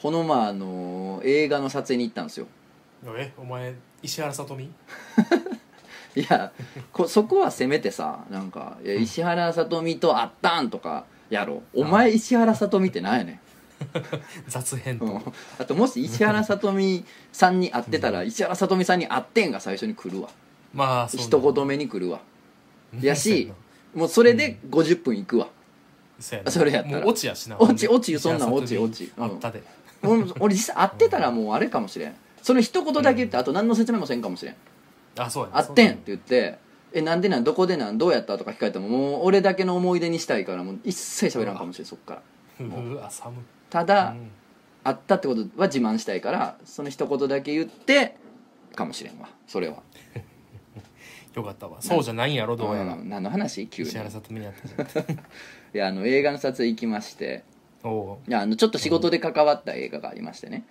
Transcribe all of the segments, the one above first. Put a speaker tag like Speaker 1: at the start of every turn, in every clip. Speaker 1: このまあの映画の撮影に行ったんですよ
Speaker 2: えお前石原さとみ
Speaker 1: いやこそこはせめてさなんかいや石原さとみとあったんとかやろお前石原さとみってなんやねん
Speaker 2: 雑編と、
Speaker 1: うんあともし石原さとみさんに会ってたら石原さとみさんに会ってんが最初に来るわ
Speaker 2: まあそう
Speaker 1: 一言目に来るわやしもうそれで50分いくわ
Speaker 2: そうや
Speaker 1: それやったら
Speaker 2: もう落ちやしな
Speaker 1: 落ち落ちそんなん落ち落ち
Speaker 2: あったで
Speaker 1: もう俺実際会ってたらもうあれかもしれんその一言だけ言ってあと何の説明もせんかもしれん
Speaker 2: あそうや
Speaker 1: 「あってん!」って言って「えなんでなんどこでなんどうやった?」とか聞かれてももう俺だけの思い出にしたいからもう一切喋らんかもしれんそっから
Speaker 2: そうなんやうわ寒い
Speaker 1: た
Speaker 2: う
Speaker 1: だ
Speaker 2: ん
Speaker 1: 会ったってことは自慢したいからその一言だけ言ってかもしれんわそれは
Speaker 2: よかったわそうじゃないんやろどうやら
Speaker 1: ん何の話急に
Speaker 2: 石原さとみやったじゃん
Speaker 1: いやあの映画の撮影行きまして
Speaker 2: おう
Speaker 1: いやあのちょっと仕事で関わった映画がありましてね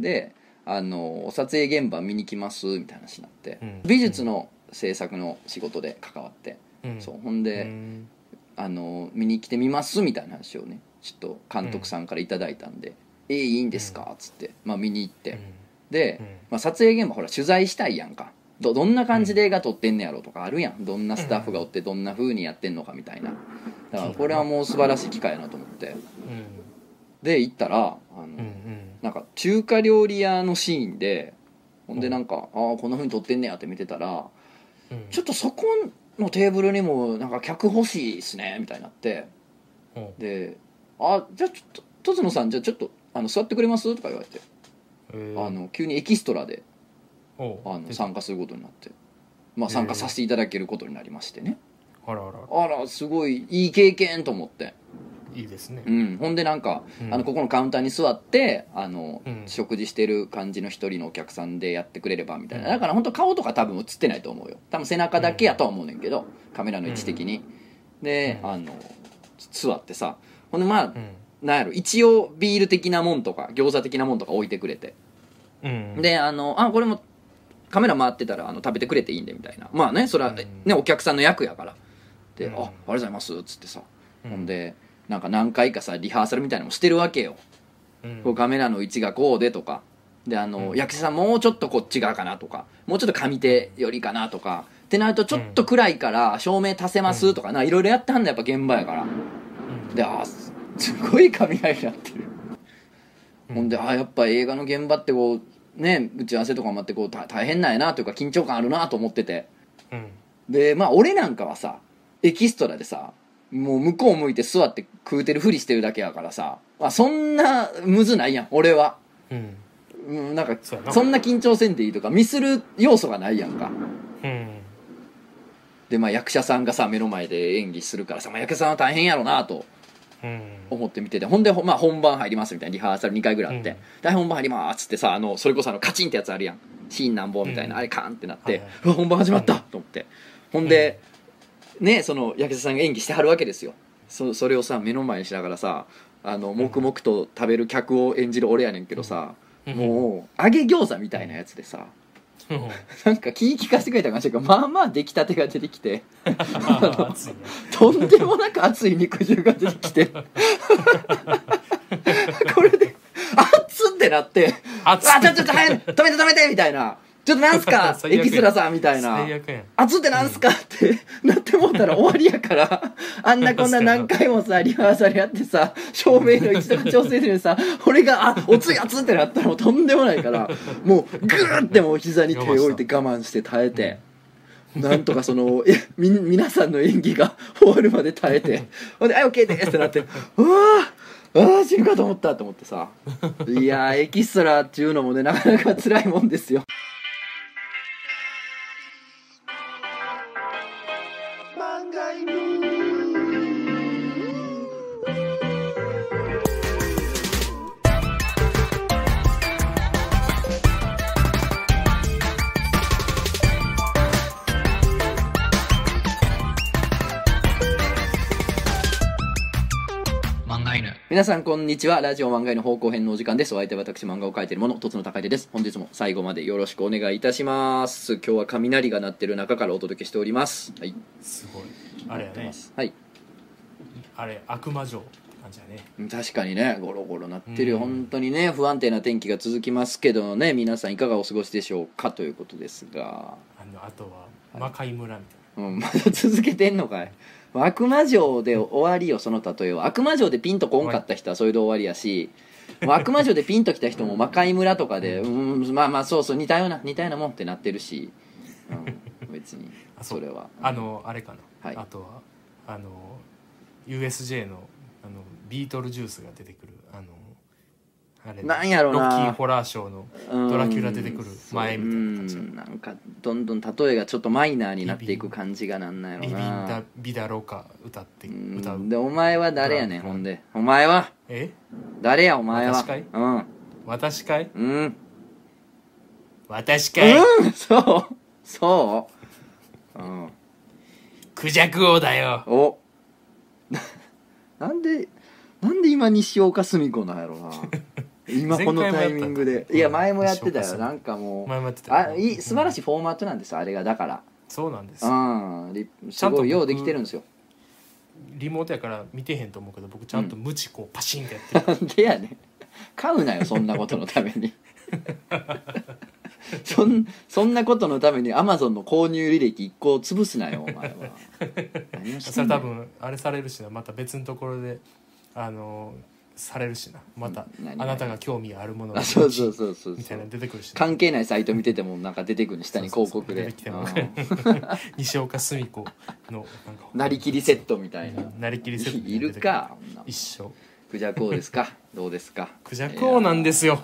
Speaker 1: であの撮影現場見に来ますみたいな話になって、
Speaker 2: うん
Speaker 1: 美術の制作の仕事で関わって、
Speaker 2: うん
Speaker 1: そうほんで、
Speaker 2: うん
Speaker 1: あの見に来てみますみたいな話をねちょっと監督さんからいただいたんで「えいいんですか?」っつって、まあ、見に行って、で、
Speaker 2: うん
Speaker 1: まあ、撮影現場ほら取材したいやんかどどんな感じで映画撮ってんねやろとかあるやんどんなスタッフがおってどんな風にやってんのかみたいなだからこれはもう素晴らしい機会やなと思ってで行ったらあの、
Speaker 2: うんうん
Speaker 1: なんか中華料理屋のシーンでほんでなんか、ああこんな風に撮ってんねやって見てたら
Speaker 2: うん
Speaker 1: ちょっとそこのテーブルにもなんか客欲しいっすねみたいになって
Speaker 2: おう
Speaker 1: で「あじゃあちょっととつのさんじゃあちょっとあの座ってくれます?」とか言われて、
Speaker 2: えー
Speaker 1: あの急にエキストラで
Speaker 2: おう
Speaker 1: あの
Speaker 2: で
Speaker 1: 参加することになって、まあ、参加させていただけることになりましてね、
Speaker 2: あらあら
Speaker 1: あらすごいいい経験と思って、
Speaker 2: いいですね
Speaker 1: うん、ほんでなんか、
Speaker 2: うん
Speaker 1: あのここのカウンターに座ってあの、
Speaker 2: うん
Speaker 1: 食事してる感じの一人のお客さんでやってくれればみたいな、
Speaker 2: うん
Speaker 1: だから本当顔とか多分映ってないと思うよ多分背中だけやとは思うねんけど、カメラの位置的に、で、
Speaker 2: うん
Speaker 1: あの座ってさほんでまあ、
Speaker 2: うん
Speaker 1: なんやろ一応ビール的なもんとか餃子的なもんとか置いてくれて、
Speaker 2: うん
Speaker 1: であのあこれもカメラ回ってたらあの食べてくれていいんでみたいなまあねそれは、
Speaker 2: うん
Speaker 1: ねお客さんの役やからで、
Speaker 2: うん
Speaker 1: あありがとうございますっつってさ、
Speaker 2: うん
Speaker 1: ほんでなんか何回かさリハーサルみたいなのもしてるわけよ、
Speaker 2: うん
Speaker 1: こうカメラの位置がこうでとかであの、
Speaker 2: うん
Speaker 1: 役者さんもうちょっとこっち側かなとかもうちょっと上手寄りかなとかってなるとちょっと暗いから照明足せますとかないろいろやってはんのやっぱ現場やから。
Speaker 2: うん
Speaker 1: であーすすごい神がになってる、
Speaker 2: うん
Speaker 1: ほんであーやっぱ映画の現場ってこうね打ち合わせとかもあってこうた大変なんやなというか緊張感あるなと思ってて
Speaker 2: うん
Speaker 1: でまあ俺なんかはさエキストラでさもう向こう向いて座って食うてるふりしてるだけやからさ、まあ、そんなむずないやん俺は、
Speaker 2: うん
Speaker 1: うん、なんか
Speaker 2: そうやな
Speaker 1: そんな緊張せんでいいとかミスる要素がないやんか
Speaker 2: うん
Speaker 1: でまあ役者さんがさ目の前で演技するからさ、まあ、役者さんは大変やろうなと
Speaker 2: うん
Speaker 1: 思って見ててほんで、ほまあ、本番入りますみたいなリハーサル2回ぐらいあって
Speaker 2: うん
Speaker 1: 「台本番入ります」っつってさあのそれこそあのカチンってやつあるやんシーンなんぼみたいな、
Speaker 2: うん
Speaker 1: あれカーンってなって「
Speaker 2: はいはいう
Speaker 1: わ本番始まった!」と思ってほんで、ねその役者さんが演技してはるわけですよそそれをさ目の前にしながらさあの黙々と食べる客を演じる俺やねんけどさ、
Speaker 2: うん
Speaker 1: もう揚げ餃子みたいなやつでさ、
Speaker 2: うん
Speaker 1: なんか気利かせてくれた感じがまあまあ出来たてが出てきて
Speaker 2: 暑いね
Speaker 1: とんでもなく熱い肉汁が出てきて これで熱っってなって「あ
Speaker 2: 熱
Speaker 1: ちょちょちょ早い止めて止めて」みたいな「ちょっとなんすか
Speaker 2: 最悪
Speaker 1: エ
Speaker 2: や
Speaker 1: キストラさん」みたいな
Speaker 2: 最悪やん
Speaker 1: 「熱っってなんすか?」ってなってもうたら終わりやからあんなこんな何回もさリハーサルやってさ照明の位置とか調整するのにさ俺が「あおつい熱っ」ってなったらもうとんでもないからもうグーってもう膝に手を置いて我慢して耐えて。なんとかそのえみ皆さんの演技が終わるまで耐えてほんで「はい OK です」ってなって「うわーあー死ぬかと思った」と思ってさいやーエキストラっていうのもねなかなか辛いもんですよ皆さんこんにちはラジオ漫画への方向編のお時間ですお相手は私漫画を描いている者とつの高出です本日も最後までよろしくお願いいたします今日は雷が鳴ってる中からお届けしておりますはい
Speaker 2: すごいあれやね
Speaker 1: はい
Speaker 2: あれ悪魔城感じだね
Speaker 1: 確かにねゴロゴロなってるよ、
Speaker 2: うん
Speaker 1: 本当にね不安定な天気が続きますけどね皆さんいかがお過ごしでしょうかということですが、
Speaker 2: あのあとは魔界村みたい
Speaker 1: うん、まだ続けてんのかい悪魔城で終わりよその例えは悪魔城でピンとこんかった人はそれで終わりやし悪魔城でピンときた人も魔界村とか でうんまあまあそうそう似たような似たようなもんってなってるし、うん、別に
Speaker 2: あ
Speaker 1: そ
Speaker 2: そ
Speaker 1: うれは
Speaker 2: なあのあれかな、
Speaker 1: はい
Speaker 2: あとはあの USJ のあのビートルジュースが出てくるあのあれ
Speaker 1: なんやろな
Speaker 2: ロッキーホラーショーのドラキュラ出てくる前みたいな感じ
Speaker 1: うんなんかどんどん例えがちょっとマイナーになっていく感じがなんなんや
Speaker 2: 「
Speaker 1: ろ
Speaker 2: リビン
Speaker 1: な
Speaker 2: ダ・ビダロカ」歌って
Speaker 1: うん
Speaker 2: 歌う
Speaker 1: でお前は誰やねん
Speaker 2: ブラ
Speaker 1: ほ
Speaker 2: ウン
Speaker 1: んでお前は
Speaker 2: え
Speaker 1: 誰やお前は
Speaker 2: 私かい
Speaker 1: うん
Speaker 2: 私かい
Speaker 1: うん
Speaker 2: 私かい、
Speaker 1: うんそうそううん
Speaker 2: クジャク王だよ
Speaker 1: お ななんでなんで今西岡澄子なんや ろな今このタイミングでいや前
Speaker 2: 前
Speaker 1: も
Speaker 2: も
Speaker 1: や
Speaker 2: や
Speaker 1: っ
Speaker 2: ってて
Speaker 1: た
Speaker 2: た
Speaker 1: よなんかもう
Speaker 2: 前もやってた
Speaker 1: あいい素晴らしいフォーマットなんですあれがだから
Speaker 2: そうなんです
Speaker 1: うんりすごいようできてるんですよ
Speaker 2: リモートやから見てへんと思うけど僕ちゃんとムチこうパシンって やってる、
Speaker 1: なんでやねん買うなよそんなことのために そんそんなことのためにアマゾンの購入履歴一個潰すなよお前は 何をして
Speaker 2: そ
Speaker 1: ん
Speaker 2: れ
Speaker 1: ね
Speaker 2: 多
Speaker 1: ん
Speaker 2: 分あれされるしなまた別のところであのされるしなまた
Speaker 1: うん何
Speaker 2: あなたが興味あるものが
Speaker 1: あそうそうそうそう
Speaker 2: みた
Speaker 1: そ
Speaker 2: いなの
Speaker 1: う
Speaker 2: 出てくるしな
Speaker 1: 関係ないサイト見ててもなんか出てくるの下に広告
Speaker 2: 出
Speaker 1: で
Speaker 2: てきても
Speaker 1: うん
Speaker 2: 西岡澄子のなんか
Speaker 1: なりきりセットみたいな
Speaker 2: なりきりセット
Speaker 1: いるかそんなもん
Speaker 2: 一生
Speaker 1: クジャコウですかどうですか
Speaker 2: クジャク王なんですよ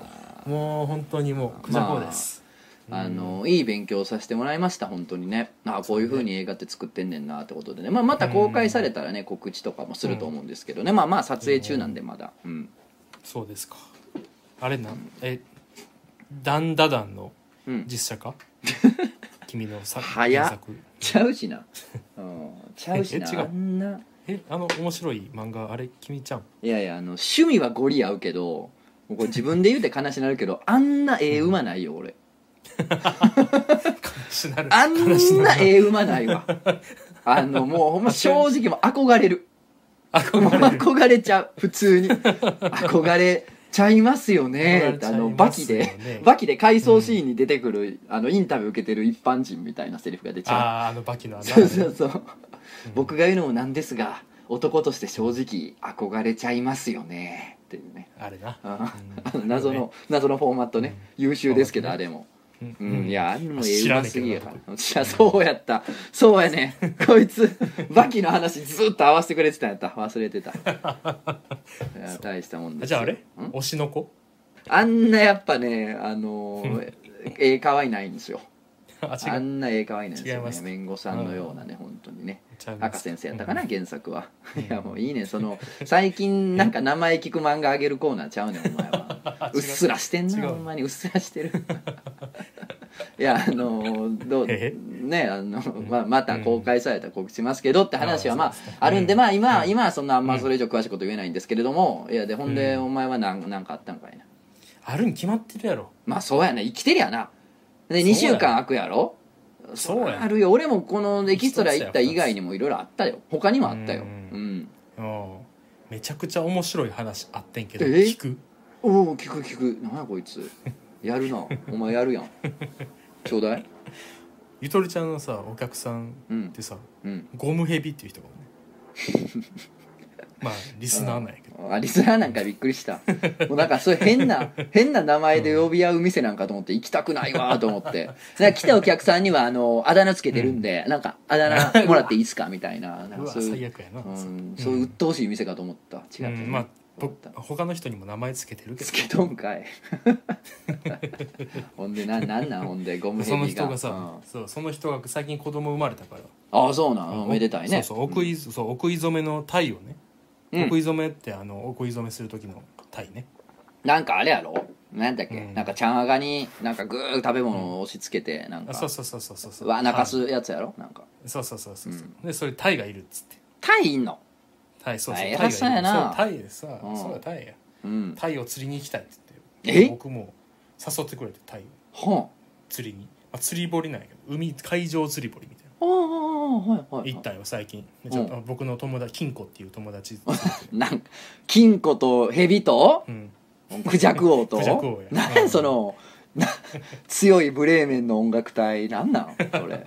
Speaker 2: もう本当にもうクジャク王です、
Speaker 1: あのいい勉強させてもらいました本当にねあこういう風に映画って作ってんねんなってことでね、まあ、また公開されたらね告知とかもすると思うんですけどね、まあまあ撮影中なんでまだ、うん、
Speaker 2: そうですかあれなえダンダダンの
Speaker 1: うん
Speaker 2: 実写 化、君の作
Speaker 1: 早っ
Speaker 2: 原作
Speaker 1: ちゃうし な、うん、ちゃうしな
Speaker 2: え違う
Speaker 1: あんな
Speaker 2: えあの面白い漫画あれ君ちゃん
Speaker 1: いやいやあの趣味はゴリ合うけどもうこれ自分で言うて悲しになるけどあ んな絵馬ないよ俺
Speaker 2: しなる
Speaker 1: あん
Speaker 2: 悲し
Speaker 1: な絵馬ないわあのもうほんま正直もう憧れるもう
Speaker 2: 憧れる
Speaker 1: 憧れちゃう普通に憧れちゃいますよねあのバキで
Speaker 2: で
Speaker 1: バキで回想シーンに出てくる、あのインタビュー受けてる一般人みたいなセリフが出ち
Speaker 2: あ
Speaker 1: ゃ
Speaker 2: ああのバキのあ
Speaker 1: う
Speaker 2: の
Speaker 1: そうそうそう、
Speaker 2: うん
Speaker 1: 僕が言うのもなんですが男として正直憧れちゃいますよねっていうね
Speaker 2: あれな
Speaker 1: あ
Speaker 2: うん
Speaker 1: 謎の謎のフォーマットね、優秀ですけど、
Speaker 2: そう
Speaker 1: あ
Speaker 2: で
Speaker 1: れも、
Speaker 2: うん
Speaker 1: うん、いやあれもえ
Speaker 2: 知
Speaker 1: う
Speaker 2: ら
Speaker 1: ま
Speaker 2: ねえ
Speaker 1: す
Speaker 2: けど
Speaker 1: ぎやから いやそうやったそうやね こいつバキの話ずっと合わせてくれてたんやった忘れ てたいや大したもん
Speaker 2: あ
Speaker 1: です
Speaker 2: じ
Speaker 1: よ
Speaker 2: ゃああれ
Speaker 1: ん
Speaker 2: 推しの子
Speaker 1: あんなやっぱねあの
Speaker 2: う
Speaker 1: ーええ可愛いないんですよ
Speaker 2: あ違
Speaker 1: あ
Speaker 2: うん
Speaker 1: なええ可愛いないんです
Speaker 2: 違い
Speaker 1: よ
Speaker 2: ま
Speaker 1: ね
Speaker 2: す
Speaker 1: 弁護さんのようなね本当にね
Speaker 2: ちゃいま
Speaker 1: 赤
Speaker 2: す
Speaker 1: 先生やったかな
Speaker 2: うん
Speaker 1: 原作は
Speaker 2: うん
Speaker 1: いやもういいねその最近なんか名前聞く漫画あげるコーナーちゃうねんお前は
Speaker 2: あ違
Speaker 1: うっすらしてん
Speaker 2: 違
Speaker 1: な
Speaker 2: う
Speaker 1: ほんまにうっすらしてる いやあのどう
Speaker 2: え
Speaker 1: ねあの、まあ、また公開されたら告知しますけどって話はまあ
Speaker 2: あそうですね
Speaker 1: あるんで
Speaker 2: うん
Speaker 1: まあ今
Speaker 2: うん
Speaker 1: 今はそんなあんまそれ以上詳しいこと言えないんですけれどもいやでほんで
Speaker 2: うん
Speaker 1: お前はなんなんかあったんかいな
Speaker 2: あるに決まってるやろ
Speaker 1: まあそうやね生きてりゃなで
Speaker 2: そう
Speaker 1: 2
Speaker 2: や
Speaker 1: 週間空くやろ
Speaker 2: そうや
Speaker 1: あるよ俺もこのエキストラ行った以外にもいろいろあったよ他にもあったよう
Speaker 2: うんうんめちゃくちゃ面白い話あってんけど
Speaker 1: え
Speaker 2: 聞く
Speaker 1: おお聞く聞くなんやこいつやるなお前やるやんちょうだい
Speaker 2: ゆとりちゃんのさお客さん
Speaker 1: うん
Speaker 2: ってさ
Speaker 1: うん
Speaker 2: ゴムヘビっていう人がおんねんまあリスナーなんやけど
Speaker 1: あリスナーなんかびっくりしたもうなんかそういう変 な変な名前で呼び合う店なんかと思って行きたくないわと思ってなんか来たお客さんにはあのあだ名つけてるんで、なんかあだ名もらっていいですかみたいななんか
Speaker 2: うわ
Speaker 1: そうい
Speaker 2: 最
Speaker 1: う、
Speaker 2: 悪やな
Speaker 1: うん、そういう鬱陶しい店かと思った違った、
Speaker 2: う
Speaker 1: ね
Speaker 2: んまあ
Speaker 1: 思った
Speaker 2: ぼ他の人にも名前つけてるけ
Speaker 1: つ
Speaker 2: ど
Speaker 1: けとんかい ほんでななんなんほんでゴムヘ
Speaker 2: その
Speaker 1: ビが
Speaker 2: 人がさ
Speaker 1: う
Speaker 2: そうその人が最近子供生まれたから
Speaker 1: んああそうなんおめでたいね
Speaker 2: そうそうお食いそうお食い初めの鯛をね
Speaker 1: うん
Speaker 2: お食い初めってあのお食い初めする時の鯛ね
Speaker 1: なんかあれやろなんだっけ、
Speaker 2: うん
Speaker 1: なんかちゃんあがになんかグー食べ物を押し付けてなんか、
Speaker 2: あそうそうそうそうそうそう
Speaker 1: わ泣かすやつやろなんか
Speaker 2: 鯛そうそうそうそうそう
Speaker 1: う
Speaker 2: でそれ鯛がいるっつって
Speaker 1: タイいんの
Speaker 2: 鯛そうそう
Speaker 1: あ
Speaker 2: 鯛
Speaker 1: 偉そうやな
Speaker 2: がいるそう鯛でさ
Speaker 1: うん
Speaker 2: そうだ鯛や
Speaker 1: うん
Speaker 2: 鯛を釣りに行きたいっつって
Speaker 1: え
Speaker 2: 僕も誘ってくれて鯛を
Speaker 1: ほん
Speaker 2: 釣りに、まあ、釣り堀なんやけど海海上釣り堀みたいな
Speaker 1: おーおーおはいはい
Speaker 2: 行ったんよ最近でちょっと僕の友達金庫っていう 友達連れて
Speaker 1: なんか金庫と蛇と
Speaker 2: うん
Speaker 1: クジャク王と
Speaker 2: クジャク王や
Speaker 1: なんやそのな強いブレーメンの音楽隊なんなんそ れ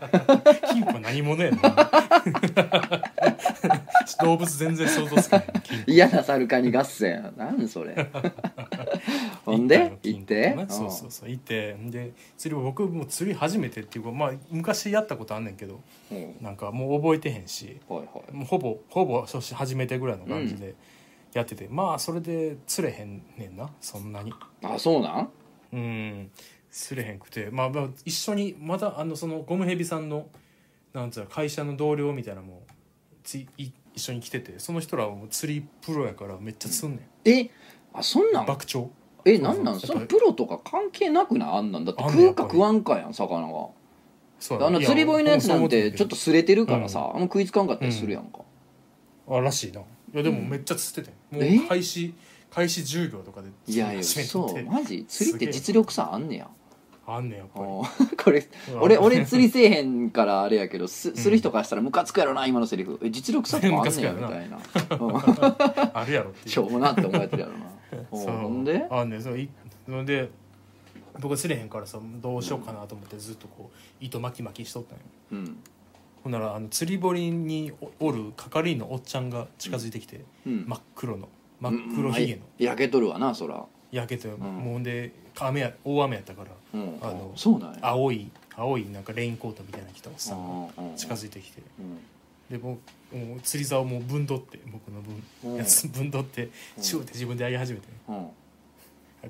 Speaker 2: 金庫何者 やねんちょっと動物全然想像つかない金庫
Speaker 1: 嫌なサルカニ合戦なんそ れ ほんで行っ
Speaker 2: 行った
Speaker 1: て
Speaker 2: よ金庫なそうそうそう行ってで釣りを僕もう釣り初めてっていうかまあ昔やったことあんねんけど
Speaker 1: うんうん
Speaker 2: なんかもう覚えてへんし
Speaker 1: はいはい
Speaker 2: もうほぼほぼ初心初めてぐらいの感じでやってて、まあそれで釣れへんねんなそんなに
Speaker 1: あそうなん
Speaker 2: うん釣れへんくてまあ、まあ、一緒にまたあのそのゴムヘビさんのなんつうの会社の同僚みたいなのもついい一緒に来ててその人らはもう釣りプロやからめっちゃ釣んね
Speaker 1: えあそん
Speaker 2: ん、
Speaker 1: なん
Speaker 2: 爆釣
Speaker 1: えなんなん
Speaker 2: そう
Speaker 1: そ
Speaker 2: そう
Speaker 1: れプロとか関係なくないあんなんだって
Speaker 2: あんねん
Speaker 1: 食うか食わんかやん魚が
Speaker 2: そう
Speaker 1: あ
Speaker 2: や
Speaker 1: の
Speaker 2: な
Speaker 1: 釣り堀のやつなん
Speaker 2: いや
Speaker 1: て
Speaker 2: 僕も
Speaker 1: ちょっと擦れてるからさあんま食いつかんかったりするやんか
Speaker 2: そう思ってんけどあらしいないやでもめっちゃ釣ってて、
Speaker 1: え
Speaker 2: もう開始開始10秒とかで
Speaker 1: いやいや
Speaker 2: 始めて
Speaker 1: そう
Speaker 2: て
Speaker 1: マジ釣りって実力差あんねや
Speaker 2: あんねんやっぱり
Speaker 1: おー これ
Speaker 2: うん
Speaker 1: 俺俺釣りせえへんからあれやけどすする人からしたらムカつくやろな今のセリフえ実力差とかあんねやみたいな うん
Speaker 2: あるやろっていう
Speaker 1: しょうもなって思えてるやろなお
Speaker 2: そう
Speaker 1: ーほんで
Speaker 2: あんねんそういそれで僕釣れへんからさどうしようかなと思ってずっとこう糸巻き巻きしとったんよ
Speaker 1: うん
Speaker 2: ほんならあの釣り堀におおる係員のおっちゃんが近づいてきて、
Speaker 1: うん
Speaker 2: 真っ黒の真っ黒ひげの
Speaker 1: うん焼けとるわなそら
Speaker 2: 焼けて、
Speaker 1: ん
Speaker 2: もうほんで雨や大雨やったから
Speaker 1: うん
Speaker 2: あの
Speaker 1: そうなんや
Speaker 2: 青い青いなんかレインコートみたいなの着たおっさんが
Speaker 1: うんうん
Speaker 2: 近づいてきて
Speaker 1: うん
Speaker 2: でもうもう釣り竿をもうぶんどって僕の
Speaker 1: うん
Speaker 2: 分やつぶ んどってチューって自分で上げ始めて。
Speaker 1: うん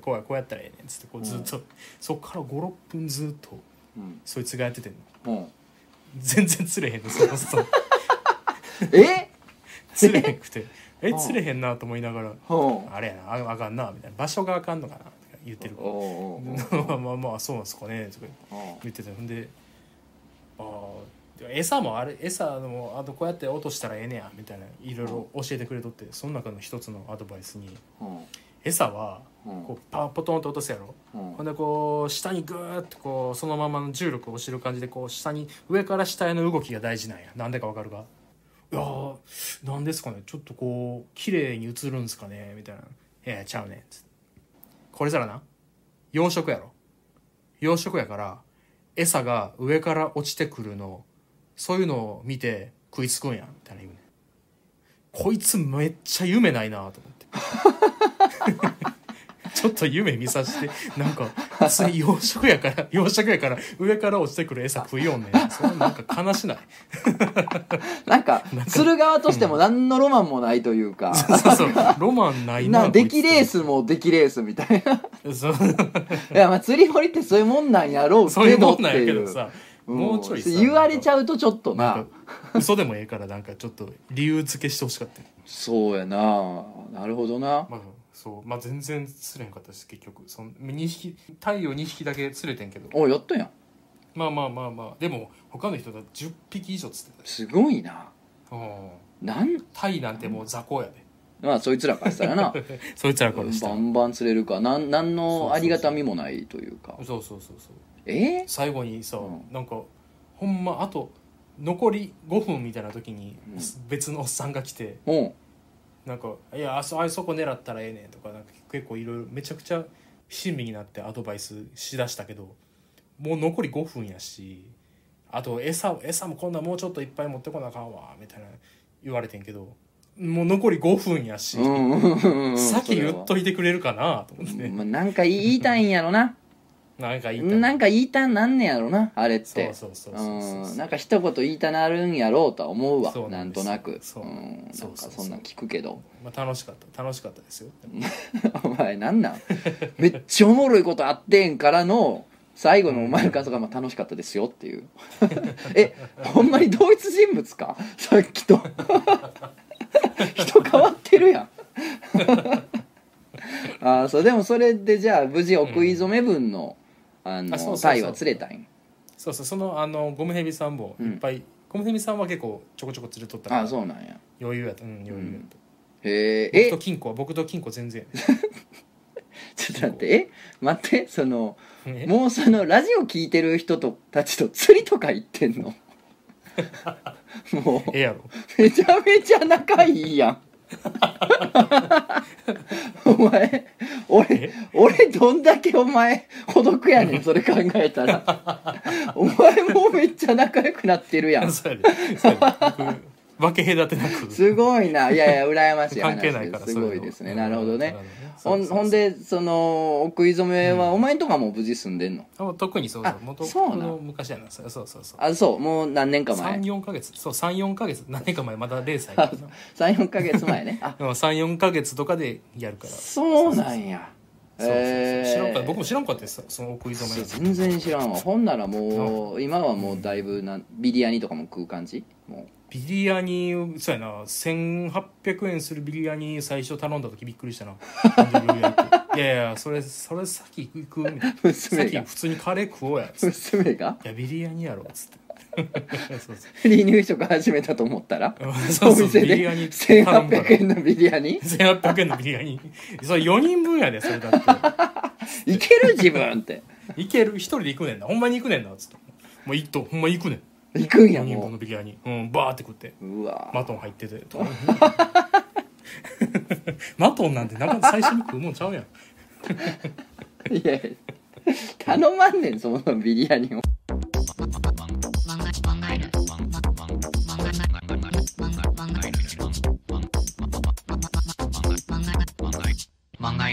Speaker 2: こうやこうやったらええねんっつってこうずっと、そっから56分ずっと
Speaker 1: うん
Speaker 2: そいつがやっててんの
Speaker 1: うん
Speaker 2: 全然釣れへんのその 人
Speaker 1: え
Speaker 2: 釣れへんくてえ
Speaker 1: うん
Speaker 2: 釣れへんなと思いながら
Speaker 1: ほ
Speaker 2: あれやなああかんなみたいな場所があかんのかなとか言ってる
Speaker 1: うおうおうおう
Speaker 2: ま あまあまあそうなんすかねとか
Speaker 1: おう
Speaker 2: 言っててほんでああでも餌もあれ餌もあとこうやって落としたらええねやみたいないろいろ教えてくれとってその中の一つのアドバイスに
Speaker 1: うん
Speaker 2: 餌は
Speaker 1: うん
Speaker 2: こうパポトンと落とすやろ
Speaker 1: うん
Speaker 2: ほんでこう下にグーッとこうそのままの重力を押してる感じでこう下に上から下への動きが大事なんやなんでかわかるかいやーなんですかねちょっとこう綺麗に映るんですかねみたいな「ええちゃうねん」つってこれさらな養殖やろ養殖やから餌が上から落ちてくるのそういうのを見て食いつくんやみたいな言うねんこいつめっちゃ夢ないなと思ってちょっと夢見さしてなんか普通に養殖やから養殖やから上から落ちてくる餌食いよんねんそれなんか悲しない
Speaker 1: なんか釣る側としても何のロマンもないというか
Speaker 2: そうそうロマンないな
Speaker 1: な
Speaker 2: こ
Speaker 1: 出
Speaker 2: いつ
Speaker 1: 来レースも出来レースみたいな
Speaker 2: そう
Speaker 1: いやまあ釣り堀ってそういうもんなんやろう
Speaker 2: そうい
Speaker 1: け
Speaker 2: う
Speaker 1: ど
Speaker 2: も
Speaker 1: っ
Speaker 2: ん
Speaker 1: て
Speaker 2: なんやけ
Speaker 1: い
Speaker 2: ど
Speaker 1: う
Speaker 2: さ
Speaker 1: うん
Speaker 2: もうちょいさ
Speaker 1: 言われちゃうとちょっと
Speaker 2: な
Speaker 1: なん
Speaker 2: か嘘でもええからなんかちょっと理由付けしてほしかったよ
Speaker 1: そうやななるほどな
Speaker 2: まあ、そうまあ全然釣れへんかったです結局その2匹太陽2匹だけ釣れてんけど
Speaker 1: おやったやん
Speaker 2: まあまあまあまあでも他の人だって10匹以上釣って
Speaker 1: すごいな
Speaker 2: たうん
Speaker 1: なん
Speaker 2: タイなんてもう雑魚やで、
Speaker 1: まあそいつらからしたらな
Speaker 2: そいつらからした
Speaker 1: バ
Speaker 2: ら
Speaker 1: ンバン釣れるかなんなん
Speaker 2: そうそう
Speaker 1: の
Speaker 2: そう
Speaker 1: ありがたみもないというか
Speaker 2: そうそうそうそう
Speaker 1: え
Speaker 2: 最後にさ、
Speaker 1: うん
Speaker 2: なんかほんまあと残り5分みたいな時に
Speaker 1: うん
Speaker 2: 別のおっさんが来て
Speaker 1: うん
Speaker 2: なんか「いやあそあそこ狙ったらええねん」とかなんか結構いろいろめちゃくちゃ親身になってアドバイスしだしたけどもう残り5分やしあと餌を餌もこんなもうちょっといっぱい持ってこなあかんわみたいな言われてんけどもう残り5分やし、
Speaker 1: うんうんうんうん
Speaker 2: 先言っといてくれるかなと思って、
Speaker 1: まあ、なんか言いたいんやろな
Speaker 2: なんかいいか
Speaker 1: なんか言いたんなんねやろなあれっ
Speaker 2: そう
Speaker 1: て
Speaker 2: そうそうそうそう
Speaker 1: うんなんか一言言いたなるんやろうとは思うわ
Speaker 2: そう
Speaker 1: な
Speaker 2: なん
Speaker 1: ん
Speaker 2: です
Speaker 1: と
Speaker 2: よ
Speaker 1: なく
Speaker 2: そううん
Speaker 1: なんか
Speaker 2: そうそうそ
Speaker 1: そ
Speaker 2: う
Speaker 1: んなん聞くけど
Speaker 2: まあ、楽しかった楽しかったですよでも
Speaker 1: お前なんなんめっちゃおもろいことあってんからの最後のお前の感想がまあ楽しかったですよっていう えほんまに同一人物かさっきと 人変わってるやん あーそうでもそれでじゃあ無事お食い初め分の、あの
Speaker 2: あそうそうそう
Speaker 1: タイは釣れたんや
Speaker 2: そうそうそのあのゴムヘビさんもいっぱい、ゴムヘビさんは結構ちょこちょこ釣れとったから
Speaker 1: あーそうなんや
Speaker 2: 余裕やったうん余裕やった、
Speaker 1: へー
Speaker 2: 僕
Speaker 1: え
Speaker 2: と金庫は僕と金庫全 然
Speaker 1: ちょっと待ってえ待ってその
Speaker 2: やね
Speaker 1: もうそのラジオ聞いてる人とたちと釣りとか行ってんのもう
Speaker 2: ええやろ
Speaker 1: めちゃめちゃ仲いいやんお前俺
Speaker 2: え
Speaker 1: 俺どんだけお前孤独や ねんそれ考えたらお前もめっちゃ仲良くなってるやん
Speaker 2: そうやでそう やで僕分け隔てなく
Speaker 1: すごいないやいや羨ましい話
Speaker 2: 関係
Speaker 1: で
Speaker 2: ないから
Speaker 1: すすごいですねなるほどね
Speaker 2: そ
Speaker 1: ほ
Speaker 2: うい
Speaker 1: ん
Speaker 2: うの
Speaker 1: ほんでそのお食い初めは、
Speaker 2: うん
Speaker 1: お前んとこはもう無事住んでんの
Speaker 2: そうそうそうあ特にそうそう
Speaker 1: あ
Speaker 2: もと
Speaker 1: そうなん
Speaker 2: の昔やなそうそうそうそう
Speaker 1: あそうもう何年か前
Speaker 2: 34か月そう34か月何年か前まだ0歳
Speaker 1: あ34か 月前ねあ
Speaker 2: 34か月とかでやるから
Speaker 1: そうなんや
Speaker 2: そうそうそう知らんか
Speaker 1: えー
Speaker 2: 僕も知らんかったですその奥井染めの
Speaker 1: 全然知らんわほんならもう今はもうだいぶなビリヤニとかも食う感じも
Speaker 2: ビリヤニそうやな1800円するビリヤニ最初頼んだ時びっくりしたな いやいやそれそれ先行くみたいな
Speaker 1: う娘
Speaker 2: 先
Speaker 1: が
Speaker 2: 普通にカレー食おうやつって
Speaker 1: 娘が
Speaker 2: いやビリヤニやろっつって そうそう
Speaker 1: 離乳食始めたと思ったら
Speaker 2: そ
Speaker 1: お
Speaker 2: うそう
Speaker 1: 店
Speaker 2: ビリ
Speaker 1: で
Speaker 2: ヤニ頼むから
Speaker 1: 1800円のビリヤニ
Speaker 2: 1800円のビリヤニそれ4人分やでそれだっ
Speaker 1: いける自分って
Speaker 2: ていける一人で行くねんなほんまに行くねんなっつってもう一頭ほんまに行くねん
Speaker 1: 行くんや
Speaker 2: 4人分
Speaker 1: も
Speaker 2: のビリヤニうんバーって食って
Speaker 1: ううわ
Speaker 2: マトン入っ ててマトンなんてなかなか最初に食うもんちゃうやん
Speaker 1: いやいや頼まんねんそのビリヤニを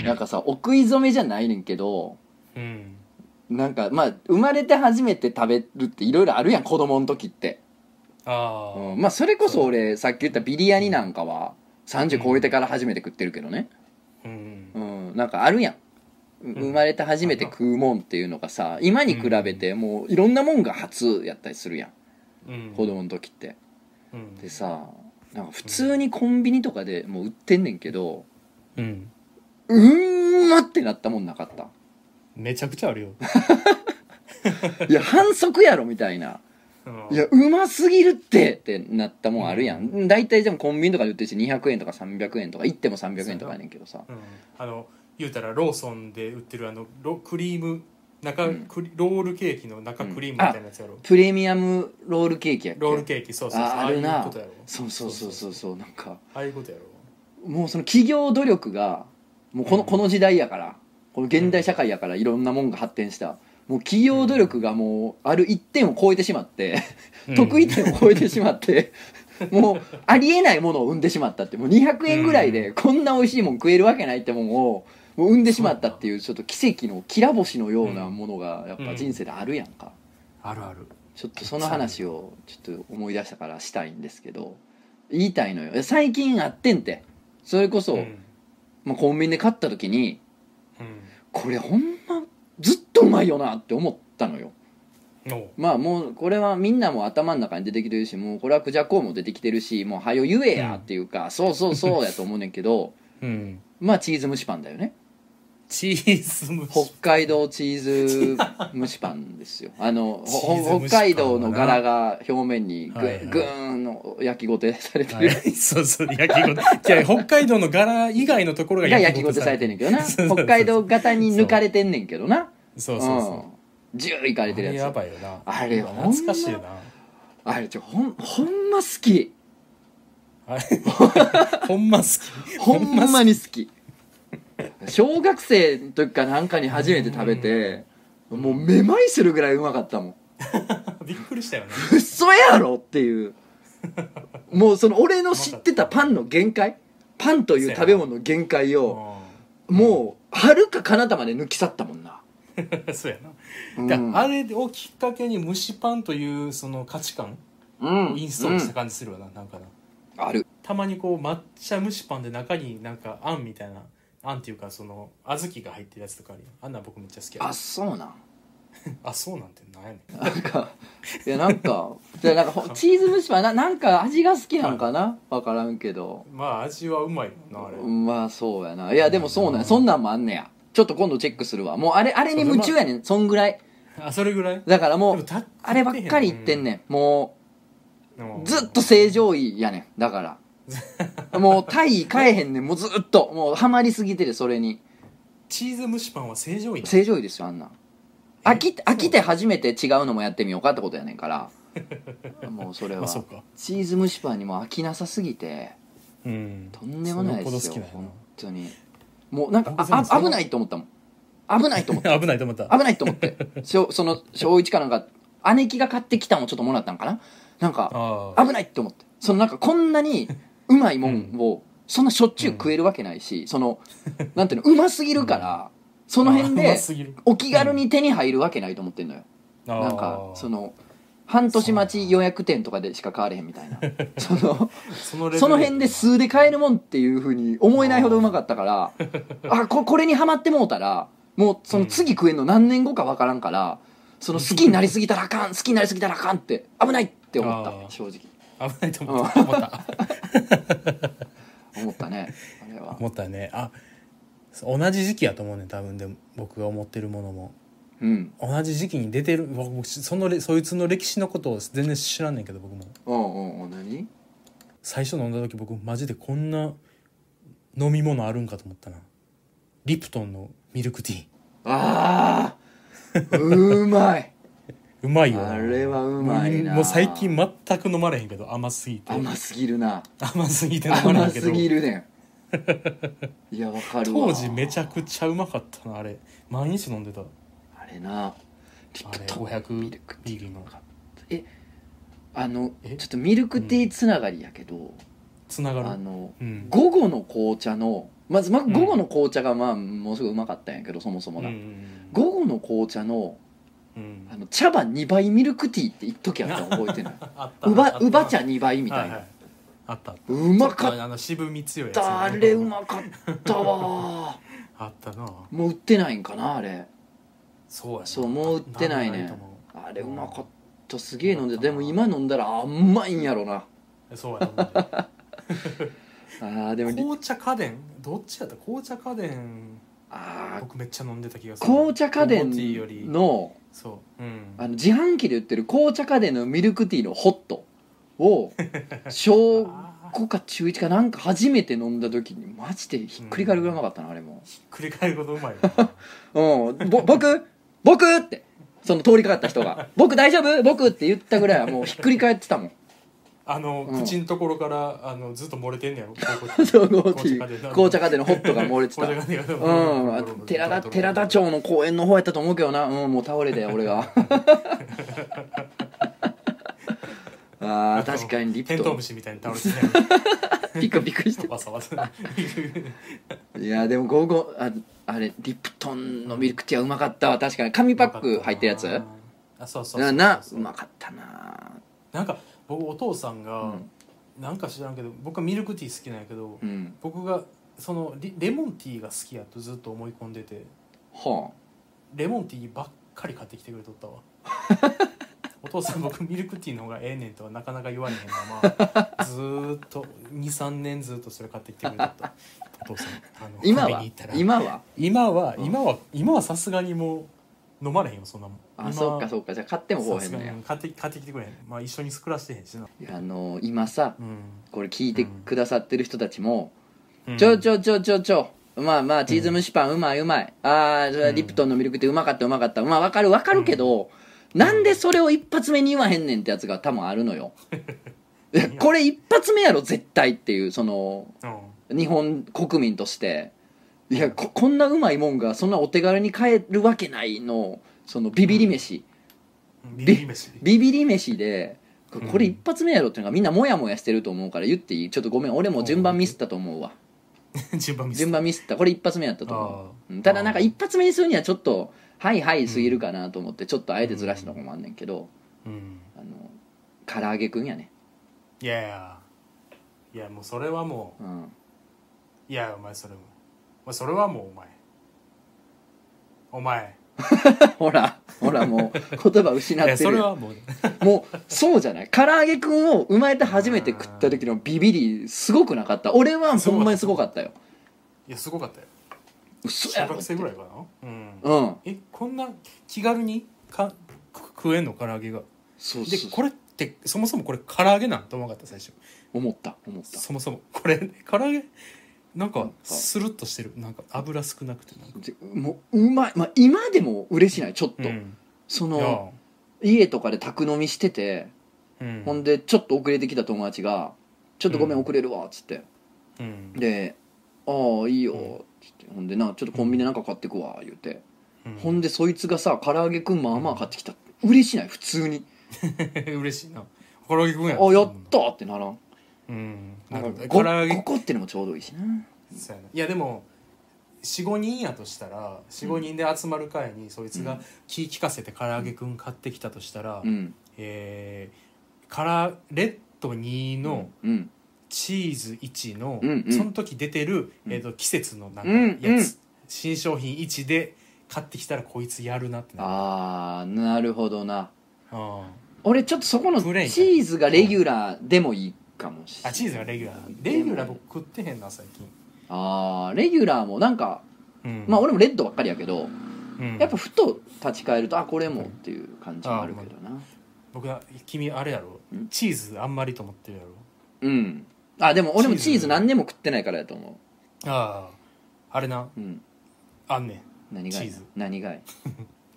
Speaker 1: なんかさお食い初めじゃないねんけど
Speaker 2: うん
Speaker 1: なんかまあ生まれて初めて食べるっていろいろあるやん子供の時って、
Speaker 2: ああ、
Speaker 1: うん、まあそれこそ俺さっき言ったビリヤニなんかは30超えてから初めて食ってるけどね
Speaker 2: うん
Speaker 1: うんなんかあるやんう生まれて初めて食うもんっていうのがさ今に比べてもういろんなもんが初やったりするやん
Speaker 2: うん
Speaker 1: 子供の時って
Speaker 2: うん
Speaker 1: でさなんか普通にコンビニとかでもう売ってんねんけど
Speaker 2: うん
Speaker 1: うーんまってなったもんなかった
Speaker 2: めちゃくちゃあるよ
Speaker 1: い や反則やろみたいな
Speaker 2: うん
Speaker 1: いやうますぎるってってなったもんあるやん大体でもコンビニとかで売ってるし200円とか300円とか行っても300円とかやねんけどさ
Speaker 2: うんあの言うたらローソンで売ってるあのロクリーム中、
Speaker 1: うん
Speaker 2: クリロールケーキの中クリームみたいなやつやろ、
Speaker 1: プレミアムロールケーキやっけ
Speaker 2: ロールケーキそうそうそう
Speaker 1: あある
Speaker 2: ああいう
Speaker 1: な
Speaker 2: ことやろ
Speaker 1: そうそうそうそうそうなんか
Speaker 2: ああいうことやろ
Speaker 1: もうその企業努力がもうこの,、
Speaker 2: うん
Speaker 1: この時代やからこの現代社会やからいろんなもんが発展したもう企業努力がもうある1点を超えてしまって、得意点を超えてしま って、もうありえないものを生んでしまったってもう200円ぐらいでこんな美味しいもん食えるわけないってもんをもう生んでしまったっていうちょっと奇跡のきら星のようなものがやっぱ人生であるやんか、
Speaker 2: あるある
Speaker 1: ちょっとその話をちょっと思い出したからしたいんですけど言いたいのよ最近あってんてそれこそ、
Speaker 2: うん
Speaker 1: まあ、コンビニで買った時に
Speaker 2: う
Speaker 1: これほんまずっとうまいよなって思ったのよ
Speaker 2: んおう
Speaker 1: まあもうこれはみんなも頭の中に出てきてるしもうこれはクジャコウも出てきてるしもうはよ言えやっていうか、そうそうそうやと思うねんけ ど
Speaker 2: うん
Speaker 1: まあチーズ蒸しパンだよね
Speaker 2: チーズ蒸
Speaker 1: 北
Speaker 2: し
Speaker 1: 海道チーズ蒸しパンです よあのほ
Speaker 2: チーズ蒸しパンは
Speaker 1: ほ
Speaker 2: な
Speaker 1: 北海道の柄が表面にぐ,、
Speaker 2: はいはい
Speaker 1: ぐーんの焼きごてされて
Speaker 2: は
Speaker 1: る、
Speaker 2: い、そうそう焼きごていや北海道の柄以外のところが
Speaker 1: が焼きごてされてんねんけどな
Speaker 2: そうそうそう
Speaker 1: 北海道型に抜かれてんねんけどな
Speaker 2: そうそうそう
Speaker 1: うん、ジューいかれてる
Speaker 2: あれ
Speaker 1: やつ
Speaker 2: やばいよな
Speaker 1: あれほんま
Speaker 2: 懐かしいな
Speaker 1: あれちょほんほんま好 き
Speaker 2: あれほんま好き
Speaker 1: ほんまに好き小学生の時かなんかに初めて食べてもうめまいするぐらいうまかったもん
Speaker 2: びっくりしたよね
Speaker 1: 嘘やろっていうもうその俺の知ってたパンの限界パンという食べ物の限界をもうはるか彼方まで抜き去ったもんな、
Speaker 2: うん そうやな、
Speaker 1: う
Speaker 2: だ
Speaker 1: ん、
Speaker 2: あれをきっかけに蒸しパンというその価値観
Speaker 1: うん
Speaker 2: をインストールした感じするよな、なんかな
Speaker 1: うんある
Speaker 2: たまにこう抹茶蒸しパンで中になんかあんみたいなあんっていうかその小豆が入ってるやつとかあるやんあんなん僕めっちゃ好きや
Speaker 1: あそうなん
Speaker 2: あそうなんてなんやねん
Speaker 1: なんかいやなんかじゃあなんかほチーズ蒸しパンななんか味が好きなんかな分からんけど
Speaker 2: まあ味はうまいもんなあれ、
Speaker 1: まあそうやないやでもそうなんやそんなんもあんねやちょっと今度チェックするわもうあれあれに夢中やねんそんぐらい
Speaker 2: あそれぐらい
Speaker 1: だからも
Speaker 2: で
Speaker 1: う
Speaker 2: もた
Speaker 1: あればっかり言ってんねんも
Speaker 2: うん
Speaker 1: うずっと正常位やねんだからもう体位変えへんねんもうずっともうハマりすぎてるそれに
Speaker 2: チーズ蒸しパンは正常位な
Speaker 1: 正常位ですよあんなん飽き飽きて初めて違うのもやってみようかってことやねんからもうそれ
Speaker 2: ま
Speaker 1: は
Speaker 2: あそうか
Speaker 1: チーズ蒸しパンにもう飽きなさすぎて
Speaker 2: うん
Speaker 1: とんでもないですよ
Speaker 2: それほど好きなんや
Speaker 1: 本当にもうなんか
Speaker 2: 僕全
Speaker 1: あ
Speaker 2: 然そ
Speaker 1: あ
Speaker 2: んな
Speaker 1: 危ないと思ったもん危ないと思った
Speaker 2: な 危ないと思った
Speaker 1: 危ないと思ってしょその小一かなんか姉貴が買ってきたのをちょっともらったんかななんか
Speaker 2: ああ
Speaker 1: 危ないって思ってそのなんかこんなにうまいもんをそんなしょっちゅう食えるわけないし、そのなんていうのうますぎるから、その辺
Speaker 2: あーう
Speaker 1: で
Speaker 2: ますぎる
Speaker 1: お気軽に手に入るわけないと思ってんのよ、
Speaker 2: あー
Speaker 1: なんかその半年待ち予約店とかでしか買われへんみたい なその
Speaker 2: そのレベル
Speaker 1: その辺で数で買えるもんっていうふうに思えないほどうまかったから あここれにはまってもうたらもうその次食えんの何年後かわからんからその好きになりすぎたらあ かん好きになりすぎたらあかんって危ないって思
Speaker 2: あ
Speaker 1: っ
Speaker 2: ー
Speaker 1: た正直
Speaker 2: 危ないと 思った思った
Speaker 1: 思ったねあれは
Speaker 2: 思ったねあ同じ時期やと思うね多分でも僕が思ってるものも
Speaker 1: うん
Speaker 2: 同じ時期に出てるうわ僕そのれそいつの歴史のことを全然知らんねんけど僕も
Speaker 1: うんうんうん何
Speaker 2: 最初飲んだ時僕マジでこんな飲み物あるんかと思ったなリプトンのミルクティー
Speaker 1: ああうまいう
Speaker 2: まいよな
Speaker 1: あれはうまいな
Speaker 2: もう最近全く飲まれへんけど甘すぎて
Speaker 1: 甘すぎるな
Speaker 2: 甘すぎて飲まれへ
Speaker 1: 甘
Speaker 2: んけど
Speaker 1: すぎる ねんいやわかるわ
Speaker 2: 当時めちゃくちゃうまかったなあれ毎日飲んでた
Speaker 1: あれなリ
Speaker 2: あ
Speaker 1: プ
Speaker 2: れ
Speaker 1: トン
Speaker 2: 500
Speaker 1: ルクティー
Speaker 2: ビリの
Speaker 1: あの
Speaker 2: え
Speaker 1: ちょっとミルクティーつながりやけど、
Speaker 2: つなが
Speaker 1: あ
Speaker 2: る
Speaker 1: の
Speaker 2: うん
Speaker 1: 午後の紅茶のまず、ま、
Speaker 2: ん
Speaker 1: 午後の紅茶がまあものすごいうまかったんやけどそもそも
Speaker 2: うんう
Speaker 1: な、
Speaker 2: ん
Speaker 1: 午後の紅茶の
Speaker 2: うん
Speaker 1: あの茶葉2倍ミルクティーって一時あったの覚えてない
Speaker 2: あった
Speaker 1: うば
Speaker 2: あった
Speaker 1: うば茶2倍みたいな、
Speaker 2: ははあったあっ
Speaker 1: うま
Speaker 2: た
Speaker 1: かっ
Speaker 2: あの渋み強いやつね
Speaker 1: たあれうまかったわ
Speaker 2: あったな
Speaker 1: もう売ってないんかなあれ
Speaker 2: そうやな
Speaker 1: そうもう売ってないね
Speaker 2: んと思
Speaker 1: あれうまかったすげえ飲んででも今飲んだら甘いんやろな
Speaker 2: うそうやと思う
Speaker 1: あーでもり
Speaker 2: 紅茶家電どっちやった紅茶家電
Speaker 1: あー
Speaker 2: 僕めっちゃ飲んでた気がする
Speaker 1: 紅茶家電
Speaker 2: 紅茶より
Speaker 1: の
Speaker 2: そううん
Speaker 1: あの自販機で売ってる紅茶家電のミルクティーのホット を小
Speaker 2: あー
Speaker 1: 5か中1かなんか初めて飲んだ時にマジでひっくり返るぐらいうまかったなあれも
Speaker 2: 繰り返ることうまいよ
Speaker 1: うんぼ僕僕ってその通りかかった人 が「僕大丈夫僕」って言ったぐらいはもうひっくり返ってたもん
Speaker 2: あの
Speaker 1: うん
Speaker 2: 口のところからあのずっと漏れてんねやろ
Speaker 1: そう
Speaker 2: 紅茶
Speaker 1: 紅茶
Speaker 2: 家電
Speaker 1: 紅茶家電のホットが漏れて た
Speaker 2: 紅茶家電
Speaker 1: うんあ寺田寺田町の公園の方やったと思うけどなうんもう倒れて俺 があー確かにリ
Speaker 2: テ
Speaker 1: プ
Speaker 2: ント
Speaker 1: ト
Speaker 2: ウ
Speaker 1: ン
Speaker 2: ムシみたいに倒れて た
Speaker 1: ピクピクして
Speaker 2: やろわさわさ
Speaker 1: いやでも午後ああれリプトンのミルクティーはうまかったわ確かに紙パック入ってるやつ
Speaker 2: あそうそうそうそ
Speaker 1: な
Speaker 2: う
Speaker 1: なうまかったな
Speaker 2: なんか僕お父さんが、
Speaker 1: うん
Speaker 2: なんか知らんけど僕はミルクティー好きなんやけど、
Speaker 1: うん
Speaker 2: 僕がそのリレモンティーが好きやとずっと思い込んでて
Speaker 1: は
Speaker 2: レモンティーばっかり買ってきてくれとっ たわお父さん僕ミルクティーの方がええねんとはなかなか言われへんままずーっと23年ずっとそれ買ってきてくれとったお父さんあの
Speaker 1: あ今
Speaker 2: 食べ
Speaker 1: は
Speaker 2: に行ったら
Speaker 1: 今は
Speaker 2: 今は
Speaker 1: うん
Speaker 2: 今は今はさすがにもう飲まれへんよそんなもん
Speaker 1: あそっかそ
Speaker 2: っ
Speaker 1: っかじゃあ買ってもこうへんのや
Speaker 2: 買って買ってきてくれへんまあ一緒に暮らしてへんしな、
Speaker 1: いやあのー今さ
Speaker 2: うん
Speaker 1: これ聞いてくださってる人たちも、
Speaker 2: うん
Speaker 1: ちょちょちょちょちょ。まあまあ、チーズ蒸しパンうまいうまい。ああ、それはリプトンのミルクティーうまかったうまかった。まあわかるわかるけど、なんでそれを一発目に言わへんねんってやつが多分あるのよ。 いやこれ一発目やろ、絶対っていう、その、
Speaker 2: うん
Speaker 1: 日本国民として。いや、こ、こんなうまいもんが、そんなお手軽に買えるわけないの、そのビビり飯。
Speaker 2: ビビり飯
Speaker 1: ビビり飯で、こ
Speaker 2: うん
Speaker 1: これ一発目やろっていうのがみんなモヤモヤしてると思うから言っていいちょっとごめん、俺も順番ミスったと思うわ。
Speaker 2: 順番見せ
Speaker 1: 順番ミスったこれ一発目やったと思う
Speaker 2: あ
Speaker 1: う
Speaker 2: ー
Speaker 1: んただなんか一発目にするにはちょっとはいはいすぎるかなと思ってちょっとあえてずらしたのもあんねんけど、
Speaker 2: うん
Speaker 1: あの唐揚げくんやね
Speaker 2: いやいやいやもうそれはも
Speaker 1: うん
Speaker 2: ういやお前それもお前それはもうお前お前
Speaker 1: ほらほらもう言葉失
Speaker 2: いや
Speaker 1: って
Speaker 2: それ
Speaker 1: る
Speaker 2: はもう
Speaker 1: もうそうじゃない唐揚げくんを生まれて初めて食った時のビビりすごくなかった俺はほんまにすごかったよ
Speaker 2: いやすごかったよ
Speaker 1: 嘘や
Speaker 2: 小
Speaker 1: ろっ
Speaker 2: 学
Speaker 1: て
Speaker 2: 生ぐらいかなうん
Speaker 1: うん
Speaker 2: えこんな気軽にかく食えんの唐揚げが
Speaker 1: そう
Speaker 2: で
Speaker 1: そう
Speaker 2: これってそもそもこれ唐揚げなんと思わなかった最初
Speaker 1: 思った思った
Speaker 2: そもそもこれ唐揚げなん
Speaker 1: な
Speaker 2: か
Speaker 1: んか
Speaker 2: スルッとしてるなんか油少なくてなんか
Speaker 1: でもううまい、まあ、今でも嬉しいないちょっと、
Speaker 2: うん
Speaker 1: そ
Speaker 2: い
Speaker 1: の
Speaker 2: や
Speaker 1: 家とかで宅飲みしてて
Speaker 2: うん
Speaker 1: ほんでちょっと遅れてきた友達が「ちょっとごめん
Speaker 2: うん
Speaker 1: 遅れるわ」っつって
Speaker 2: うん
Speaker 1: で「ああいいよ」
Speaker 2: う
Speaker 1: っつってほんでな「ちょっとコンビニでなんか買ってくわ」言うて
Speaker 2: うん
Speaker 1: ほんでそいつがさ唐揚げくんまあまあ買ってきた嬉しない普通に
Speaker 2: 嬉しいな唐揚げくん
Speaker 1: 「
Speaker 2: や
Speaker 1: あやった!」ってならん
Speaker 2: うんな
Speaker 1: なん
Speaker 2: ん
Speaker 1: か
Speaker 2: か唐揚げ
Speaker 1: 5個ってのもちょうどいいしな
Speaker 2: そうやないやでも45人やとしたら45人で集まる会にそいつ
Speaker 1: う
Speaker 2: が気利かせて唐揚げくん買ってきたとしたら、
Speaker 1: うん
Speaker 2: えー、からレッド2の
Speaker 1: うん
Speaker 2: チーズ1の、
Speaker 1: うんうん
Speaker 2: その時出てる、
Speaker 1: うん
Speaker 2: えー、と季節のなんか
Speaker 1: うん
Speaker 2: やつ、
Speaker 1: うん
Speaker 2: 新商品1で買ってきたらこいつやるなってなる
Speaker 1: あーなるほどな
Speaker 2: あ
Speaker 1: 俺ちょっとそこのチ
Speaker 2: プレーンか
Speaker 1: ーズがレギュラーでもいいかもしれな
Speaker 2: あ
Speaker 1: い
Speaker 2: チーズがレギュラーレギュラー僕食ってへんな最近、
Speaker 1: あーレギュラーもなんか
Speaker 2: うん
Speaker 1: まあ、俺もレッドばっかりやけど
Speaker 2: うん
Speaker 1: やっぱふと立ち返るとあこれもっていう感じもあるけどな
Speaker 2: 僕は君あれやろ
Speaker 1: ん
Speaker 2: チーズあんまりと思ってるやろ
Speaker 1: うんあでも俺もチ
Speaker 2: チ
Speaker 1: ー
Speaker 2: ー
Speaker 1: ズ
Speaker 2: ズ
Speaker 1: 何年も食ってないからやと思
Speaker 2: あああれな
Speaker 1: ううん
Speaker 2: あんねん
Speaker 1: 何がい
Speaker 2: チーズ
Speaker 1: 何 がい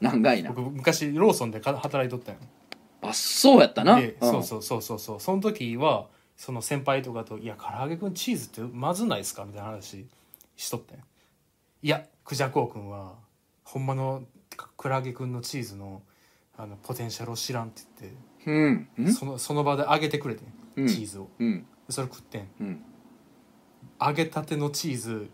Speaker 1: 何がいな
Speaker 2: 僕昔ローソンでか働いとったんよ
Speaker 1: あそうやったな
Speaker 2: で
Speaker 1: ん
Speaker 2: そうそうそうそうそうその時はその先輩とかと「いや唐揚げくんチーズってまずないですか?」みたいな話しとったんよいやクジャコウくんはほんまのか唐揚げくんのチーズのあのポテンシャルを知らんって言って
Speaker 1: うんうん
Speaker 2: そのその場で揚げてくれてん、
Speaker 1: うん
Speaker 2: チーズを
Speaker 1: うん
Speaker 2: それ食ってん
Speaker 1: うん
Speaker 2: 揚げたてのチーズ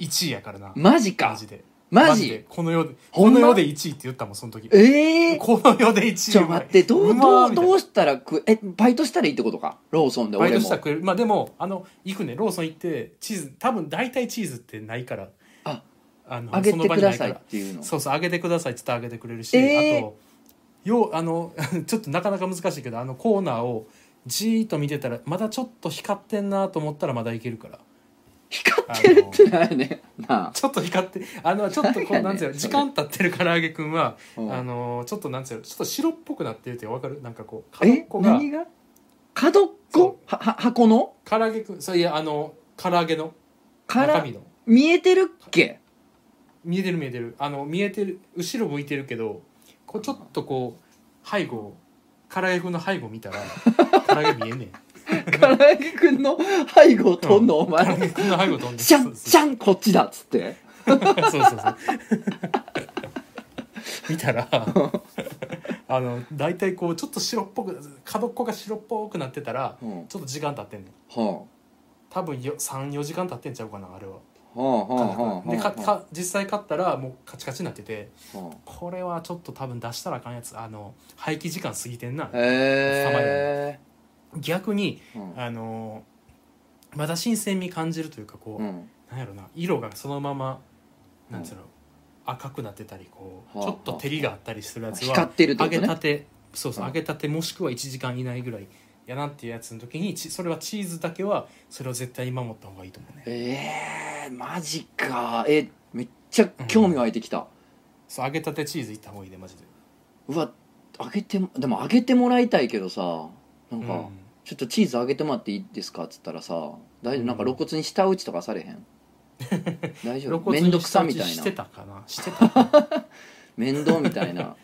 Speaker 2: 1位やからな
Speaker 1: マジ
Speaker 2: マ
Speaker 1: か
Speaker 2: ジで
Speaker 1: マジ
Speaker 2: でこの世で
Speaker 1: ほ
Speaker 2: こ
Speaker 1: んま
Speaker 2: の世で1位って言ったもんその時
Speaker 1: ええ
Speaker 2: この世で1位
Speaker 1: ちょ待ってどうどうど
Speaker 2: う
Speaker 1: うしたら食うえバイトしたらいいってことかローソンで
Speaker 2: バイ
Speaker 1: 俺
Speaker 2: トし
Speaker 1: も
Speaker 2: たら食えるまあでもあの行くねローソン行ってチーズ多分大体チーズってないから
Speaker 1: あ
Speaker 2: あの
Speaker 1: あげ
Speaker 2: そ
Speaker 1: て
Speaker 2: の場
Speaker 1: く
Speaker 2: にな
Speaker 1: だ
Speaker 2: いか
Speaker 1: さいっ
Speaker 2: ら
Speaker 1: ていうの
Speaker 2: そうそうあげてくださいって言ってあげてくれるし、
Speaker 1: えー
Speaker 2: あとようあの ちょっとなかなか難しいけどあのコーナーをじーっと見てたらまだちょっと光ってんなと思ったらまだいけるから
Speaker 1: 光ってるってないねんなあ
Speaker 2: ちょっと光ってあのちょっとこ
Speaker 1: なんやね
Speaker 2: うんなんつうの
Speaker 1: そ
Speaker 2: 時
Speaker 1: れ
Speaker 2: 間経ってる唐揚げくんは
Speaker 1: うん
Speaker 2: あのちょっとなんつうのちょっと白っぽくなってるってわかるなんかこう角っ
Speaker 1: え
Speaker 2: こが
Speaker 1: 何が角っこはは箱の
Speaker 2: 唐揚げくんそういやあの唐揚げの
Speaker 1: か
Speaker 2: 中
Speaker 1: ら
Speaker 2: 身の
Speaker 1: 見えてるっけ
Speaker 2: 見えてる見えてるあの見えてる後ろ向いてるけどこうちょっとこう背後唐揚げくんの背後見たら唐揚げ見え んねん
Speaker 1: 唐揚げくんの背後を取んの、お
Speaker 2: 唐揚
Speaker 1: 前
Speaker 2: げくんの背後飛んで
Speaker 1: シャンシ
Speaker 2: ン
Speaker 1: ャンこっちだっつって
Speaker 2: そうそうそう見たらあの大体こうちょっと白っぽく角っこが白っぽくなってたら
Speaker 1: うんは
Speaker 2: ちょっと時間経ってんねん
Speaker 1: あは
Speaker 2: 多分34時間経ってんちゃうかなあれは
Speaker 1: あはあはあ
Speaker 2: でか
Speaker 1: は
Speaker 2: か実際買ったらもうカチカチになってて
Speaker 1: あは
Speaker 2: これはちょっと多分出したらあかんやつあの廃棄時間過ぎてんな
Speaker 1: あへえ
Speaker 2: 逆に
Speaker 1: うん
Speaker 2: あのーまだ新鮮味感じるというかこう、
Speaker 1: うん
Speaker 2: なんやろな色がそのままなんつうの、赤くなってたりこう、
Speaker 1: はあ
Speaker 2: ちょっと照りがあったりするやつ
Speaker 1: 光っ
Speaker 2: は
Speaker 1: てるって
Speaker 2: 揚
Speaker 1: こと
Speaker 2: げた
Speaker 1: ね
Speaker 2: てそうそう
Speaker 1: うん
Speaker 2: 揚げたてもしくは1時間以内ぐらいやなっていうやつの時にちそれはチーズだけはそれを絶対に守った方がいいと思うね
Speaker 1: ええマジかえめっちゃ興味湧いてきた、
Speaker 2: そう揚げたてチーズいった方がいいねマジで
Speaker 1: うわあげてもでもあげてもらいたいけどさなんか、
Speaker 2: うん
Speaker 1: ちょっとチーズあげてもらっていいですかっつったらさ大丈夫なんか
Speaker 2: うん
Speaker 1: 露骨に舌打ちとかされへ ん大丈
Speaker 2: 露
Speaker 1: 夫
Speaker 2: 骨
Speaker 1: 面倒
Speaker 2: に
Speaker 1: くさみた
Speaker 2: 下
Speaker 1: い
Speaker 2: 打ちし
Speaker 1: な
Speaker 2: てたかなしてた
Speaker 1: 面倒みたいな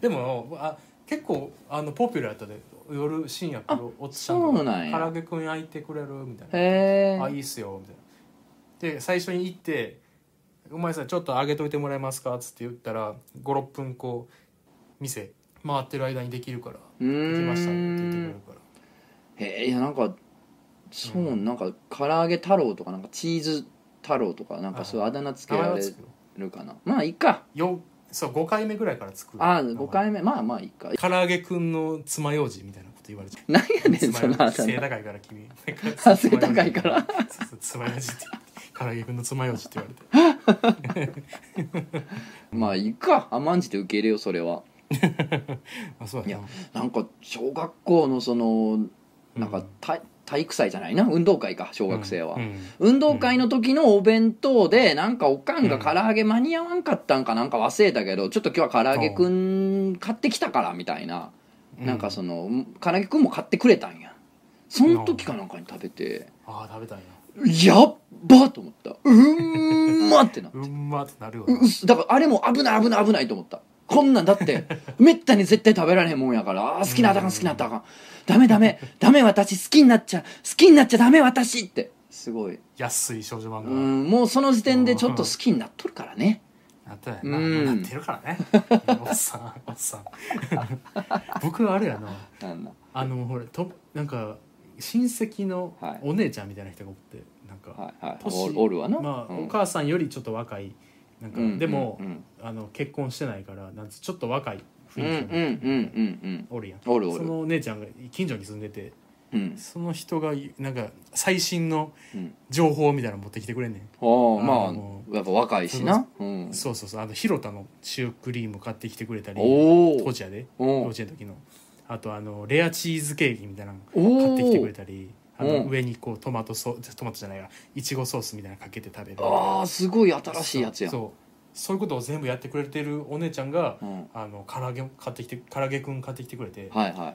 Speaker 2: でもあ結構あのポピュラーやったで夜深夜からおっちゃ
Speaker 1: そうんなんや
Speaker 2: が「唐揚げくん焼いてくれる?」みたいな
Speaker 1: へ
Speaker 2: あ
Speaker 1: え
Speaker 2: いいっすよ」みたいなで最初に行って「お前さんちょっと上げといてもらえますか?」っつって言ったら56分こう店回ってる間にできるから
Speaker 1: う
Speaker 2: 「できました」って言ってくれ
Speaker 1: ー
Speaker 2: る
Speaker 1: ん
Speaker 2: から
Speaker 1: へえいやなんかそう、なんか唐揚げ太郎とかなんかチーズ太郎とかなんかそういうあだ名つけ
Speaker 2: 名前
Speaker 1: ら
Speaker 2: は
Speaker 1: れ
Speaker 2: つくよ
Speaker 1: るかなまあいいか
Speaker 2: よそう5回目ぐらいから作る
Speaker 1: ああ5回目まあまあいいか
Speaker 2: 唐揚げくんの爪楊枝みたいなこと言われちゃう
Speaker 1: 何やねん
Speaker 2: 爪
Speaker 1: そ
Speaker 2: 楊
Speaker 1: の
Speaker 2: 枝
Speaker 1: あだ
Speaker 2: 背
Speaker 1: 名
Speaker 2: 高いから君
Speaker 1: あ背高いから
Speaker 2: そうそう爪楊枝って唐揚げくんの爪楊枝って言われて
Speaker 1: まあいいか甘んじて受け入れようそれは
Speaker 2: あそう
Speaker 1: い
Speaker 2: や
Speaker 1: やなんか小学校のそのなんか体体育祭じゃないな運動会か小学生は、
Speaker 2: うん
Speaker 1: 運動会の時のお弁当でなんかおかんが唐揚げ間に合わんかったんかなんか忘れたけどちょっと今日は唐揚げくん買ってきたからみたいな、
Speaker 2: うん
Speaker 1: なんかその唐揚げくんも買ってくれたんやその時かなんかに食べて
Speaker 2: ああ食べたいな
Speaker 1: やっばと思ったうーんまってな
Speaker 2: うんまってなるよ
Speaker 1: う
Speaker 2: な
Speaker 1: うっすだからあれも危ない危ない危ないと思ったこんなんだってめったに絶対食べられへんもんやからあー好きなあたかん好きなあたかんダメダメダメ私好きになっちゃ好きになっちゃダメ私ってすごい
Speaker 2: 安い少女漫
Speaker 1: う
Speaker 2: 画、
Speaker 1: んもうその時点でちょっと好きになっとるからね
Speaker 2: なったや
Speaker 1: う
Speaker 2: な、
Speaker 1: ん
Speaker 2: なって るからねおっさんおっさん 僕あれやな
Speaker 1: なんだ
Speaker 2: あのほらとなんか親戚の
Speaker 1: はい
Speaker 2: お姉ちゃんみたいな人がおってなんか、
Speaker 1: はいはい
Speaker 2: 年
Speaker 1: おおるわな
Speaker 2: まあ、
Speaker 1: うん
Speaker 2: お母さんよりちょっと若いなんか、
Speaker 1: うん
Speaker 2: でも、
Speaker 1: うん
Speaker 2: あの結婚してないからなんつちょっと若い
Speaker 1: うんうん
Speaker 2: 雰囲気の
Speaker 1: うん
Speaker 2: おるやん、
Speaker 1: おるおる
Speaker 2: そのお姉ちゃんが近所に住んでて
Speaker 1: うんうん
Speaker 2: その人がなんか最新の
Speaker 1: うん
Speaker 2: 情報みたいなの持ってきてくれんねん、
Speaker 1: お
Speaker 2: あ
Speaker 1: まあ
Speaker 2: の
Speaker 1: やっぱ若いしなうん
Speaker 2: そうそうそうあの広田のシュークリーム買ってきてくれたり
Speaker 1: お
Speaker 2: 当
Speaker 1: ー
Speaker 2: 時やで幼
Speaker 1: おー
Speaker 2: 稚園の時のあとあのレアチーズケーキみたいなの買
Speaker 1: お
Speaker 2: ってきてくれたりあの
Speaker 1: うん
Speaker 2: 上にこうトマトソトマトじゃないわいちごソースみたいなのかけて食べる
Speaker 1: ああすごい新しいやつやん
Speaker 2: そうそういうことを全部やってくれてるお姉ちゃんが
Speaker 1: うんは
Speaker 2: あの唐揚げ買ってきて唐揚げくん買ってきてくれて
Speaker 1: いは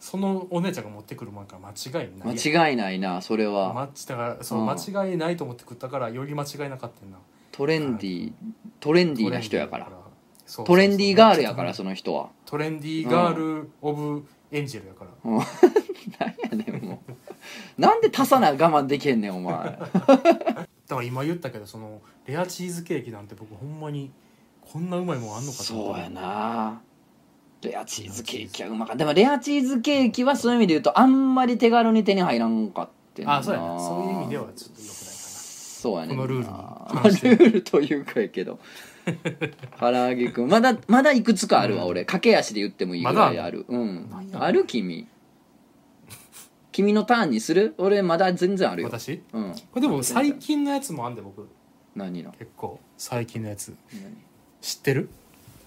Speaker 2: そのお姉ちゃんが持ってくるもんから間違いない
Speaker 1: い間違いないなそれは
Speaker 2: まだからそう
Speaker 1: うん
Speaker 2: 間違いないと思って食ったからより間違いなかったんな
Speaker 1: トレンディートレンディーな人やから
Speaker 2: そうそうそう
Speaker 1: トレンディーガールやからその人は
Speaker 2: トレンディーガール・オブ・エンジェルやから
Speaker 1: 何やねんもうなんで足さな我慢できへんねんお前
Speaker 2: だから今言ったけどそのレアチーズケーキなんて僕ほんまにこんなうまいもんあんのかと思
Speaker 1: そ
Speaker 2: っ
Speaker 1: う
Speaker 2: た
Speaker 1: やなレアチーズケーキはうまかったでもレアチーズケーキはそういう意味で言うとあんまり手軽に手に入らんかってんな
Speaker 2: あそうやなそういう意味ではちょっと良くないか
Speaker 1: そうやねんな
Speaker 2: このルールに
Speaker 1: まあルールというかやけど唐揚げくんまだまだいくつかあるわ、
Speaker 2: うん
Speaker 1: 俺駆け足で言ってもいいぐらいあるうん
Speaker 2: なんや
Speaker 1: ある君君のターンにする俺まだ全然ある
Speaker 2: な
Speaker 1: よ
Speaker 2: 私
Speaker 1: うん
Speaker 2: これでも最近のやつもあんで僕
Speaker 1: 何の
Speaker 2: 結構最近のやつ
Speaker 1: 何
Speaker 2: 知ってる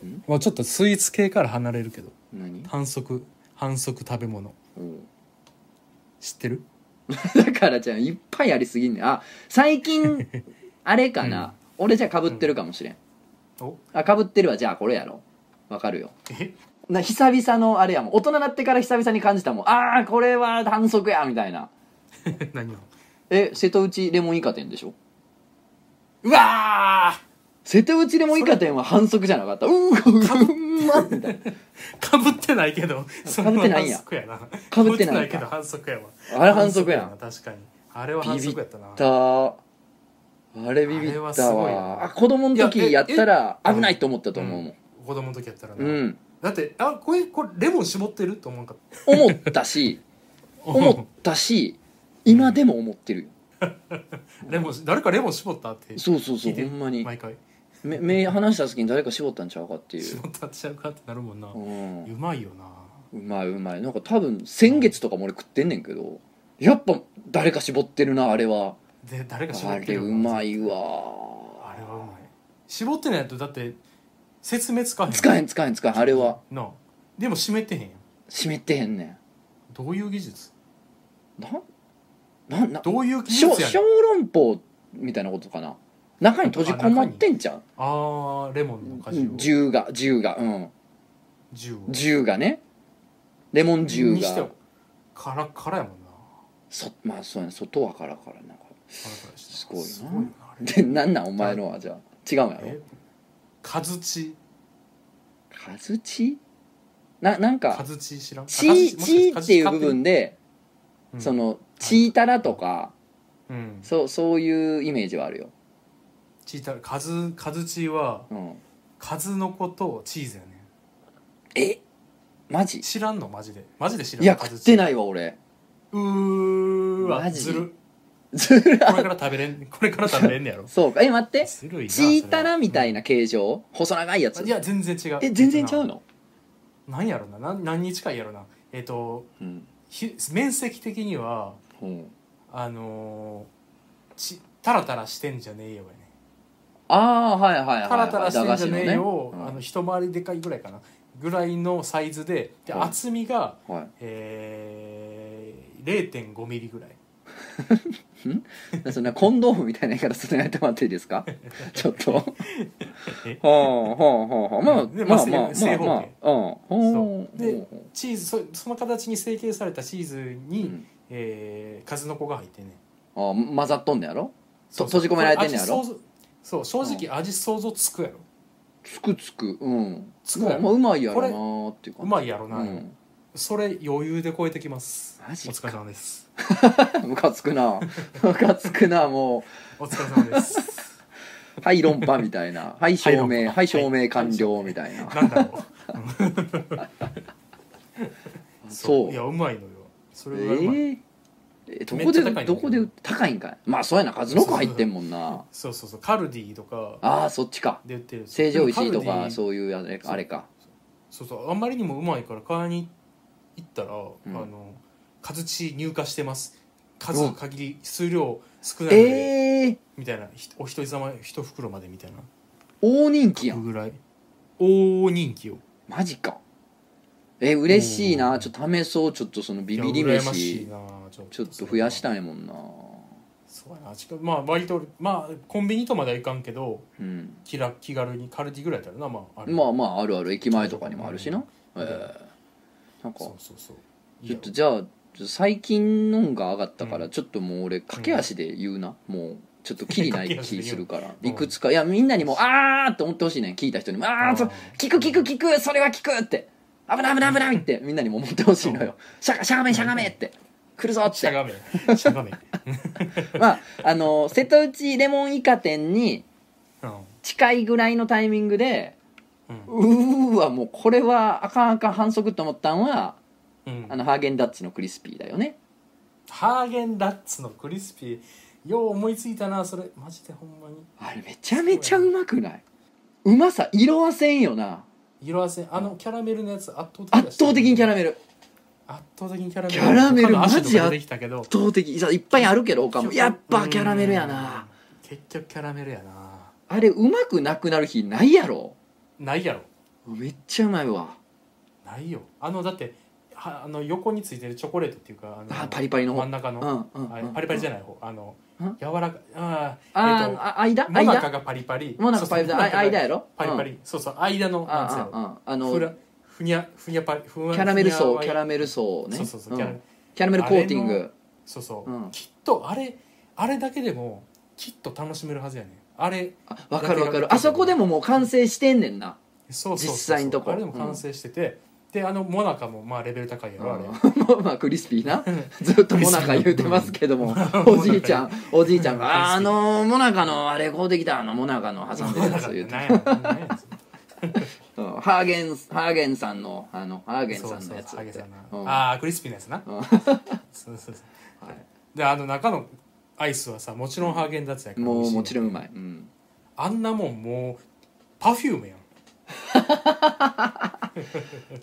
Speaker 1: ん
Speaker 2: まあちょっとスイーツ系から離れるけど
Speaker 1: 何
Speaker 2: 反則反則食べ物
Speaker 1: お
Speaker 2: 知ってる
Speaker 1: う だからじゃあいっぱいありすぎんねんあ最 近あれかな、俺じゃあかぶってるかもしれん、
Speaker 2: お
Speaker 1: あかぶってるわじゃあこれやろわかるよ
Speaker 2: え
Speaker 1: な久々のあれやもん大人になってから久々に感じたもんああこれは反則やみたいな
Speaker 2: 何を
Speaker 1: え瀬戸内レモンイカ店でしょ
Speaker 2: うわ
Speaker 1: 瀬戸内レモンイカ店は反則じゃなかったうんうんまっみたいな
Speaker 2: ー かぶってないけどそれは
Speaker 1: 被ってないんや
Speaker 2: 反則やな
Speaker 1: 被ってないんか
Speaker 2: 被けど反則やわ
Speaker 1: あれ反則やん
Speaker 2: 反則やな確かにあれは反則やったな
Speaker 1: たあれビビっ
Speaker 2: あれはす
Speaker 1: た
Speaker 2: ごい
Speaker 1: わ
Speaker 2: な
Speaker 1: あ子供の
Speaker 2: いや
Speaker 1: 時
Speaker 2: え
Speaker 1: やったら
Speaker 2: え
Speaker 1: 危ないと思ったと思うもん
Speaker 2: 子供の時やったらな、
Speaker 1: うん、
Speaker 2: だってあこれこれレモン絞ってると思わんかっ
Speaker 1: 思った し
Speaker 2: た
Speaker 1: 思ったし今でも思ってるよ
Speaker 2: レモン誰かレモン絞ったって
Speaker 1: そうそうそう
Speaker 2: 聞いて
Speaker 1: ほんまに
Speaker 2: 毎回
Speaker 1: 目目離した隙に誰か絞ったんちゃうかっていう
Speaker 2: 絞ったっちゃうかってなるもんな、
Speaker 1: う
Speaker 2: うんまいよな
Speaker 1: うまいうまいなんか多分先月とかも俺食ってんねんけどやっぱ誰か絞ってるなあれは
Speaker 2: で誰か絞
Speaker 1: あ
Speaker 2: って
Speaker 1: れ
Speaker 2: るよ
Speaker 1: う
Speaker 2: な
Speaker 1: まいわ
Speaker 2: あれはうまい絞ってないとだって説明つかへん
Speaker 1: 使
Speaker 2: へん
Speaker 1: えん使えん使えんあれは
Speaker 2: なあでも湿ってへんやん
Speaker 1: 湿ってへんね
Speaker 2: どういう技術
Speaker 1: んなんなんなん
Speaker 2: どういう技
Speaker 1: 小
Speaker 2: 術やね
Speaker 1: 小
Speaker 2: ん
Speaker 1: 籠包みたいなことかな中に閉じこもってんじゃん
Speaker 2: あーレモンの果汁を
Speaker 1: 銃が銃がうん
Speaker 2: 銃を
Speaker 1: 銃がねレモン銃
Speaker 2: にしては
Speaker 1: が
Speaker 2: カラッカラやもんな
Speaker 1: そまあそうやね外はからからなんか
Speaker 2: カラッカラして
Speaker 1: すごいな
Speaker 2: すごいなあ
Speaker 1: で
Speaker 2: れ
Speaker 1: なんなんお前のはじゃあ違うんやろ
Speaker 2: えカズチ
Speaker 1: カズチななん
Speaker 2: カ
Speaker 1: か
Speaker 2: ズチ知らん
Speaker 1: チーチーっていう部分
Speaker 2: で、
Speaker 1: で
Speaker 2: うん
Speaker 1: そ、のチータラとか
Speaker 2: うん、
Speaker 1: そうそういうイメージはあるよ
Speaker 2: チータカズカズチーは
Speaker 1: うん
Speaker 2: カズノコとチーズやね
Speaker 1: えマジ
Speaker 2: 知らんのマジでマジで知らん
Speaker 1: いや食ってないいわ俺
Speaker 2: うーわ
Speaker 1: マジ
Speaker 2: ずる
Speaker 1: ずる
Speaker 2: これから食べれん これから食べれんねやろ
Speaker 1: そうかえ待って
Speaker 2: ずるいな
Speaker 1: チータラみたい
Speaker 2: な、
Speaker 1: な形状細長いや
Speaker 2: う
Speaker 1: つ
Speaker 2: んいや全然違う
Speaker 1: え全然ちゃうの
Speaker 2: なんやろななん何に近いやろなえっ、と
Speaker 1: うん
Speaker 2: ひ面積的には
Speaker 1: うん
Speaker 2: あのー、ちタラタラしてんじゃねえよやね
Speaker 1: ああはいはいはい
Speaker 2: タラタ
Speaker 1: は
Speaker 2: ラ
Speaker 1: い
Speaker 2: してんじゃねえよを、
Speaker 1: うん
Speaker 2: あの一回りでかいぐらいかなぐらいのサイズでで
Speaker 1: はい
Speaker 2: 厚みが、
Speaker 1: はい
Speaker 2: えー、0.5ミリぐらい
Speaker 1: そんなコンドームみたいな言い方するのやってもらっていいです かちょっとは
Speaker 2: え
Speaker 1: あはあはあまあ
Speaker 2: で
Speaker 1: まあ
Speaker 2: まあ
Speaker 1: まあ
Speaker 2: 正
Speaker 1: まあまあうんほ
Speaker 2: そうで
Speaker 1: うほう
Speaker 2: チーズそその形に成形されたチーズに、
Speaker 1: うん
Speaker 2: えー、数の子が入ってんね
Speaker 1: ああ混ざっとんのやろ
Speaker 2: そうそう
Speaker 1: 閉じ込められてんねやろ
Speaker 2: これ味想像そう正直味想像つくやろ
Speaker 1: つくつくうん
Speaker 2: つくやろ
Speaker 1: まあうまいやろなーっていうか
Speaker 2: うまいやろな、
Speaker 1: うん
Speaker 2: それ余裕で超えてきます
Speaker 1: マジか
Speaker 2: お疲れ様です
Speaker 1: ムカつくな ムカつくなも
Speaker 2: お疲れ様です
Speaker 1: うはい論破みたいなはい証
Speaker 2: はい論
Speaker 1: 明
Speaker 2: 破
Speaker 1: はい証明完了みたいな
Speaker 2: なんだろう
Speaker 1: そう
Speaker 2: いやうまいのよそ
Speaker 1: え
Speaker 2: れがうまい、
Speaker 1: ーえどこ
Speaker 2: めっちゃ高いんだ
Speaker 1: で
Speaker 2: けど
Speaker 1: どこで高いんかいまあそうやな数の子入ってんもんな
Speaker 2: そうそうそうカルディとか
Speaker 1: ああそっちか
Speaker 2: で売ってる
Speaker 1: 成城石井と
Speaker 2: でもカルデ
Speaker 1: か
Speaker 2: ィ
Speaker 1: そういうあれ
Speaker 2: そう
Speaker 1: あれか
Speaker 2: そうそうあんまりにもうまいから買いに行ったら、
Speaker 1: ん
Speaker 2: あの数値入荷してます
Speaker 1: う
Speaker 2: 数
Speaker 1: わ
Speaker 2: 限り数量少ないので、
Speaker 1: ええ
Speaker 2: みたいなひお一人様一袋までみたいな
Speaker 1: 大人気やん
Speaker 2: ぐらい大人気を
Speaker 1: マジかえ嬉しいうなんちょっと試そうちょっとそのビビり
Speaker 2: いや羨ましい
Speaker 1: 飯
Speaker 2: なちょっ
Speaker 1: ちょっと増やしたいもんな
Speaker 2: そうやな近くまあ割とまあコンビニとまではいかんけど
Speaker 1: うん
Speaker 2: 気楽気軽にカルディぐらいだよなまああれ
Speaker 1: まあまああるある駅前とかにもあるしな
Speaker 2: うん
Speaker 1: ええなんか
Speaker 2: そうそうそう
Speaker 1: ちょっとじゃあ最近のんが上がったか
Speaker 2: う
Speaker 1: らちょっともう俺駆け足で言うな、もうちょっとキリない
Speaker 2: 駆け足で
Speaker 1: 気
Speaker 2: 言
Speaker 1: す
Speaker 2: う
Speaker 1: るから
Speaker 2: うん
Speaker 1: いくつかいやみんなにもあーって思ってほしいねん聞いた人にもあーそう聞く聞く聞くそれは聞くって危ない危ない危ないってみんなにも思ってほしいのよしゃがしゃがめしゃがめって来るぞっ
Speaker 2: しゃ
Speaker 1: て
Speaker 2: がめしゃがめ、
Speaker 1: まああの瀬戸内レモンイカ店に
Speaker 2: うん
Speaker 1: 近いぐらいのタイミングで
Speaker 2: うん
Speaker 1: うーわもうこれはあかんあかん反則と思ったんは
Speaker 2: うん
Speaker 1: あのハーゲンダッツのクリスピーだよね
Speaker 2: ハーゲンダッツのクリスピーよう思いついたなそれマジでほんまに
Speaker 1: あれめちゃめちゃうまくないうまさ色あせんよな
Speaker 2: 色あせあのキャラメルのやつ圧倒的
Speaker 1: 圧倒的にキャラメル
Speaker 2: ル圧倒的にキャラメル
Speaker 1: キャラメル
Speaker 2: 他の足とか
Speaker 1: マジ圧
Speaker 2: 出てきたけど
Speaker 1: 圧倒的いやいっぱいあるけど他もやっぱキャラメルやな
Speaker 2: うん結局キャラメルやな
Speaker 1: あれうまくなくなる日ないやろ
Speaker 2: ないやろ
Speaker 1: めっちゃうまいわ
Speaker 2: ないよあのだってはあの横についてるチョコレートっていうかあの
Speaker 1: あパリパリの
Speaker 2: 真ん中の、
Speaker 1: うんうん
Speaker 2: あ
Speaker 1: うんうん
Speaker 2: パリパリじゃない方あの
Speaker 1: うん
Speaker 2: 柔らかあ
Speaker 1: あ
Speaker 2: えっ
Speaker 1: ー
Speaker 2: と
Speaker 1: あ間
Speaker 2: モナカ
Speaker 1: 間
Speaker 2: がパリパリ
Speaker 1: モナカパリパリ
Speaker 2: そうそう
Speaker 1: あ間やろ
Speaker 2: パリパリ、そうそう間のなんつうやろ
Speaker 1: あああ
Speaker 2: ふら
Speaker 1: の
Speaker 2: ふにゃふにゃパリふわ
Speaker 1: キャラメル層
Speaker 2: ふにゃは
Speaker 1: キャラメル層ね
Speaker 2: そうそうそ
Speaker 1: うん
Speaker 2: う、キャラ
Speaker 1: キャラメルコーティン
Speaker 2: あれ
Speaker 1: グ
Speaker 2: そうそう、
Speaker 1: うん
Speaker 2: きっとあれあれだけでもきっと楽しめるはずやねんあれ
Speaker 1: あわかるわかるあそこでももう完成してんねんな
Speaker 2: そうそうそうそう
Speaker 1: 実際のとこ
Speaker 2: あれでも完成してて、であのモナカもまあレベル高いやろあれ、
Speaker 1: ま あまあクリスピーなずっとモナカ言うてますけどもおじいちゃんおじいちゃん
Speaker 2: クリスピ
Speaker 1: が「
Speaker 2: ー
Speaker 1: あーあのモナカのあれこうできたあのモナカの挟んでるやつ」言うて
Speaker 2: なんやなんや
Speaker 1: うんハーゲンハーゲンさんのあのハーゲン
Speaker 2: そ
Speaker 1: さ
Speaker 2: うんそ
Speaker 1: の
Speaker 2: う
Speaker 1: やつ
Speaker 2: ハゲさんの
Speaker 1: うん
Speaker 2: ああクリスピーのやつな
Speaker 1: うん
Speaker 2: そうそうそう
Speaker 1: は
Speaker 2: であの中のアイスはさもちろんハーゲンダッツや
Speaker 1: いもうもち
Speaker 2: ん
Speaker 1: ろんうまいうん
Speaker 2: あんなもんもうパフュームやん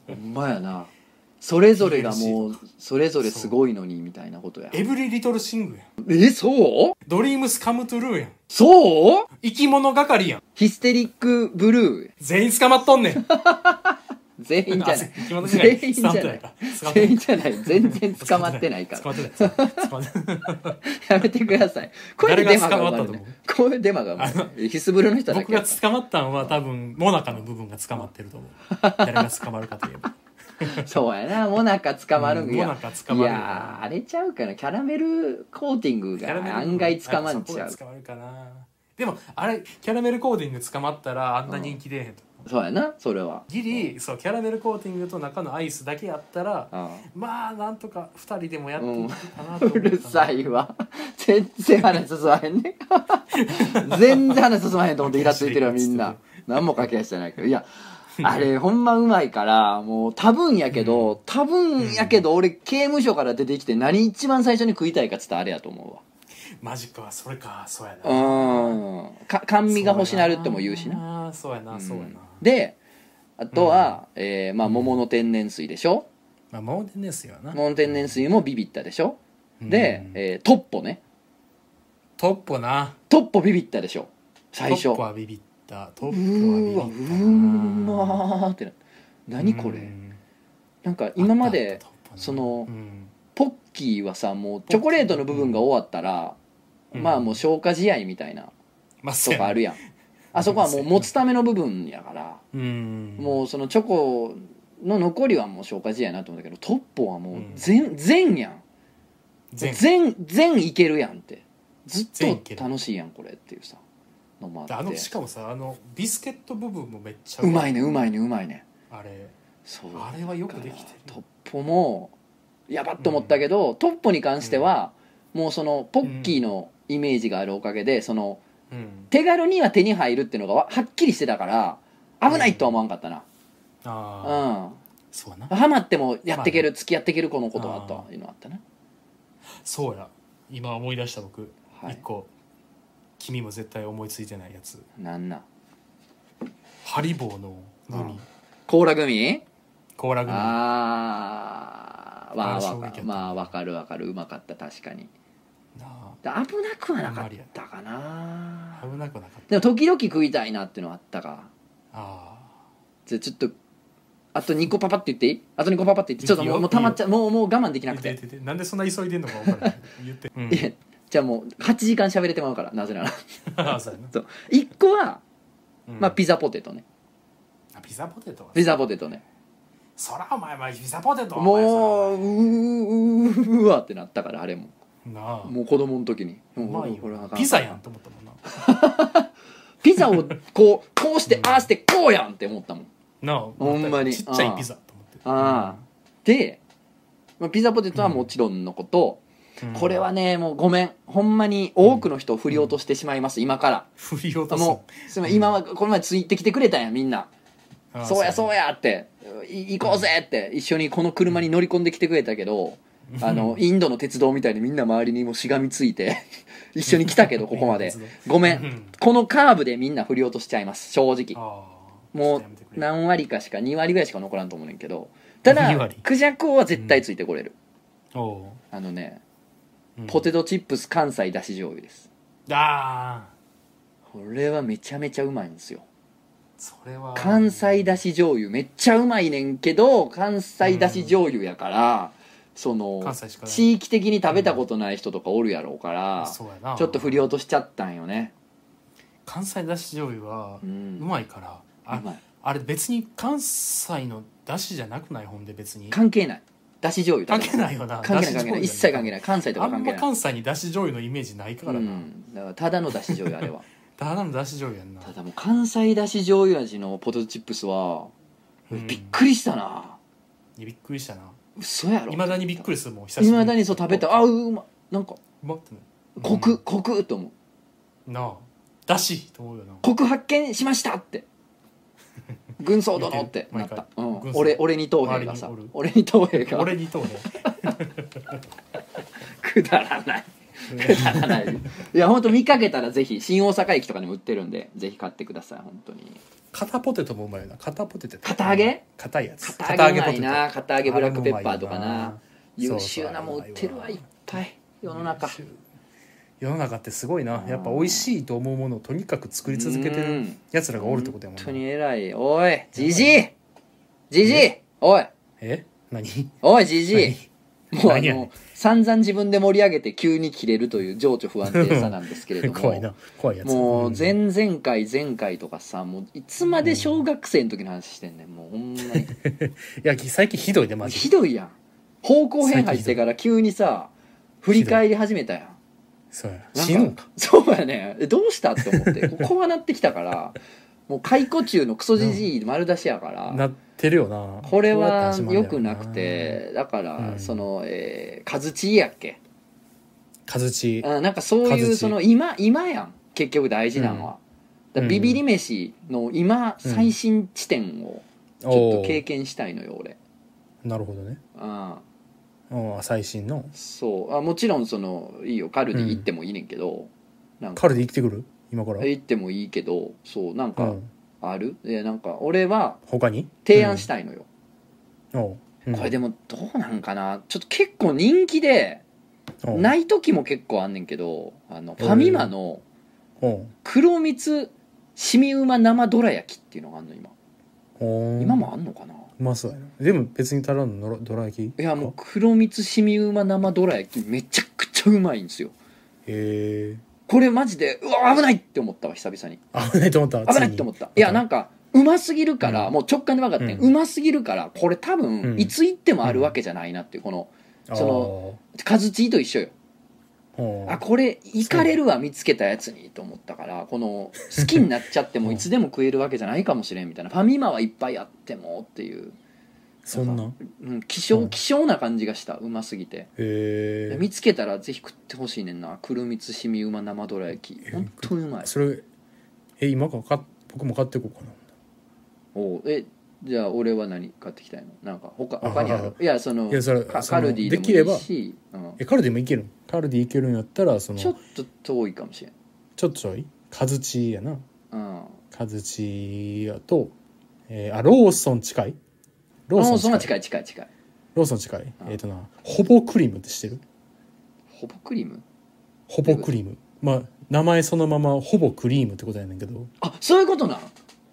Speaker 1: ほんまやなそれぞれがもうそれぞれすごいのにみたいなことや
Speaker 2: エブリリトルシングやん
Speaker 1: えそう
Speaker 2: ドリームスカムトゥルーやん
Speaker 1: そう
Speaker 2: 生き物係やん
Speaker 1: ヒステリックブルー
Speaker 2: 全員捕まっとんねん
Speaker 1: 全員じゃな
Speaker 2: あ
Speaker 1: い
Speaker 2: 生き物係
Speaker 1: 全員じゃない
Speaker 2: スカウトやから
Speaker 1: 全員じゃない全然捕まってない から
Speaker 2: 捕まってない捕ま ってない
Speaker 1: やめてください。これでデ
Speaker 2: 誰が
Speaker 1: マ
Speaker 2: 捕
Speaker 1: が
Speaker 2: ま
Speaker 1: 生
Speaker 2: った
Speaker 1: まれる
Speaker 2: と思う
Speaker 1: ね。こういうデマが生まれる。ヒスブルの人だ
Speaker 2: 僕
Speaker 1: け
Speaker 2: が。捕まったのは多分モナカの部分が捕まってると思う誰が捕まるかといえば
Speaker 1: そうやな、モナカ捕まるん
Speaker 2: うんモ
Speaker 1: や。
Speaker 2: ナカ捕
Speaker 1: い
Speaker 2: まるよ
Speaker 1: やー、あれちゃうかな。キャラメルコーティング
Speaker 2: キャラメル
Speaker 1: が案外捕まんち
Speaker 2: や
Speaker 1: ゃ
Speaker 2: っぱ
Speaker 1: う
Speaker 2: そ。こが捕まるかなでもあれキャラメルコーティング捕まったらあんな人気出えへんと、
Speaker 1: そうやな、それは。
Speaker 2: ギリそうキャラメルコーティングと中のアイスだけやったら
Speaker 1: あ
Speaker 2: まあなんとか2人でもやっていけたな
Speaker 1: あ
Speaker 2: と
Speaker 1: う
Speaker 2: 思ったな
Speaker 1: るさいわ。全然話進まへんね。全然話進まへんと思ってイラついてるわ、みんな。何も駆け足じゃないけど。いや、あれほんまうまいから、もう多分やけど、多分やけど、俺刑務所から出てきて何一番最初に食いたいかっつったらあれやと思うわ。
Speaker 2: マジかそれかそうやな
Speaker 1: うんか甘味が欲しなるっても言うしな
Speaker 2: なそうやなそうやな、
Speaker 1: であとは、えーまあ、桃の天然水でしょ
Speaker 2: まあモーテンですよな
Speaker 1: 桃の天然水もビビったでしょで、
Speaker 2: うん
Speaker 1: えートッポね
Speaker 2: トッポな
Speaker 1: トッポビビったでしょ最
Speaker 2: ト
Speaker 1: 初
Speaker 2: ッポはビビったトッ
Speaker 1: う
Speaker 2: ポ
Speaker 1: ー
Speaker 2: は
Speaker 1: わう
Speaker 2: ビビっ
Speaker 1: ー
Speaker 2: た
Speaker 1: まーってな何こ
Speaker 2: う
Speaker 1: れ
Speaker 2: ん
Speaker 1: なんか今ま
Speaker 2: あっ
Speaker 1: で
Speaker 2: たあったトッポな
Speaker 1: その
Speaker 2: うん
Speaker 1: ポッキーはさもうチョコレートの部分が終わったら、
Speaker 2: うん
Speaker 1: まあもう消化試合みたいな
Speaker 2: まあ
Speaker 1: とかあるやんあそこはもう持つための部分やから
Speaker 2: うん
Speaker 1: もうそのチョコの残りはもう消化試合やなと思ったけどトッポはもう全,、全やん
Speaker 2: 全
Speaker 1: 全全いけるやんってずっ
Speaker 2: 全いけ
Speaker 1: と
Speaker 2: る
Speaker 1: 楽しいやんこれっていうさのも
Speaker 2: で
Speaker 1: あ
Speaker 2: あ
Speaker 1: って
Speaker 2: のしかもさあのビスケット部分もめっちゃ
Speaker 1: うまいねうまいねうまいね
Speaker 2: あれ
Speaker 1: そう
Speaker 2: あれはよくできて
Speaker 1: だ
Speaker 2: る
Speaker 1: からトッポもやばっと思ったけど、トッポに関しては、もうそのポッキーのイメージがあるおかげでその
Speaker 2: うん
Speaker 1: 手軽には手に入るっていうのがわはっきりしてたから危ないとは思わんかったなうん
Speaker 2: ああ、
Speaker 1: ハ
Speaker 2: そうやな
Speaker 1: マ、ってもやっていける、
Speaker 2: ま
Speaker 1: 付き合っていける子のことはというのあったね
Speaker 2: そうや今思い出した僕一、
Speaker 1: はい
Speaker 2: 個君も絶対思いついてないやつ
Speaker 1: なんなん
Speaker 2: ハリボーのグミ、
Speaker 1: うん甲羅組
Speaker 2: コーラグミあ
Speaker 1: あーまあ
Speaker 2: あれ
Speaker 1: わ
Speaker 2: 衝撃やった
Speaker 1: かまあわかるわかるうまかった確かに
Speaker 2: あ
Speaker 1: で危なくはなかったかな
Speaker 2: 危なくなかった
Speaker 1: でも時々食いたいなっていうのはあったか
Speaker 2: あ
Speaker 1: じゃあちょっとあと2個パパって言っていいあと2個パパって言ってちょっとも
Speaker 2: いういよ
Speaker 1: もうたまっちゃうもうもう我慢でき
Speaker 2: あ
Speaker 1: な
Speaker 2: 言
Speaker 1: く
Speaker 2: って
Speaker 1: て
Speaker 2: 言ってなんでそんな急いでんのか分からない言って、うん
Speaker 1: いやじゃあもう8時間喋れてまうからなぜなら
Speaker 2: ああそうやな、
Speaker 1: そう1個は、
Speaker 2: うん
Speaker 1: まあ、ピザポテトね
Speaker 2: あピザポテトは
Speaker 1: ピザポテトね
Speaker 2: そらお前はピザポテトはお
Speaker 1: も
Speaker 2: 前
Speaker 1: う
Speaker 2: そら
Speaker 1: うーうーわってなったからあれも
Speaker 2: お前なあ
Speaker 1: もう子供の時に
Speaker 2: う
Speaker 1: も
Speaker 2: ま
Speaker 1: う
Speaker 2: い
Speaker 1: これはあ
Speaker 2: よ
Speaker 1: かん
Speaker 2: ピザやんと思ったもんな
Speaker 1: ピザをこうこうして
Speaker 2: うん
Speaker 1: ああしてこうやんって思ったもん
Speaker 2: なあ
Speaker 1: ほんまに
Speaker 2: ちっちゃいピザと思って
Speaker 1: ああで、まあ、ピザポテトはもちろんのこと、
Speaker 2: うん
Speaker 1: これはねもうごめんほんまに多くの人を振り落としてしまいます、今から
Speaker 2: 振り落とす
Speaker 1: もうすいません今はこの前ついてきてくれたんやみんな
Speaker 2: ああ
Speaker 1: そうやそうやってい行こうぜって一緒にこの車に乗り込んできてくれたけどあのインドの鉄道みたいにみんな周りにもうしがみつい て一緒に来たけどここまでごめ
Speaker 2: うんん
Speaker 1: このカーブでみんな振り落としちゃいます正直
Speaker 2: ああ
Speaker 1: も
Speaker 2: ちょっとやめてく
Speaker 1: う
Speaker 2: れ
Speaker 1: 何割かしか2割ぐらいしか残らんと思うねんけどた
Speaker 2: 2
Speaker 1: だ
Speaker 2: 割
Speaker 1: クジャコウは絶対ついてこれる
Speaker 2: おお
Speaker 1: あのね
Speaker 2: ううん
Speaker 1: ポテトチップス関西だし醤油です
Speaker 2: ああ
Speaker 1: これはめちゃめちゃうまいんですよ
Speaker 2: それは
Speaker 1: 関西だし醤油めっちゃうまいねんけど関西だし醤油やから、その
Speaker 2: 関西しかない
Speaker 1: 地域的に食べたことない人とかおるやろうから、
Speaker 2: そうやな
Speaker 1: ちょっと振り落としちゃったんよね
Speaker 2: 関西だし醤油は
Speaker 1: う
Speaker 2: うんまいからあ
Speaker 1: うまい
Speaker 2: あれ別に関西のだしじゃなくないほんで別に
Speaker 1: 関係ないだし醤油
Speaker 2: 関
Speaker 1: だから
Speaker 2: 係ないよな
Speaker 1: 関係ない関係ない一切関係
Speaker 2: な
Speaker 1: な
Speaker 2: い
Speaker 1: い関西と
Speaker 2: あ
Speaker 1: か
Speaker 2: ん
Speaker 1: 関
Speaker 2: ま
Speaker 1: 係ない
Speaker 2: 関西にだし醤油のイメージないから
Speaker 1: う
Speaker 2: な、
Speaker 1: ん、だからただのだし醤油あれ は
Speaker 2: ただのだし醤油やんな
Speaker 1: ただもう関西だし醤油味のポテトチップスは、
Speaker 2: うん
Speaker 1: びっくりしたない
Speaker 2: やびっくりしたな
Speaker 1: 嘘やろ
Speaker 2: いまだにびっくりするもん久
Speaker 1: い
Speaker 2: しぶり
Speaker 1: まだにそう食べたあうまなんか
Speaker 2: うまってな
Speaker 1: コク、コクと思う
Speaker 2: うんなあだしと思 うよな
Speaker 1: 告発見しました って軍曹殿ってなった、う
Speaker 2: 毎回
Speaker 1: ん
Speaker 2: 軍、曹
Speaker 1: 俺俺に東兵がさ
Speaker 2: 周りに
Speaker 1: 俺に東兵が
Speaker 2: 俺にとうね
Speaker 1: くだらないくだらないいや本当見かけたらぜひ新大阪駅とかにも売ってるんでぜひ買ってください本当に
Speaker 2: 片ポテトもうまいよな片ポテト
Speaker 1: 片揚げ
Speaker 2: 硬いやつ
Speaker 1: 片揚げうまいな片揚げブラックペッパーとかな
Speaker 2: そうそう
Speaker 1: 優秀なもん売ってるわいっぱい世の中
Speaker 2: 世の中ってすごいなやっぱ美味しいと思うものをとにかく作り続けて
Speaker 1: う
Speaker 2: る
Speaker 1: ん
Speaker 2: やつらがおるってことやもん
Speaker 1: 本
Speaker 2: な
Speaker 1: 当に偉いおいじじいじじいおい
Speaker 2: え何
Speaker 1: おいじじいもうあ
Speaker 2: 何やね
Speaker 1: の
Speaker 2: ん
Speaker 1: 散々自分で盛り上げて急に切れるという情緒不安定さなんですけれども
Speaker 2: 怖いな怖いやつ
Speaker 1: もうん前々回前回とかさもういつまで小学生の時の話してんねんもうほんま
Speaker 2: いや最近ひどいで マ
Speaker 1: に
Speaker 2: ジ
Speaker 1: ひどいやん方向変入してから急にさ振り返り始めたやん
Speaker 2: そうや
Speaker 1: なん
Speaker 2: 死ぬんか
Speaker 1: そうやねえどうしたって思 ってこう怖なってきたからもう解雇中のクソじじい丸出しやから
Speaker 2: なってるよな
Speaker 1: これ
Speaker 2: うやっ
Speaker 1: は
Speaker 2: て始まる
Speaker 1: 良
Speaker 2: んだよ
Speaker 1: くなくてだから
Speaker 2: うん
Speaker 1: そのえーカズチーやっけ
Speaker 2: カズチ
Speaker 1: あなんかそう
Speaker 2: 数
Speaker 1: いう
Speaker 2: 値
Speaker 1: その今今やん結局大事なのは、だからビビり飯の今
Speaker 2: うん
Speaker 1: 最新地点をちょっと経験したいのよ俺
Speaker 2: なるほどね
Speaker 1: あ
Speaker 2: うん最新の
Speaker 1: そうあもちろんそのいいよカルディ行ってもいいねんけど、なんか
Speaker 2: 彼で生きてくる今から
Speaker 1: 行ってもいいけどそうなん
Speaker 2: う
Speaker 1: か
Speaker 2: ん
Speaker 1: ある、いやなんか俺は
Speaker 2: 他に
Speaker 1: 提案したたいのよ、
Speaker 2: こ
Speaker 1: これでもどうなんかなちょっと結構人気で
Speaker 2: い
Speaker 1: ない時も結構あんねんけどあのファミマの黒蜜しみうま生どら焼きっていうのがあんの今今
Speaker 2: 今
Speaker 1: もあんのかな
Speaker 2: うまそうやなでも別に足らんのどら焼き
Speaker 1: いやもう黒蜜しみうま生どら焼きめちゃくちゃうまいんですよ
Speaker 2: へえ
Speaker 1: これマジでうわ危ないって思ったわ久々に
Speaker 2: 危ないと思った
Speaker 1: 危ないって思
Speaker 2: っ
Speaker 1: ったいやなんかうますぎるから、
Speaker 2: うん
Speaker 1: もう直感で分かってん、
Speaker 2: う
Speaker 1: うんますぎるからこれ多分、
Speaker 2: うん
Speaker 1: いつ行ってもあるわけじゃないなっていうこのそのカズチーと一緒よ
Speaker 2: ほう
Speaker 1: あこれいかれるわ見つけたやつにと思ったからこの好きになっちゃって
Speaker 2: う
Speaker 1: も
Speaker 2: ん
Speaker 1: いつでも食えるわけじゃないかもしれんみたいなファミマはいっぱいあってもっていう、
Speaker 2: そんな
Speaker 1: なん
Speaker 2: へ
Speaker 1: うん、希
Speaker 2: う
Speaker 1: 少
Speaker 2: ん
Speaker 1: 希少な感じがしたうますぎて
Speaker 2: え
Speaker 1: 見つけたらぜひ食ってほしいねんなくるみつしみうま生どら焼き
Speaker 2: え
Speaker 1: 本当にうまい
Speaker 2: それえ今からか僕も買っていこうかな
Speaker 1: おうえじゃあ俺は何買ってきたいのなんか他
Speaker 2: あ
Speaker 1: 他にあ
Speaker 2: あ
Speaker 1: るいやその
Speaker 2: いやそれ
Speaker 1: カ
Speaker 2: その
Speaker 1: カルディ
Speaker 2: できれ
Speaker 1: でも
Speaker 2: ば
Speaker 1: いいし、うん
Speaker 2: えカルディもいけるんカルディいけるんやったらその
Speaker 1: ちょっと遠いかもしれん、
Speaker 2: ちょっとちょいカズチやな
Speaker 1: うん、
Speaker 2: カズチやと、えーあローソン近いローソ
Speaker 1: もう
Speaker 2: ン
Speaker 1: そんな
Speaker 2: 近い
Speaker 1: 近い近い近い
Speaker 2: ローソン近い
Speaker 1: うん
Speaker 2: えっ、となほぼクリームって知ってる
Speaker 1: ほぼクリーム
Speaker 2: ほぼクリームまあ名前そのままほぼクリームってことやねんけど
Speaker 1: あそういうことなん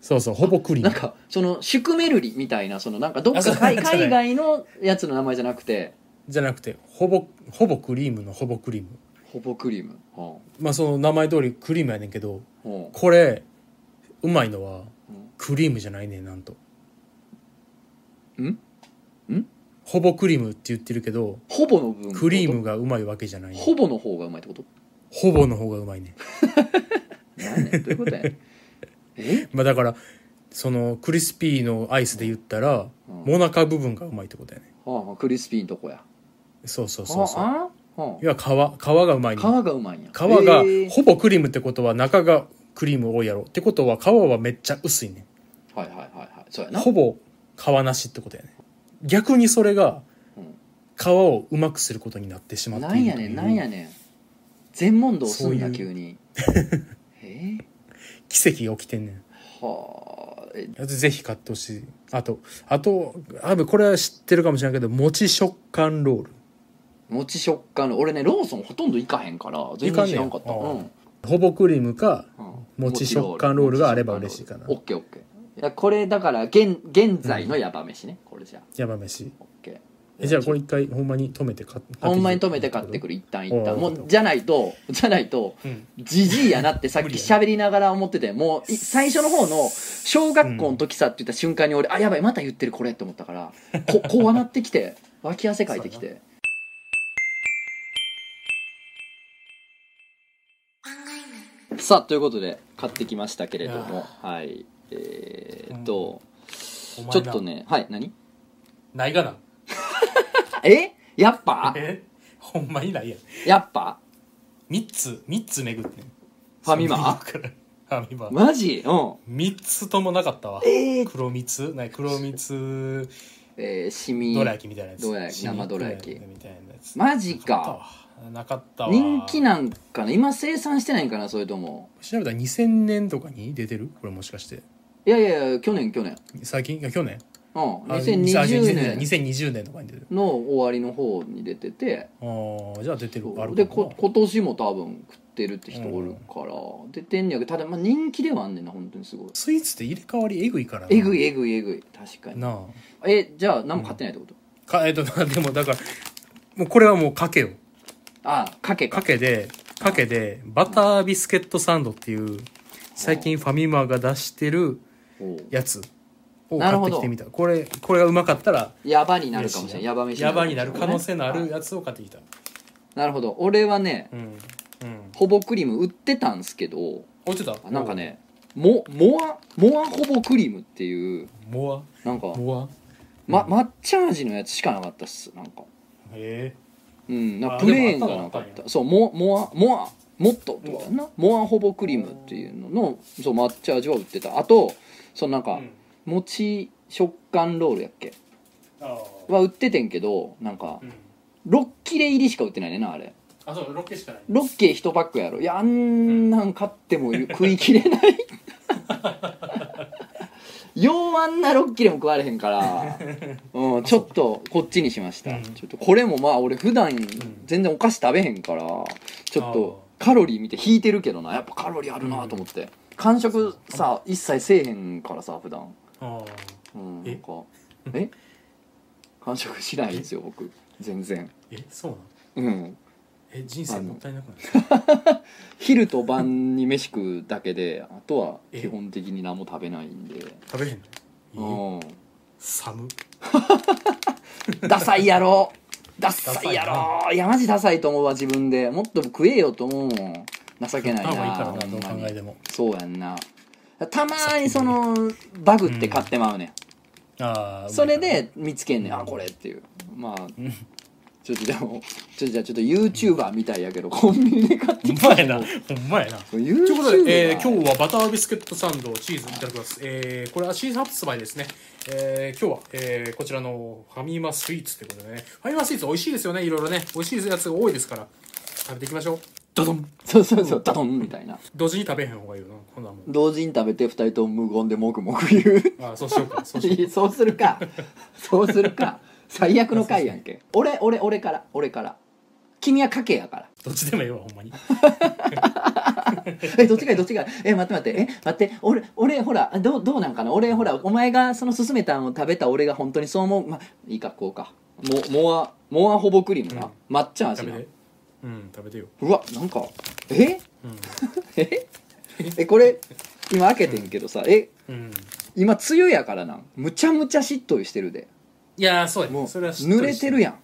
Speaker 2: そうそうほぼクリー
Speaker 1: なん
Speaker 2: ム
Speaker 1: かそのシュクメルリみたいなそのなんかどっ
Speaker 2: あそ
Speaker 1: か
Speaker 2: う
Speaker 1: 海
Speaker 2: なんか
Speaker 1: 海外のやつの名前じゃなくて
Speaker 2: じゃなくてほぼほぼクリームのほぼクリーム
Speaker 1: ほぼクリームは
Speaker 2: まあその名前通りクリームやねんけど
Speaker 1: あはあ
Speaker 2: これうまいの
Speaker 1: う
Speaker 2: は
Speaker 1: ん
Speaker 2: クリームじゃないねんなんと
Speaker 1: ん
Speaker 2: ほぼクリームって言ってるけど
Speaker 1: ほぼの部分
Speaker 2: クリームがうまいわけじゃないねん
Speaker 1: ほぼの方がうまいってこと
Speaker 2: ほぼの方がうまいねん
Speaker 1: なんねんどういうことや ねんえ
Speaker 2: まあだからそのクリスピーのアイスで言ったら、
Speaker 1: うん
Speaker 2: モナカ部分がうまいってことやね
Speaker 1: はあはあクリスピーのとこや
Speaker 2: そうそうそうそう
Speaker 1: ああはあ
Speaker 2: 要は皮皮がうまい
Speaker 1: 皮
Speaker 2: ね
Speaker 1: がうまいんや
Speaker 2: 皮が
Speaker 1: へえ
Speaker 2: ほぼクリームってことは中がクリーム多いやろってことは皮はめっちゃ薄いね
Speaker 1: はいはいはいはいそうやな
Speaker 2: ほぼ皮なしってことやね逆にそれが
Speaker 1: うん
Speaker 2: 皮をうまくすることになってしまってい
Speaker 1: な
Speaker 2: る
Speaker 1: んやねん
Speaker 2: と
Speaker 1: ない
Speaker 2: うん
Speaker 1: やねん全問答すんな
Speaker 2: そういう
Speaker 1: 急に え
Speaker 2: 奇跡が起きてんねん
Speaker 1: はあえ
Speaker 2: ぜひ買ってほしいあとあとあこれは知ってるかもしれないけど餅食感ロール
Speaker 1: もち食感の俺ねローソンほとんど行かへんから全然知らんかった
Speaker 2: 行かんねや
Speaker 1: うん
Speaker 2: ほぼクリームか
Speaker 1: うん
Speaker 2: もち食感ロールがあれば嬉しいかな
Speaker 1: オッケーオッケーいやこれだから現現在のヤバ飯ね、これじゃあ
Speaker 2: 山飯
Speaker 1: オッケー
Speaker 2: えじゃあこれ一回ほんまに止めて買ってきて
Speaker 1: ほんまに止めて買ってくる一旦一旦
Speaker 2: うん
Speaker 1: もうじゃないとじゃないと
Speaker 2: うん
Speaker 1: じじいやなってさっき
Speaker 2: 無理や
Speaker 1: 喋りながら思っててもうい最初の方の小学校の時さって言った瞬間に俺、あやばいまた言ってるこれって思ったから ここうなってきて脇汗かいてきてさあということで買ってきましたけれどもはいえー、っと、
Speaker 2: お前
Speaker 1: ちょ
Speaker 2: な
Speaker 1: っとねはい何
Speaker 2: ないがな
Speaker 1: えやっぱ
Speaker 2: えほんまにないやん
Speaker 1: やっぱ
Speaker 2: 3つ3つ巡ってん
Speaker 1: ファミマ
Speaker 2: その中からファミマ
Speaker 1: マジうん
Speaker 2: 3つともなかったわ
Speaker 1: えー
Speaker 2: 黒蜜ない黒蜜
Speaker 1: えー、シミ
Speaker 2: どら焼きみたいなやつ
Speaker 1: どら焼き
Speaker 2: シミ
Speaker 1: 生どら焼き
Speaker 2: みたいなやつ
Speaker 1: マジ
Speaker 2: な
Speaker 1: か
Speaker 2: ったわなかったわ
Speaker 1: 人気なんかな今生産してないんかなそれとも
Speaker 2: 調べたら2000年とかに出てるこれもしかして
Speaker 1: いやいやいや去年去年
Speaker 2: 最近いや去年
Speaker 1: うん
Speaker 2: あ2020
Speaker 1: 2020年
Speaker 2: 2020年とかに出てる
Speaker 1: の終わりの方に出てて
Speaker 2: あーじゃあ出てるあるかもな
Speaker 1: でこ今年も多分食ってるって人おるから出てんねやけどただまあ人気ではあんねんな本当にすごい
Speaker 2: スイーツって入れ替わりえぐいからな
Speaker 1: えぐいえぐいえぐい確かに
Speaker 2: な
Speaker 1: えじゃあ何も買ってないってこと、
Speaker 2: あかえっと なでもだからもうこれはもうかけよ
Speaker 1: ああかけ
Speaker 2: か
Speaker 1: か
Speaker 2: けでかけでバタービスケットサンドっていう最近ファミマが出してる
Speaker 1: おう
Speaker 2: やつを
Speaker 1: なる
Speaker 2: 買っ
Speaker 1: ほ
Speaker 2: て
Speaker 1: ど
Speaker 2: きてみたこれこれがうまかったら
Speaker 1: やばになるかもしれんやば飯
Speaker 2: やばになる可能性のあ
Speaker 1: かも
Speaker 2: る
Speaker 1: しれんね
Speaker 2: やつを買ってきた
Speaker 1: あなるほど俺はね
Speaker 2: うんうん
Speaker 1: ほぼクリーム売ってたんすけど
Speaker 2: 落ちた
Speaker 1: あなんかねもモアモアほぼクリームっていう
Speaker 2: モ
Speaker 1: なんか
Speaker 2: ア、モ
Speaker 1: ま、抹茶味のやつしかなかったっすなんか
Speaker 2: アへえ
Speaker 1: うんなんか
Speaker 2: あ
Speaker 1: プレーンが
Speaker 2: でもあ
Speaker 1: な
Speaker 2: っ
Speaker 1: か
Speaker 2: たの
Speaker 1: っ
Speaker 2: あったたん
Speaker 1: そうモモアモアもっととかやなモアほぼクリームっていうののそう抹茶味は売ってたあとそのなんか、餅食感ロールやっけ
Speaker 2: あ
Speaker 1: は売っててんけどなんか6切れ入りしか売ってないねんなあれ
Speaker 2: あそうロケしかない
Speaker 1: 6切れ1パックやろいやあんなん買っても食い切れない ようあんな6切れも食われへんから、うん、ちょっとこっちにしました、
Speaker 2: うん
Speaker 1: ちょっとこれもまあ俺普段全然お菓子食べへんからちょっとカロリー見て引いてるけどなやっぱカロリーあるなと思って完食さ一切せえへんからさ普段
Speaker 2: ああ
Speaker 1: うん
Speaker 2: え
Speaker 1: なんかえ完食しないんですよ僕全然
Speaker 2: えそうなの
Speaker 1: うん
Speaker 2: え人生もったいなくない
Speaker 1: 昼と晩に飯食うだけであとは基本的に何も食べないんで
Speaker 2: 食べれへんの
Speaker 1: う
Speaker 2: 寒
Speaker 1: んダサいやろダッサいやろいやマジダサいと思うわ自分でもっと食えよと思うもん情けないな
Speaker 2: 多分いいからな
Speaker 1: ほん
Speaker 2: どう
Speaker 1: ま
Speaker 2: 考
Speaker 1: に
Speaker 2: えても
Speaker 1: そうやんなたまにそのバグって買ってまうねん、
Speaker 2: ああ
Speaker 1: それで見つけんねん、
Speaker 2: うん
Speaker 1: あこれっていうまあちょっとでもちょっとじゃあちょっと YouTuber みたいやけどコンビニで買って
Speaker 2: ほんまやなほんまやな
Speaker 1: と
Speaker 2: ということで、えー
Speaker 1: 日
Speaker 2: 今日はバタービスケットサンドチーズいただきます、えーこれはシーズン発売ですね、えー今日は、えーこちらのファミマスイーツということでねファミマスイーツ美味しいですよねいろいろね美味しいやつが多いですから食べていきましょうドドン
Speaker 1: そうそうそうダドンみたいな
Speaker 2: 同時に食べへん方がいいよなこんなんもん
Speaker 1: 同時に食べて二人とも無言でもぐもぐ言う
Speaker 2: あーそうしようかそうしよう
Speaker 1: いい そうするかそうするか最悪の回やんけ俺俺俺から俺から君は賭けやから
Speaker 2: どっちでもいいわほんまに
Speaker 1: えどっちがいいどっちがいいえ待って待ってえ待って俺俺ほらどうどうなんかな俺ほらお前がその勧めたんを食べた俺が本当にそう思うまあいいかこうかもモアモアホボクリームな、抹茶味
Speaker 2: 食べ
Speaker 1: な
Speaker 2: てうん食べてよ、
Speaker 1: うわなんかえ
Speaker 2: うん
Speaker 1: ええこれ今開けてんけどさえ
Speaker 2: うん、
Speaker 1: 今梅雨やからなむちゃむちゃしっとりしてるで
Speaker 2: いやーそうや
Speaker 1: もう
Speaker 2: それは
Speaker 1: 濡れてる
Speaker 2: や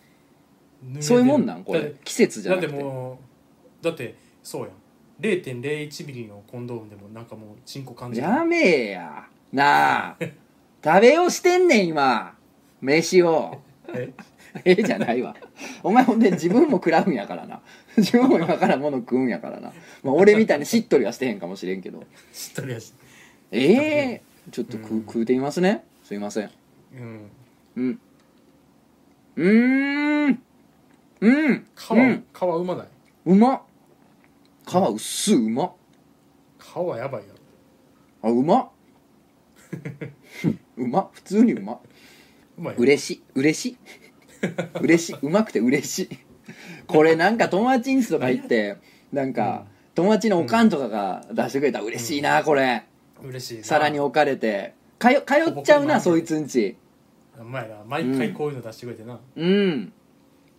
Speaker 1: やんそういうもんなんこ
Speaker 2: だっ
Speaker 1: れ
Speaker 2: て
Speaker 1: 季節じゃ
Speaker 2: だっ
Speaker 1: な
Speaker 2: て
Speaker 1: くて
Speaker 2: もうだってそうやん0.01ミリのコンドームでもなんかもうチンコ感じる
Speaker 1: やめえやなあ食べようしてんねん今飯を
Speaker 2: え
Speaker 1: ええじゃないわお前ほんで自分も食らうんやからな 自分も今から物食うんやからな、まあ、俺みたいにしっとりはしてへんかもしれんけど
Speaker 2: 知っとるやし
Speaker 1: ええちょっと食,、う
Speaker 2: うん
Speaker 1: 食うてみますねすいません
Speaker 2: うん
Speaker 1: うんうーんうん
Speaker 2: 皮、
Speaker 1: うん
Speaker 2: 皮うまないう
Speaker 1: まっ皮薄いうまっ
Speaker 2: 皮やばいやろ
Speaker 1: あうまっ うまっ普通にうまっ
Speaker 2: うまい
Speaker 1: 嬉しい嬉しい嬉しいうまくて嬉しいこれなんか友達んちとか行ってなんか友達のおかんとかが出してくれたら嬉しいなこれ
Speaker 2: 嬉しいな
Speaker 1: 皿に置かれて通通っちゃうなそいつんち
Speaker 2: うまいな毎回こういうの出してくれてな、
Speaker 1: うん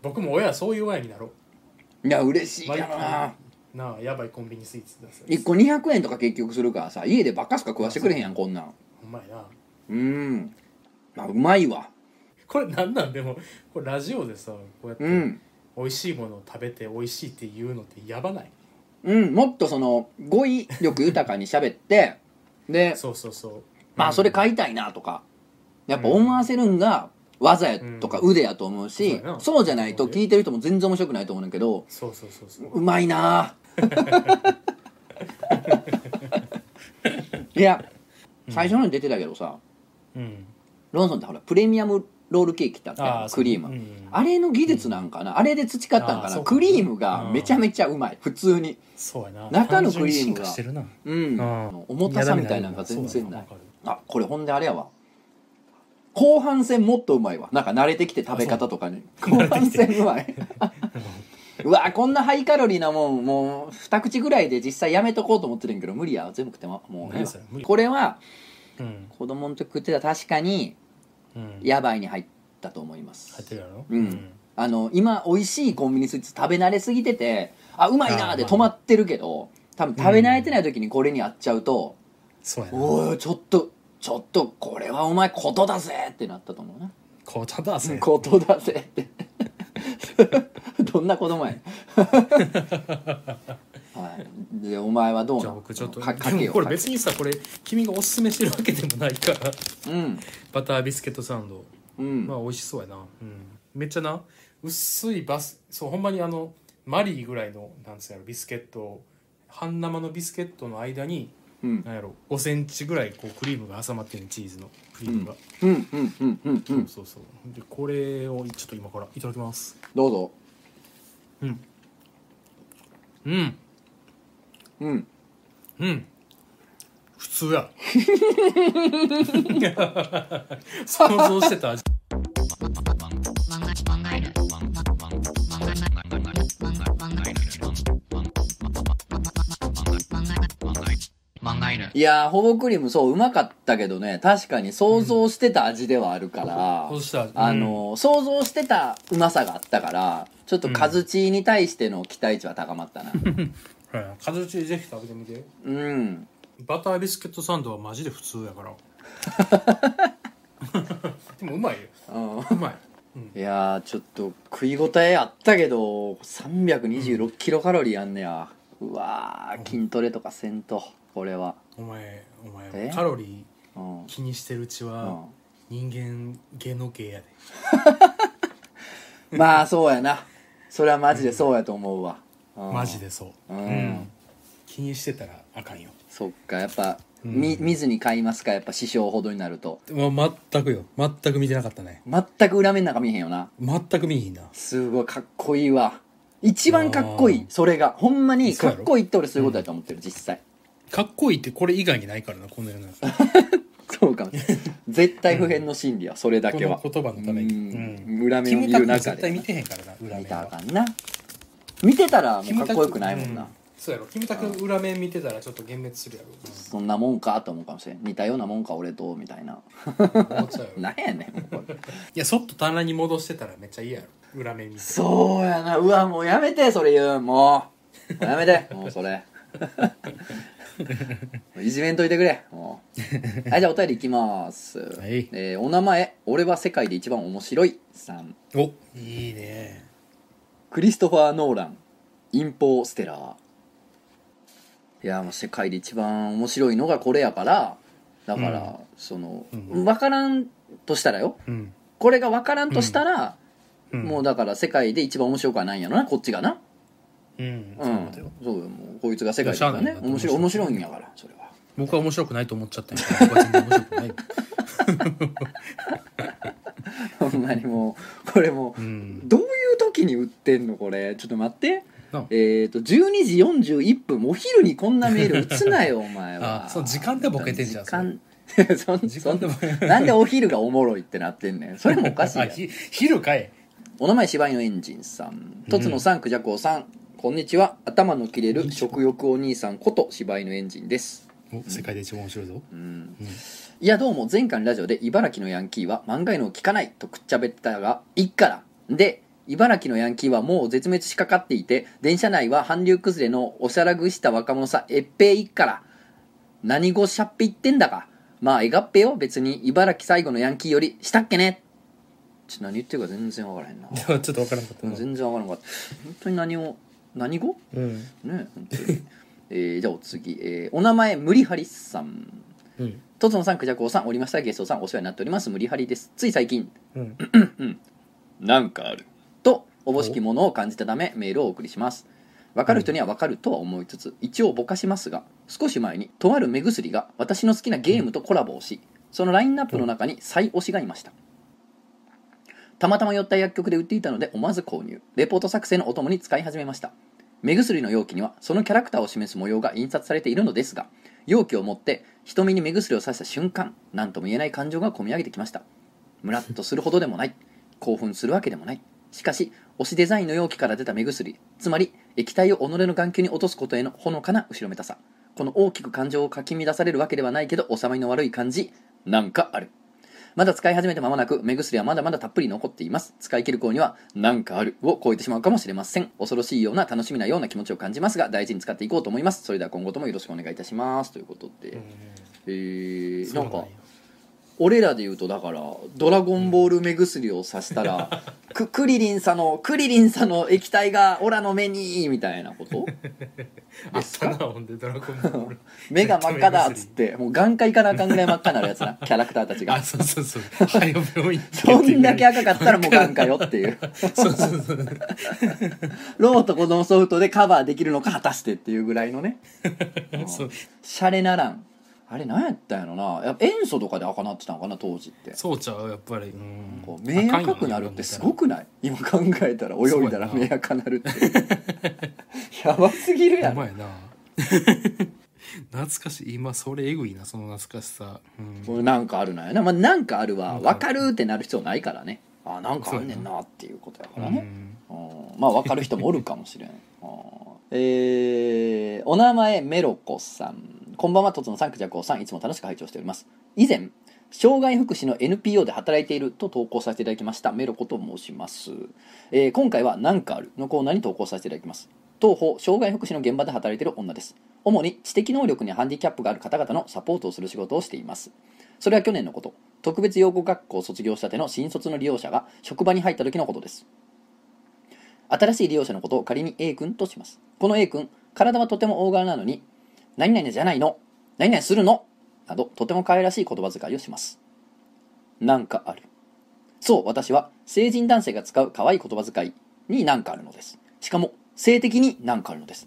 Speaker 2: 僕も親はそういう親になろ
Speaker 1: いや嬉し
Speaker 2: う
Speaker 1: いやろな
Speaker 2: なあやばいコンビニスイーツ出す
Speaker 1: 1個200円とか結局するからさ家でバカしか食わしてくれへんやんこんなん
Speaker 2: うまいな
Speaker 1: うんまあうまいわ
Speaker 2: これなんなんでもこれラジオでさこうやって
Speaker 1: うん
Speaker 2: 美味しいものを食べて美味しいって言うのってやばない
Speaker 1: うんもっとその語彙力豊かに喋ってで
Speaker 2: そうそうそう
Speaker 1: まあそれ
Speaker 2: か
Speaker 1: 買いたいなとかやっぱ思わせるんが技やとか
Speaker 2: う
Speaker 1: 腕やと思うし、
Speaker 2: そうやな
Speaker 1: そうじゃないと聞いてる人も全然面白くないと思うんだけど
Speaker 2: そうそうそうそう
Speaker 1: うまい なぁいや最初のに出てたけどさ
Speaker 2: うん
Speaker 1: ロンソンってほらプレミアムロールケーキってあったやんクリーム、
Speaker 2: そううん
Speaker 1: あれの技術なんかな、あれで培ったんか
Speaker 2: あー
Speaker 1: な
Speaker 2: そうか
Speaker 1: クリームがめちゃめちゃうまい普通に
Speaker 2: そうやな
Speaker 1: 中のクリームが
Speaker 2: 単純に進化してるな
Speaker 1: うん
Speaker 2: あー
Speaker 1: 重たさみたいなんか全然ない
Speaker 2: そうや
Speaker 1: あこれほんであれやわ後半戦もっとうまいわなんか慣れてきて食べ方とか に後半戦うまい うわこんなハイカロリーなもんもう二口ぐらいで実際やめとこうと思ってるんやけど無理や全部食ってまもういい
Speaker 2: 何
Speaker 1: わ
Speaker 2: それ無理
Speaker 1: これは
Speaker 2: うん
Speaker 1: 子供の時食ってた確かに
Speaker 2: うん
Speaker 1: やばいに入ったと思います
Speaker 2: 入ってるやろ
Speaker 1: うんあの今美味しいコンビニスイーツ食べ慣れすぎててあうまいなーで止まってるけど多分食べ慣れてない時にこれにやっちゃうと、
Speaker 2: そうやな
Speaker 1: おいちょっとちょっとこれはお前ことだぜってなったと思うな
Speaker 2: こうただせ
Speaker 1: ことだぜって どんな 子供やねんはいでお前はどうな
Speaker 2: じゃあ
Speaker 1: の
Speaker 2: 僕ちょっと
Speaker 1: か
Speaker 2: で
Speaker 1: かけ
Speaker 2: も
Speaker 1: よ
Speaker 2: こ
Speaker 1: う
Speaker 2: れ別にさこれ君がおすすめしてるわけでもないから
Speaker 1: うん
Speaker 2: バタービスケットサンド
Speaker 1: うん、
Speaker 2: まあ美味しそうやな、うん、めっちゃな薄いバスそうほんまにあのマリーぐらいのなんつうやろビスケットを半生のビスケットの間に
Speaker 1: うん
Speaker 2: なんやろ5センチぐらいこうクリームが挟まってるチーズのクリームが、
Speaker 1: うんうんうんうんうん
Speaker 2: そうそうそうでこれをちょっと今からいただきます
Speaker 1: どうぞ
Speaker 2: うんうん
Speaker 1: うん
Speaker 2: うん普通 や想像してた味
Speaker 1: いやーほぼクリームそううまかったけどね確かに想像してた味ではあるから、
Speaker 2: 想像してた味
Speaker 1: あのー想像してたうまさがあったからちょっとカズチーに対しての期待値は高まったな
Speaker 2: うんはいカズチーぜひ食べてみて
Speaker 1: うん
Speaker 2: バタービスケットサンドはマ ジで普通やからでもうまいよ
Speaker 1: うん
Speaker 2: うまいうん
Speaker 1: いやーちょっと食い応えあったけど326キロカロリーあんねやうわー筋トレとかせんとこれは
Speaker 2: お前お
Speaker 1: え
Speaker 2: 前カロリ
Speaker 1: うん、うん
Speaker 2: ー、気にしてるうちは人間芸能系やで
Speaker 1: まあそうやなそれはマジでそうやと思うわ、うん
Speaker 2: マジでそう
Speaker 1: う
Speaker 2: うんん気にしてたらあかんよ
Speaker 1: そっかやっぱ、
Speaker 2: うん
Speaker 1: み見ずに買いますかやっぱ師匠ほどになると
Speaker 2: まあ全くよ全く見てなかったね
Speaker 1: 全く裏面なんか見えへんよな
Speaker 2: 全く見えへんな
Speaker 1: すごいかっこいいわ一番かっこい
Speaker 2: あ
Speaker 1: い
Speaker 2: ー
Speaker 1: それがほんまに
Speaker 2: そう
Speaker 1: か
Speaker 2: や
Speaker 1: っ
Speaker 2: ろ
Speaker 1: こいいって俺そういうことやと思ってる、実際
Speaker 2: かっこいいってこれ以外にないからなこの世の中
Speaker 1: そう かも絶対不変の真理はそれだ
Speaker 2: こ
Speaker 1: けは
Speaker 2: の言葉のために
Speaker 1: うん
Speaker 2: うん
Speaker 1: 裏面を見
Speaker 2: キ
Speaker 1: る
Speaker 2: ムタクも
Speaker 1: 中
Speaker 2: 絶対見
Speaker 1: で
Speaker 2: てへんからな裏
Speaker 1: 見
Speaker 2: 面
Speaker 1: たらあ
Speaker 2: は
Speaker 1: かんな見てたらも
Speaker 2: キ
Speaker 1: うか
Speaker 2: ム
Speaker 1: っ
Speaker 2: タク
Speaker 1: こよくないもんな、
Speaker 2: うそうやろキムタク裏面見てたらちょっと幻滅するやろ
Speaker 1: そんなもんかと思うかもしれん似たようなもんか俺とみたいな
Speaker 2: 思っちゃうよ
Speaker 1: なんやねんもうこれ
Speaker 2: いやそっと棚に戻してたらめっちゃ嫌やろ裏面見て
Speaker 1: そうやなうわもうやめてそれ言うもうもうやめて もうそれいじめんといてくれもうはいじゃあお便りいきます、
Speaker 2: はい
Speaker 1: えーお名前俺は世界で一番面白いさん
Speaker 2: おいいね
Speaker 1: クリストファー・ノーランインポー・ステラーいやもう世界で一番面白いのがこれやからだから、
Speaker 2: うん
Speaker 1: その、
Speaker 2: うん
Speaker 1: 分からんとしたらよ
Speaker 2: うん
Speaker 1: これが分からんとしたら、
Speaker 2: ん
Speaker 1: もうだから世界で一番面白くはないんやろなこっちがな
Speaker 2: うん
Speaker 1: う
Speaker 2: そうなん
Speaker 1: ん
Speaker 2: だよ
Speaker 1: そうよもうこいつが世界だから
Speaker 2: いやしゃ
Speaker 1: ね
Speaker 2: あないよ
Speaker 1: 面白い面白いんやからそれは
Speaker 2: 僕は面白くないと思っちゃったん やけど僕は全然面白くない
Speaker 1: ほんまにもうこれも
Speaker 2: う
Speaker 1: うんどういう時に売ってんのこれちょっと待って
Speaker 2: な
Speaker 1: えっ、と12時41分お昼にこんなメー ル打つなよお前は
Speaker 2: あそう時間でボケてんじゃん
Speaker 1: 時間 そん
Speaker 2: 時間でも
Speaker 1: そんなんでお昼がおもろいってなってんねんそれもおかしい
Speaker 2: あ
Speaker 1: やん
Speaker 2: ひ昼かい
Speaker 1: お名前柴犬エンジンさんとつのさんクジャコウさんこんにちは頭の切れる食欲お兄さんこと柴犬エンジンです
Speaker 2: お世界で一番面白いぞ
Speaker 1: うん
Speaker 2: うん
Speaker 1: いやどうも前回のラジオで茨城のヤンキーは漫画のを聞かないとくっちゃべってたがいっからで茨城のヤンキーはもう絶滅しかかっていて電車内は韓流崩れのおしゃらぐした若者さえっぺいいっから何語しゃっぺ言ってんだかまあえがっぺよ別に茨城最後のヤンキーよりしたっけねちょっと何言ってるか全然わからへんな
Speaker 2: ちょっと分からなかったな
Speaker 1: 全然わからんかった本当に何を何語
Speaker 2: うん
Speaker 1: ね本当に、 えーじゃあお次、えーお名前無理ハリスさん
Speaker 2: うん
Speaker 1: とつのさん、くじゃこうさん、おりましたゲストさん、お世話になっております。無理ハリです。つい最近、
Speaker 2: うん
Speaker 1: なんかある。と、おぼしきものを感じたため、メールをお送りします。わかる人にはわかるとは思いつつ、一応ぼかしますが、少し前に、とある目薬が私の好きなゲームとコラボをし、そのラインナップの中に再推しがいました。たまたま寄った薬局で売っていたので、思わず購入。レポート作成のお供に使い始めました。目薬の容器には、そのキャラクターを示す模様が印刷されているのですが、容器を持って瞳に目薬をさした瞬間何とも言えない感情が込み上げてきましたムラッとするほどでもない興奮するわけでもないしかし推しデザインの容器から出た目薬つまり液体を己の眼球に落とすことへのほのかな後ろめたさこの大きく感情をかき乱されるわけではないけど収まりの悪い感じなんかあるまだ使い始めて間もなく目薬はまだまだたっぷり残っています使い切る頃には「なんかある」を超えてしまうかもしれません恐ろしいような楽しみなような気持ちを感じますが大事に使っていこうと思いますそれでは今後ともよろしくお願いいたしますということで、えー、なんか俺らで言うとだから「ドラゴンボール目薬」をさした ら、くクリリンさんのクリリンさんの液体がオラの目にみたいなこと
Speaker 2: あったなほんでドラゴンボール
Speaker 1: 目が真っ赤だっつ ってもう眼科行かなあかんぐらい真っ赤になるやつなキャラクターたちが
Speaker 2: あそうそうそう早く病院行け
Speaker 1: そ
Speaker 2: っていうん
Speaker 1: だけ赤かったらもう眼科よっていう
Speaker 2: そうそうそう
Speaker 1: ローと子供ソフトでカバーできるのか果たしてっていうぐらいのね
Speaker 2: そう
Speaker 1: シャレならんあれ何やったんやろなやっぱ塩素とかで赤なってたのかな当時って
Speaker 2: そうちゃうやっぱりうん
Speaker 1: こう目赤くなるってすごくない今考えたら泳いだら目赤なるって やばすぎるや
Speaker 2: お
Speaker 1: ん
Speaker 2: 前な 懐かしい今それえぐいなその懐かしさうん
Speaker 1: これなんかあるなやな、まあ、なんかあるは
Speaker 2: なん
Speaker 1: 分
Speaker 2: か
Speaker 1: かるってなる必要ないからねあなんかあんねんなっていうことやからね、
Speaker 2: うん
Speaker 1: うんまあ分かる人もおるかもしれんうんえーお名前メロコさんこんばんはとつのさんくじゃこうさんいつも楽しく拝聴しております以前障害福祉の NPO で働いていると投稿させていただきましたメロコと申します、えー今回は「なんかある」のコーナーに投稿させていただきます当方障害福祉の現場で働いている女です主に知的能力にハンディキャップがある方々のサポートをする仕事をしていますそれは去年のこと特別養護学校を卒業したての新卒の利用者が職場に入った時のことです新しい利用者のことを仮に A 君としますこの A 君体はとても大柄なのに「何々じゃないの何々するの」などとても可愛らしい言葉遣いをしますなんかあるそう私は成人男性が使う可愛い言葉遣いに何かあるのですしかも性的に何かあるのです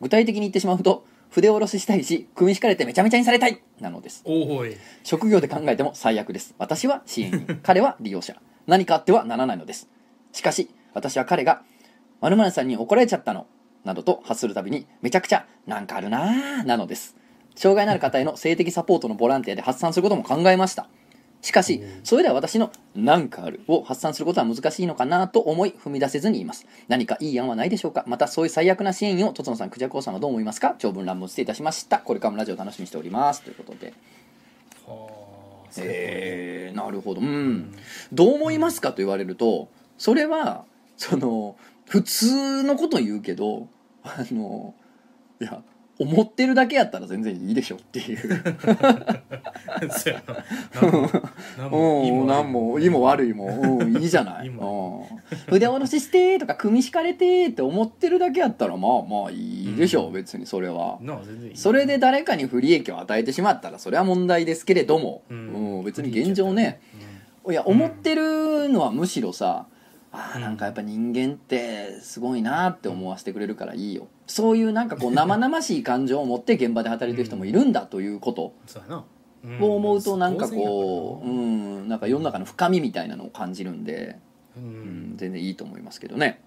Speaker 1: 具体的に言ってしまうと筆下ろししたいし組み敷かれてめちゃめちゃにされたいなのです
Speaker 2: おおい
Speaker 1: 職業で考えても最悪です私は支援 員彼は利用者何かあってはならないのですしかし私は彼が「〇〇さんに怒られちゃったの」などと発するたびにめちゃくちゃ「なんかあるなあ」なのです障害のある 方への性的サポートのボランティアで発散することも考えましたしかし
Speaker 2: うん
Speaker 1: それでは私の「なんかある」を発散することは難しいのかなと思い踏み出せずにいます何かいい案はないでしょうかまたそういう最悪な支援員をとつのさんくじゃこうさんはどう思いますか長文乱文失礼いたしましたこれからもラジオ楽しみにしておりますということで
Speaker 2: はあ
Speaker 1: えー、なるほど、うん、どう思いますかと言われるとそれはその普通のこと言うけどあのいや思ってるだけやったら全然いいでしょっていう、
Speaker 2: そうやな何も
Speaker 1: うん、なん もいいも悪いも、うん、いいじゃ ないい
Speaker 2: い
Speaker 1: うん、腕下ろししてーとか組み敷かれてーって思ってるだけやったらまあまあいいでしょう、
Speaker 2: うん
Speaker 1: 別にそれは
Speaker 2: なあ全然いい
Speaker 1: それで誰かに不利益を与えてしまったらそれは問題ですけれども、うん、別に現状ね、いや
Speaker 2: うん
Speaker 1: 思ってるのはむしろさ、ああ
Speaker 2: うん
Speaker 1: なんかやっぱ人間ってすごいなって思わせてくれるからいいよそういうなんか こう生々しい感情を持って現場で働いてる人もいるんだということ
Speaker 2: そうやな
Speaker 1: を思うとなんかこううんなんか世の中の深みみたいなのを感じるんで、
Speaker 2: う
Speaker 1: うんん、全然いいと思いますけどね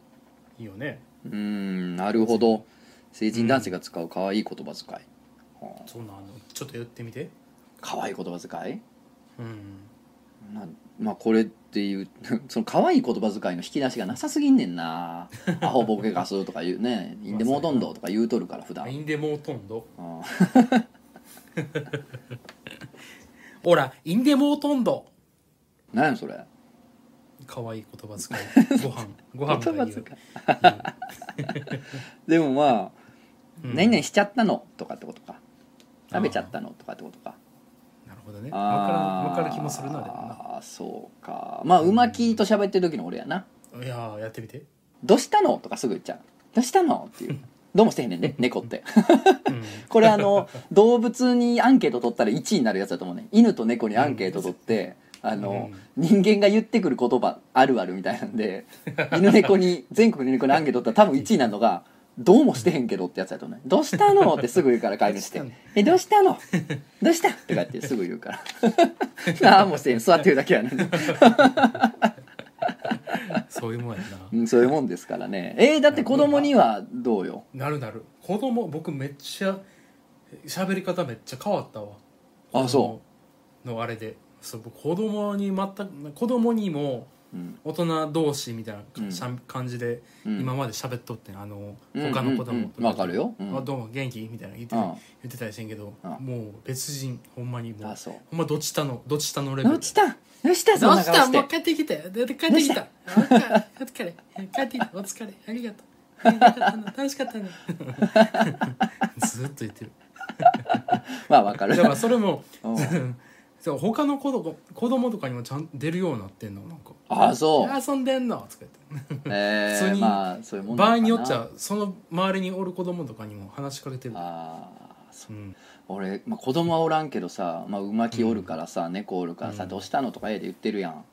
Speaker 2: いいよね
Speaker 1: うんなるほど成人男性が使う可愛い言葉遣いはあ
Speaker 2: そんなあのちょっと言ってみて
Speaker 1: 可愛い言葉遣い
Speaker 2: うん
Speaker 1: なまあこれっていう その可愛い言葉遣いの引き出しがなさすぎんねん な「アホボケガス」とか言うね「インデモードンド」とか言うとるから普段
Speaker 2: インデモートンド
Speaker 1: うん
Speaker 2: ほらインデモートンド
Speaker 1: 何やそれ
Speaker 2: 可愛い言葉遣 いご飯ご飯
Speaker 1: 言葉
Speaker 2: が言
Speaker 1: 遣いうでもまあ「
Speaker 2: うん
Speaker 1: 何々しちゃったの」とかってことか「食べちゃったの」とかってことか
Speaker 2: なるほどね分から
Speaker 1: あ
Speaker 2: ん
Speaker 1: ー
Speaker 2: 分かる気もするなでもな
Speaker 1: あーそうかまあうまきと喋ってる時の俺やない
Speaker 2: やーやってみて
Speaker 1: 「どうしたの?」とかすぐ言っちゃう「どうしたの?」っていう「どうもしてへんねんね猫って」
Speaker 2: うん
Speaker 1: これあの 動物にアンケート取ったら1位になるやつだと思うね犬と猫にアンケート取って、あの人間が言ってくる言葉あるあるみたいなんで 犬猫に全国の犬猫にアンケート取ったら多分1位になるのが「どうもしてへんけど」ってやつだと思うね「どうしたの?」ってすぐ言うから飼い主って「 えどうしたのどうした?」ってかってすぐ言うから 「なあもうしてへん座ってるだけやねん」
Speaker 2: そういうもんやな
Speaker 1: うんそういうもんですからねえーだって子供にはどうよ
Speaker 2: なるなる子供僕めっちゃ喋り方めっちゃ変わったわ
Speaker 1: あそう
Speaker 2: のあれでそう僕子供に全く子供にも
Speaker 1: う、うん
Speaker 2: 大人同士みたいなか
Speaker 1: うん
Speaker 2: しゃ感じで
Speaker 1: うん、
Speaker 2: 今まで喋っとってんあの
Speaker 1: うん
Speaker 2: 他の子供
Speaker 1: うんうんわかるようん
Speaker 2: あどうも元気みたいな言って
Speaker 1: あ
Speaker 2: 言ってたりしてんけど
Speaker 1: うん
Speaker 2: もう別人ほんまにも
Speaker 1: あ
Speaker 2: う
Speaker 1: そう
Speaker 2: ほんまどっちたのどっちたのレベ
Speaker 1: ど
Speaker 2: ル
Speaker 1: うしたどうしたそんな顔して
Speaker 2: 帰ってきた帰って
Speaker 1: きた
Speaker 2: お 疲れ帰ってきたお疲れありがとう楽し かったねずっと言ってる
Speaker 1: まあわか
Speaker 2: だ
Speaker 1: る
Speaker 2: からそれも
Speaker 1: うん
Speaker 2: そう他の子供子供とかにもちゃんと出るようになってんのなんか
Speaker 1: ああそう
Speaker 2: 遊んでんのとか言って
Speaker 1: え
Speaker 2: 普通
Speaker 1: ー、
Speaker 2: に
Speaker 1: まあそういうもんなのか
Speaker 2: 場合
Speaker 1: な
Speaker 2: によっちゃその周りにおる子供とかにも話しかけてる
Speaker 1: あーそう
Speaker 2: うん
Speaker 1: 俺、まあ、子供はおらんけどさ、まあ、馬きおるからさ、猫おるからさ「
Speaker 2: うん
Speaker 1: どうしたの?」とか A で言ってるやん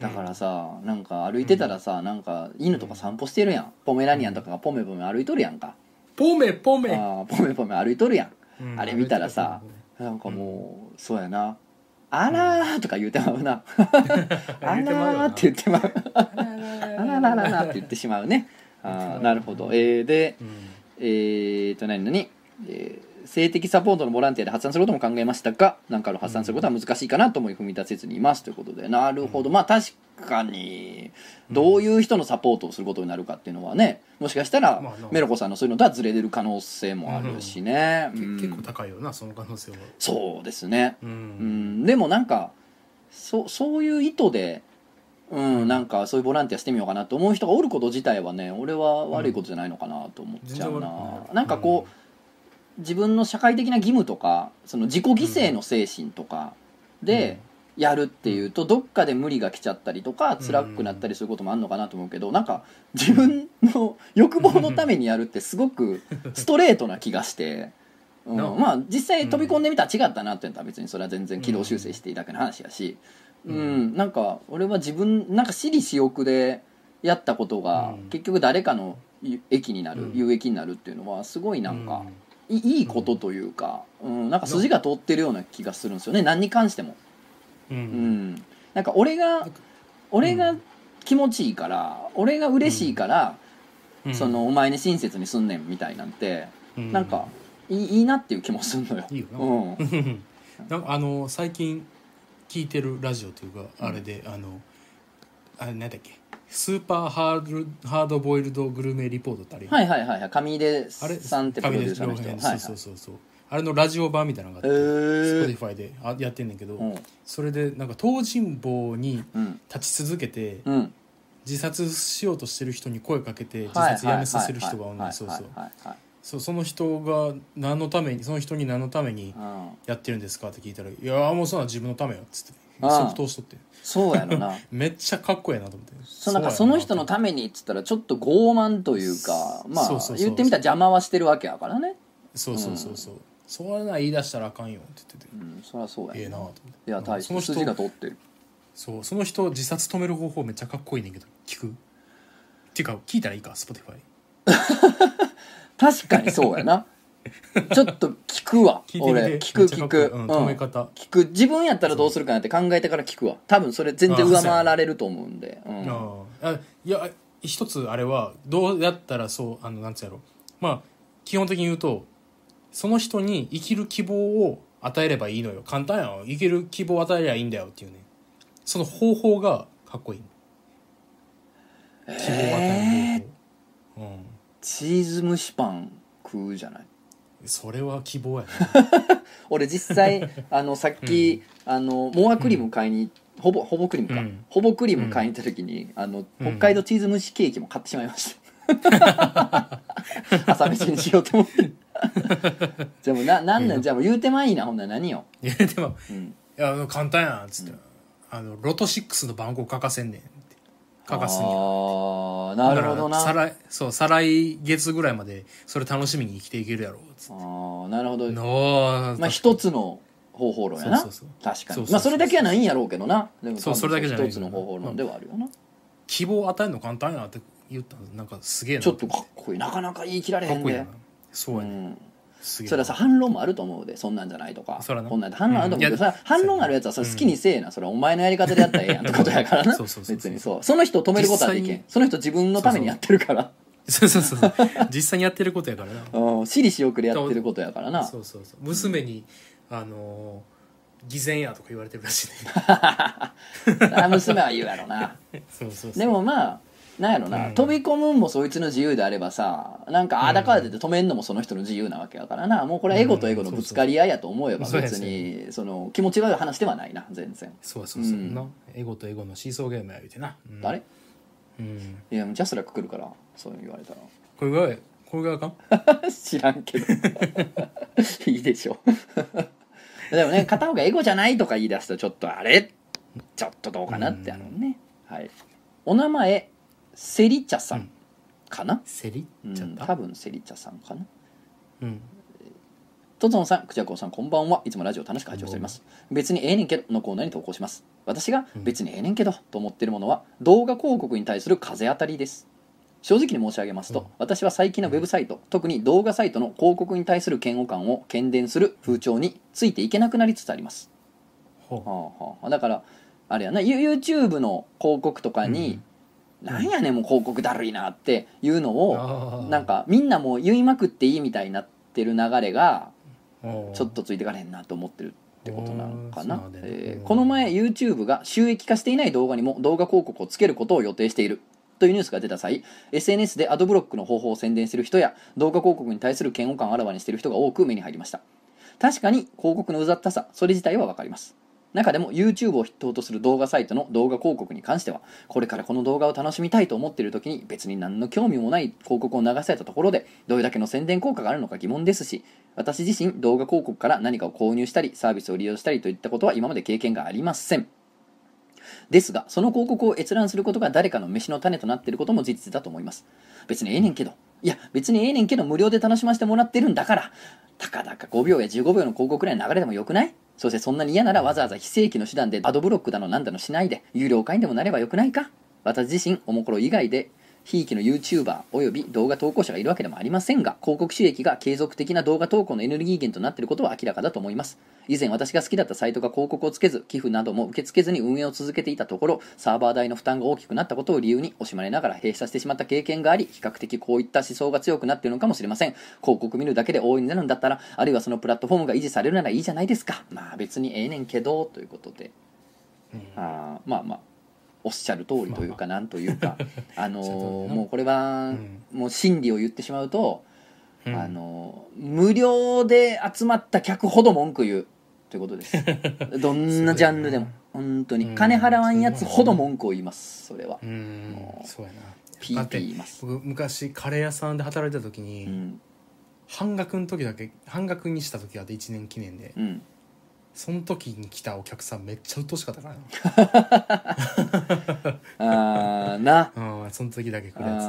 Speaker 1: だからさなんか歩いてたらさなんか犬とか散歩してるやんポメラニアンとかがポメポメ歩いとるやんか
Speaker 2: ポメポ
Speaker 1: あ
Speaker 2: メ
Speaker 1: ーポメポメ歩いとるやん
Speaker 2: うん
Speaker 1: あれ見たらさなんかもう、そうやな「あらー」とか言うてまうな「あ
Speaker 2: 言うてまうよな
Speaker 1: らー」って言ってまう
Speaker 2: あ
Speaker 1: 「
Speaker 2: ら
Speaker 1: あらららら」って言ってしまうねあーなるほどえー、で
Speaker 2: うん
Speaker 1: えー、と何何、えー性的サポートのボランティアで発散することも考えましたが何かの発散することは難しいかなと思い踏み出せずにいますということでなるほどまあ確かにどういう人のサポートをすることになるかっていうのはねもしかしたら
Speaker 2: まあな
Speaker 1: メロコさんのそういうのとはずれてる可能性もあるしね、
Speaker 2: け
Speaker 1: うん
Speaker 2: 結構高いよなその可能性は
Speaker 1: そうですね、
Speaker 2: う
Speaker 1: うんん、でもなんかそそういう意図で、うん、なんかそういうボランティアしてみようかなと思う人がおること自体はね俺は悪いことじゃないのかなと思っちゃう
Speaker 2: 全然悪く
Speaker 1: な
Speaker 2: な、い
Speaker 1: なんかこう、自分の社会的な義務とかその自己犠牲の精神とか、でやるっていうとどっかで無理が来ちゃったりとか辛くなったりすることもあるのかなと思うけどなんか自分の欲望のためにやるってすご くストレートな気がして。うん、
Speaker 2: なあ
Speaker 1: まあ実際飛び込んでみたら違ったなっていうのは別にそれは全然軌道修正していいだけの話やし、う
Speaker 2: うんん
Speaker 1: なんか俺は自分なんか私利私欲でやったことが
Speaker 2: うん
Speaker 1: 結局誰かの有益になる、
Speaker 2: うん
Speaker 1: 有益になるっていうのはすごいなんか、いいいことというか、うん、なんか
Speaker 2: な
Speaker 1: 筋が通ってるような気がするんですよね何に関しても、
Speaker 2: う
Speaker 1: うんん、なんか俺が俺が気持ちいいから俺が嬉しいから、
Speaker 2: うん
Speaker 1: そのお前に親切にすんねんみたいなんて、
Speaker 2: う
Speaker 1: なんかいいいいなっていう気もすんのよ。
Speaker 2: いいよな
Speaker 1: うん、
Speaker 2: なんかあの最近聞いてるラジオというかあれで、あのあれなんだっけスーパーハードハードボイルドグルメリポートってあれ、
Speaker 1: はいはいはいはい上出
Speaker 2: あれ
Speaker 1: さんってプロデューサーの人
Speaker 2: 上出
Speaker 1: はい、
Speaker 2: さ
Speaker 1: は
Speaker 2: ん
Speaker 1: い、
Speaker 2: そうそうそうそうあれのラジオ版みたいなのがあって、
Speaker 1: へー
Speaker 2: Spotify であやってんねんけど、
Speaker 1: うん
Speaker 2: それでなんか東尋坊に
Speaker 1: うん
Speaker 2: 立ち続けて、
Speaker 1: うん
Speaker 2: 自殺しようとしてる人に声かけて自
Speaker 1: はい
Speaker 2: 殺やめさせる人がおんね
Speaker 1: は
Speaker 2: ん
Speaker 1: い
Speaker 2: そうそう
Speaker 1: はいはいはい
Speaker 2: そうその人が何のためにその人に何のために
Speaker 1: はいうん
Speaker 2: やってるんですかって聞いたら「いやーもうそんなん自分のためよ」っつって
Speaker 1: ああ
Speaker 2: 即答しとって
Speaker 1: そうやろな
Speaker 2: めっちゃかっこええなと思って
Speaker 1: そなんかその人の
Speaker 2: た
Speaker 1: ためにっつったらちょっと傲慢というかまあ
Speaker 2: そうそうそう
Speaker 1: 言ってみたら邪魔はしてるわけやからね、
Speaker 2: そうそうそうそう、そんな言い出したらあかんよって言って
Speaker 1: うん、そりゃそうや
Speaker 2: てええなと思っ
Speaker 1: い
Speaker 2: て
Speaker 1: や大
Speaker 2: そ
Speaker 1: して
Speaker 2: の人
Speaker 1: 筋が通ってる
Speaker 2: そうその人自殺止める方法めっちゃかっこいいねんけど聞くっていうか聞いたらいいか Spotify
Speaker 1: 確かにそうや なちょっと聞くわ
Speaker 2: 聞いてみて
Speaker 1: 俺聞く
Speaker 2: めっちゃか
Speaker 1: 聞
Speaker 2: っこいい
Speaker 1: く、
Speaker 2: う
Speaker 1: うんん
Speaker 2: 止め方、
Speaker 1: 聞く自分やったらどうするかなって考えてから聞くわ多分それ全然上回られると思うんで、うん、
Speaker 2: あああいや一つあれはどうやったらそうあのなんつうやろまあ基本的に言うとその人に生きる希望を与えればいいのよ簡単やん生きる希望を与えればいいんだよっていうねその方法がかっこいい希望を与える方法、
Speaker 1: チーズ蒸しパン食うじゃない
Speaker 2: うん、それは希望やね
Speaker 1: 俺実 際あのさっき、あのモアクリーム買いに、ほぼほぼクリームか、
Speaker 2: うん
Speaker 1: ほぼクリーム買いに行った時に、あの
Speaker 2: う
Speaker 1: 北
Speaker 2: ん
Speaker 1: 海道チーズ蒸しケーキも買ってしまいま した、朝飯にしようと思ってじゃあもうななんなんじゃあもう言うてまいいなほんなら何よ、
Speaker 2: いやでも
Speaker 1: うん、
Speaker 2: いやあの簡単やんっつって、あのロト6の番号欠かせんねんって欠かすには
Speaker 1: ああなるほどな
Speaker 2: だから再来そう再来月ぐらいまでそれ楽しみに生きていけるやろうつ
Speaker 1: あ
Speaker 2: っ
Speaker 1: ーなるほど
Speaker 2: ての
Speaker 1: まあ一つの方法論やな
Speaker 2: そうそう
Speaker 1: 確か
Speaker 2: そうそう
Speaker 1: に
Speaker 2: そう
Speaker 1: まあそれだけはないんやろうけどなでも
Speaker 2: そうそれだけじゃない
Speaker 1: 一つの方法論ではあるよな
Speaker 2: 希望を与えるの簡単やなって言ったのなんかすげえな
Speaker 1: ちょっとかっこいいなかなか言い切られへ
Speaker 2: かっ
Speaker 1: ん
Speaker 2: こいい
Speaker 1: で
Speaker 2: なそうやね、
Speaker 1: うん
Speaker 2: すげえ
Speaker 1: それはさ反論もあると思うでそんなんじゃないとか
Speaker 2: そらな
Speaker 1: こんなんやって反論あると思うけど
Speaker 2: うんいや
Speaker 1: さ反論あるやつはさ
Speaker 2: う
Speaker 1: 好
Speaker 2: ん
Speaker 1: きにせえなそれはお前のやり方でやったらええやんってことやからな
Speaker 2: そうそうそうそう
Speaker 1: 別にそうその人を止めることはで
Speaker 2: 実
Speaker 1: き
Speaker 2: 際
Speaker 1: ん
Speaker 2: に
Speaker 1: その人自分のためにやってるから
Speaker 2: そうそうそう実際にやってることやからな
Speaker 1: うん私利私欲でやってることやからな
Speaker 2: そうそうそう娘に、あのー偽善やとか言われてるらしいね
Speaker 1: あ娘は言うやろな
Speaker 2: そうそうそう
Speaker 1: でもまあなんやろな、
Speaker 2: うん
Speaker 1: 飛び込むんもそいつの自由であればさなんかああだからって止めんのもその人の自由なわけやからなもうこれはエゴとエゴのぶつかり合いやと思えば
Speaker 2: そうそう
Speaker 1: 別にその気持ち悪い話ではないな全然、
Speaker 2: そうそうそう、
Speaker 1: うん
Speaker 2: なエゴとエゴのシーソーゲームや言うてな、うん、
Speaker 1: あれ
Speaker 2: うん
Speaker 1: いやジャスラック来るからそういうの言われたら
Speaker 2: これがこれがあか ん
Speaker 1: 知らんけどいいでしょでもね片方がエゴじゃないとか言い出すとちょっとあれちょっとどうかなってあのね、はいお名前セリチャさんかな、
Speaker 2: せり
Speaker 1: うん
Speaker 2: ちゃっ
Speaker 1: 多
Speaker 2: た、
Speaker 1: 分セリチャさんかな
Speaker 2: うん、
Speaker 1: とぞんさん、くちゃこうさん、こんばんは。いつもラジオ楽しく拝聴しております。別にええねんけどのコーナーに投稿します。私が
Speaker 2: うん
Speaker 1: 別にええねんけどと思っているものは、動画広告に対する風当たりです。正直に申し上げますと、
Speaker 2: うん
Speaker 1: 私は最近のウェブサイト、特に動画サイトの広告に対する嫌悪感を喧伝する風潮についていけなくなりつつあります。
Speaker 2: ほう
Speaker 1: はあはあ、だからあれやな You- YouTube の広告とかに、なんやねんもう広告だるいなっていうの
Speaker 2: あ
Speaker 1: を
Speaker 2: ー
Speaker 1: なんかみんなもう言いまくっていいみたいになってる流れが
Speaker 2: おう
Speaker 1: ちょっとついてかれへんなと思ってるってことなのか
Speaker 2: おー
Speaker 1: な
Speaker 2: そうなんだね
Speaker 1: え
Speaker 2: う
Speaker 1: ー
Speaker 2: ん
Speaker 1: この前 YouTube が収益化していない動画にも動画広告をつけることを予定しているというニュースが出た際 SNS でアドブロックの方法を宣伝する人や動画広告に対する嫌悪感をあらわにしている人が多く目に入りました確かに広告のうざったさそれ自体は分かります中でも YouTube を筆頭とする動画サイトの動画広告に関してはこれからこの動画を楽しみたいと思っている時に別に何の興味もない広告を流されたところでどれだけの宣伝効果があるのか疑問ですし私自身動画広告から何かを購入したりサービスを利用したりといったことは今まで経験がありませんですがその広告を閲覧することが誰かの飯の種となっていることも事実だと思います別にええねんけどいや別にええねんけど無料で楽しませてもらってるんだからたかだか5秒や15秒の広告くらいの流れでもよくないそしてそんなに嫌ならわざわざ非正規の手段でアドブロックだのなんだのしないで有料会員でもなればよくないか私自身おもころ以外でひいきの YouTuber および動画投稿者がいるわけでもありませんが広告収益が継続的な動画投稿のエネルギー源となっていることは明らかだと思います以前私が好きだったサイトが広告をつけず寄付なども受け付けずに運営を続けていたところサーバー代の負担が大きくなったことを理由に惜しまれながら閉鎖してしまった経験があり比較的こういった思想が強くなっているのかもしれません広告見るだけで応援になるんだったらあるいはそのプラットフォームが維持されるならいいじゃないですかまあ別にええねんけどということで
Speaker 2: うん
Speaker 1: あーまあまあおっしゃる通りというかなんというか、 あのー
Speaker 2: おっしゃる通りな
Speaker 1: もうこれは、
Speaker 2: うん
Speaker 1: もう真理を言ってしまうと、
Speaker 2: うん
Speaker 1: あのー無料で集まった客ほど文句言うということです どんなジャンルでも、
Speaker 2: そうだよね
Speaker 1: 本当
Speaker 2: う
Speaker 1: に
Speaker 2: ん
Speaker 1: 金払わんやつほど文句を言いますそれは
Speaker 2: うんそうやな
Speaker 1: ピーピー言い
Speaker 2: だ
Speaker 1: ま
Speaker 2: って
Speaker 1: す、
Speaker 2: 僕昔カレー屋さんで働いてた時
Speaker 1: う
Speaker 2: に、
Speaker 1: ん
Speaker 2: 半額の時だけ半額にした時があって1年記念で
Speaker 1: うん、
Speaker 2: その時に来たお客さんめっちゃ鬱陶しかったから
Speaker 1: あーな
Speaker 2: なうんその時だけ来るやつ
Speaker 1: あ
Speaker 2: う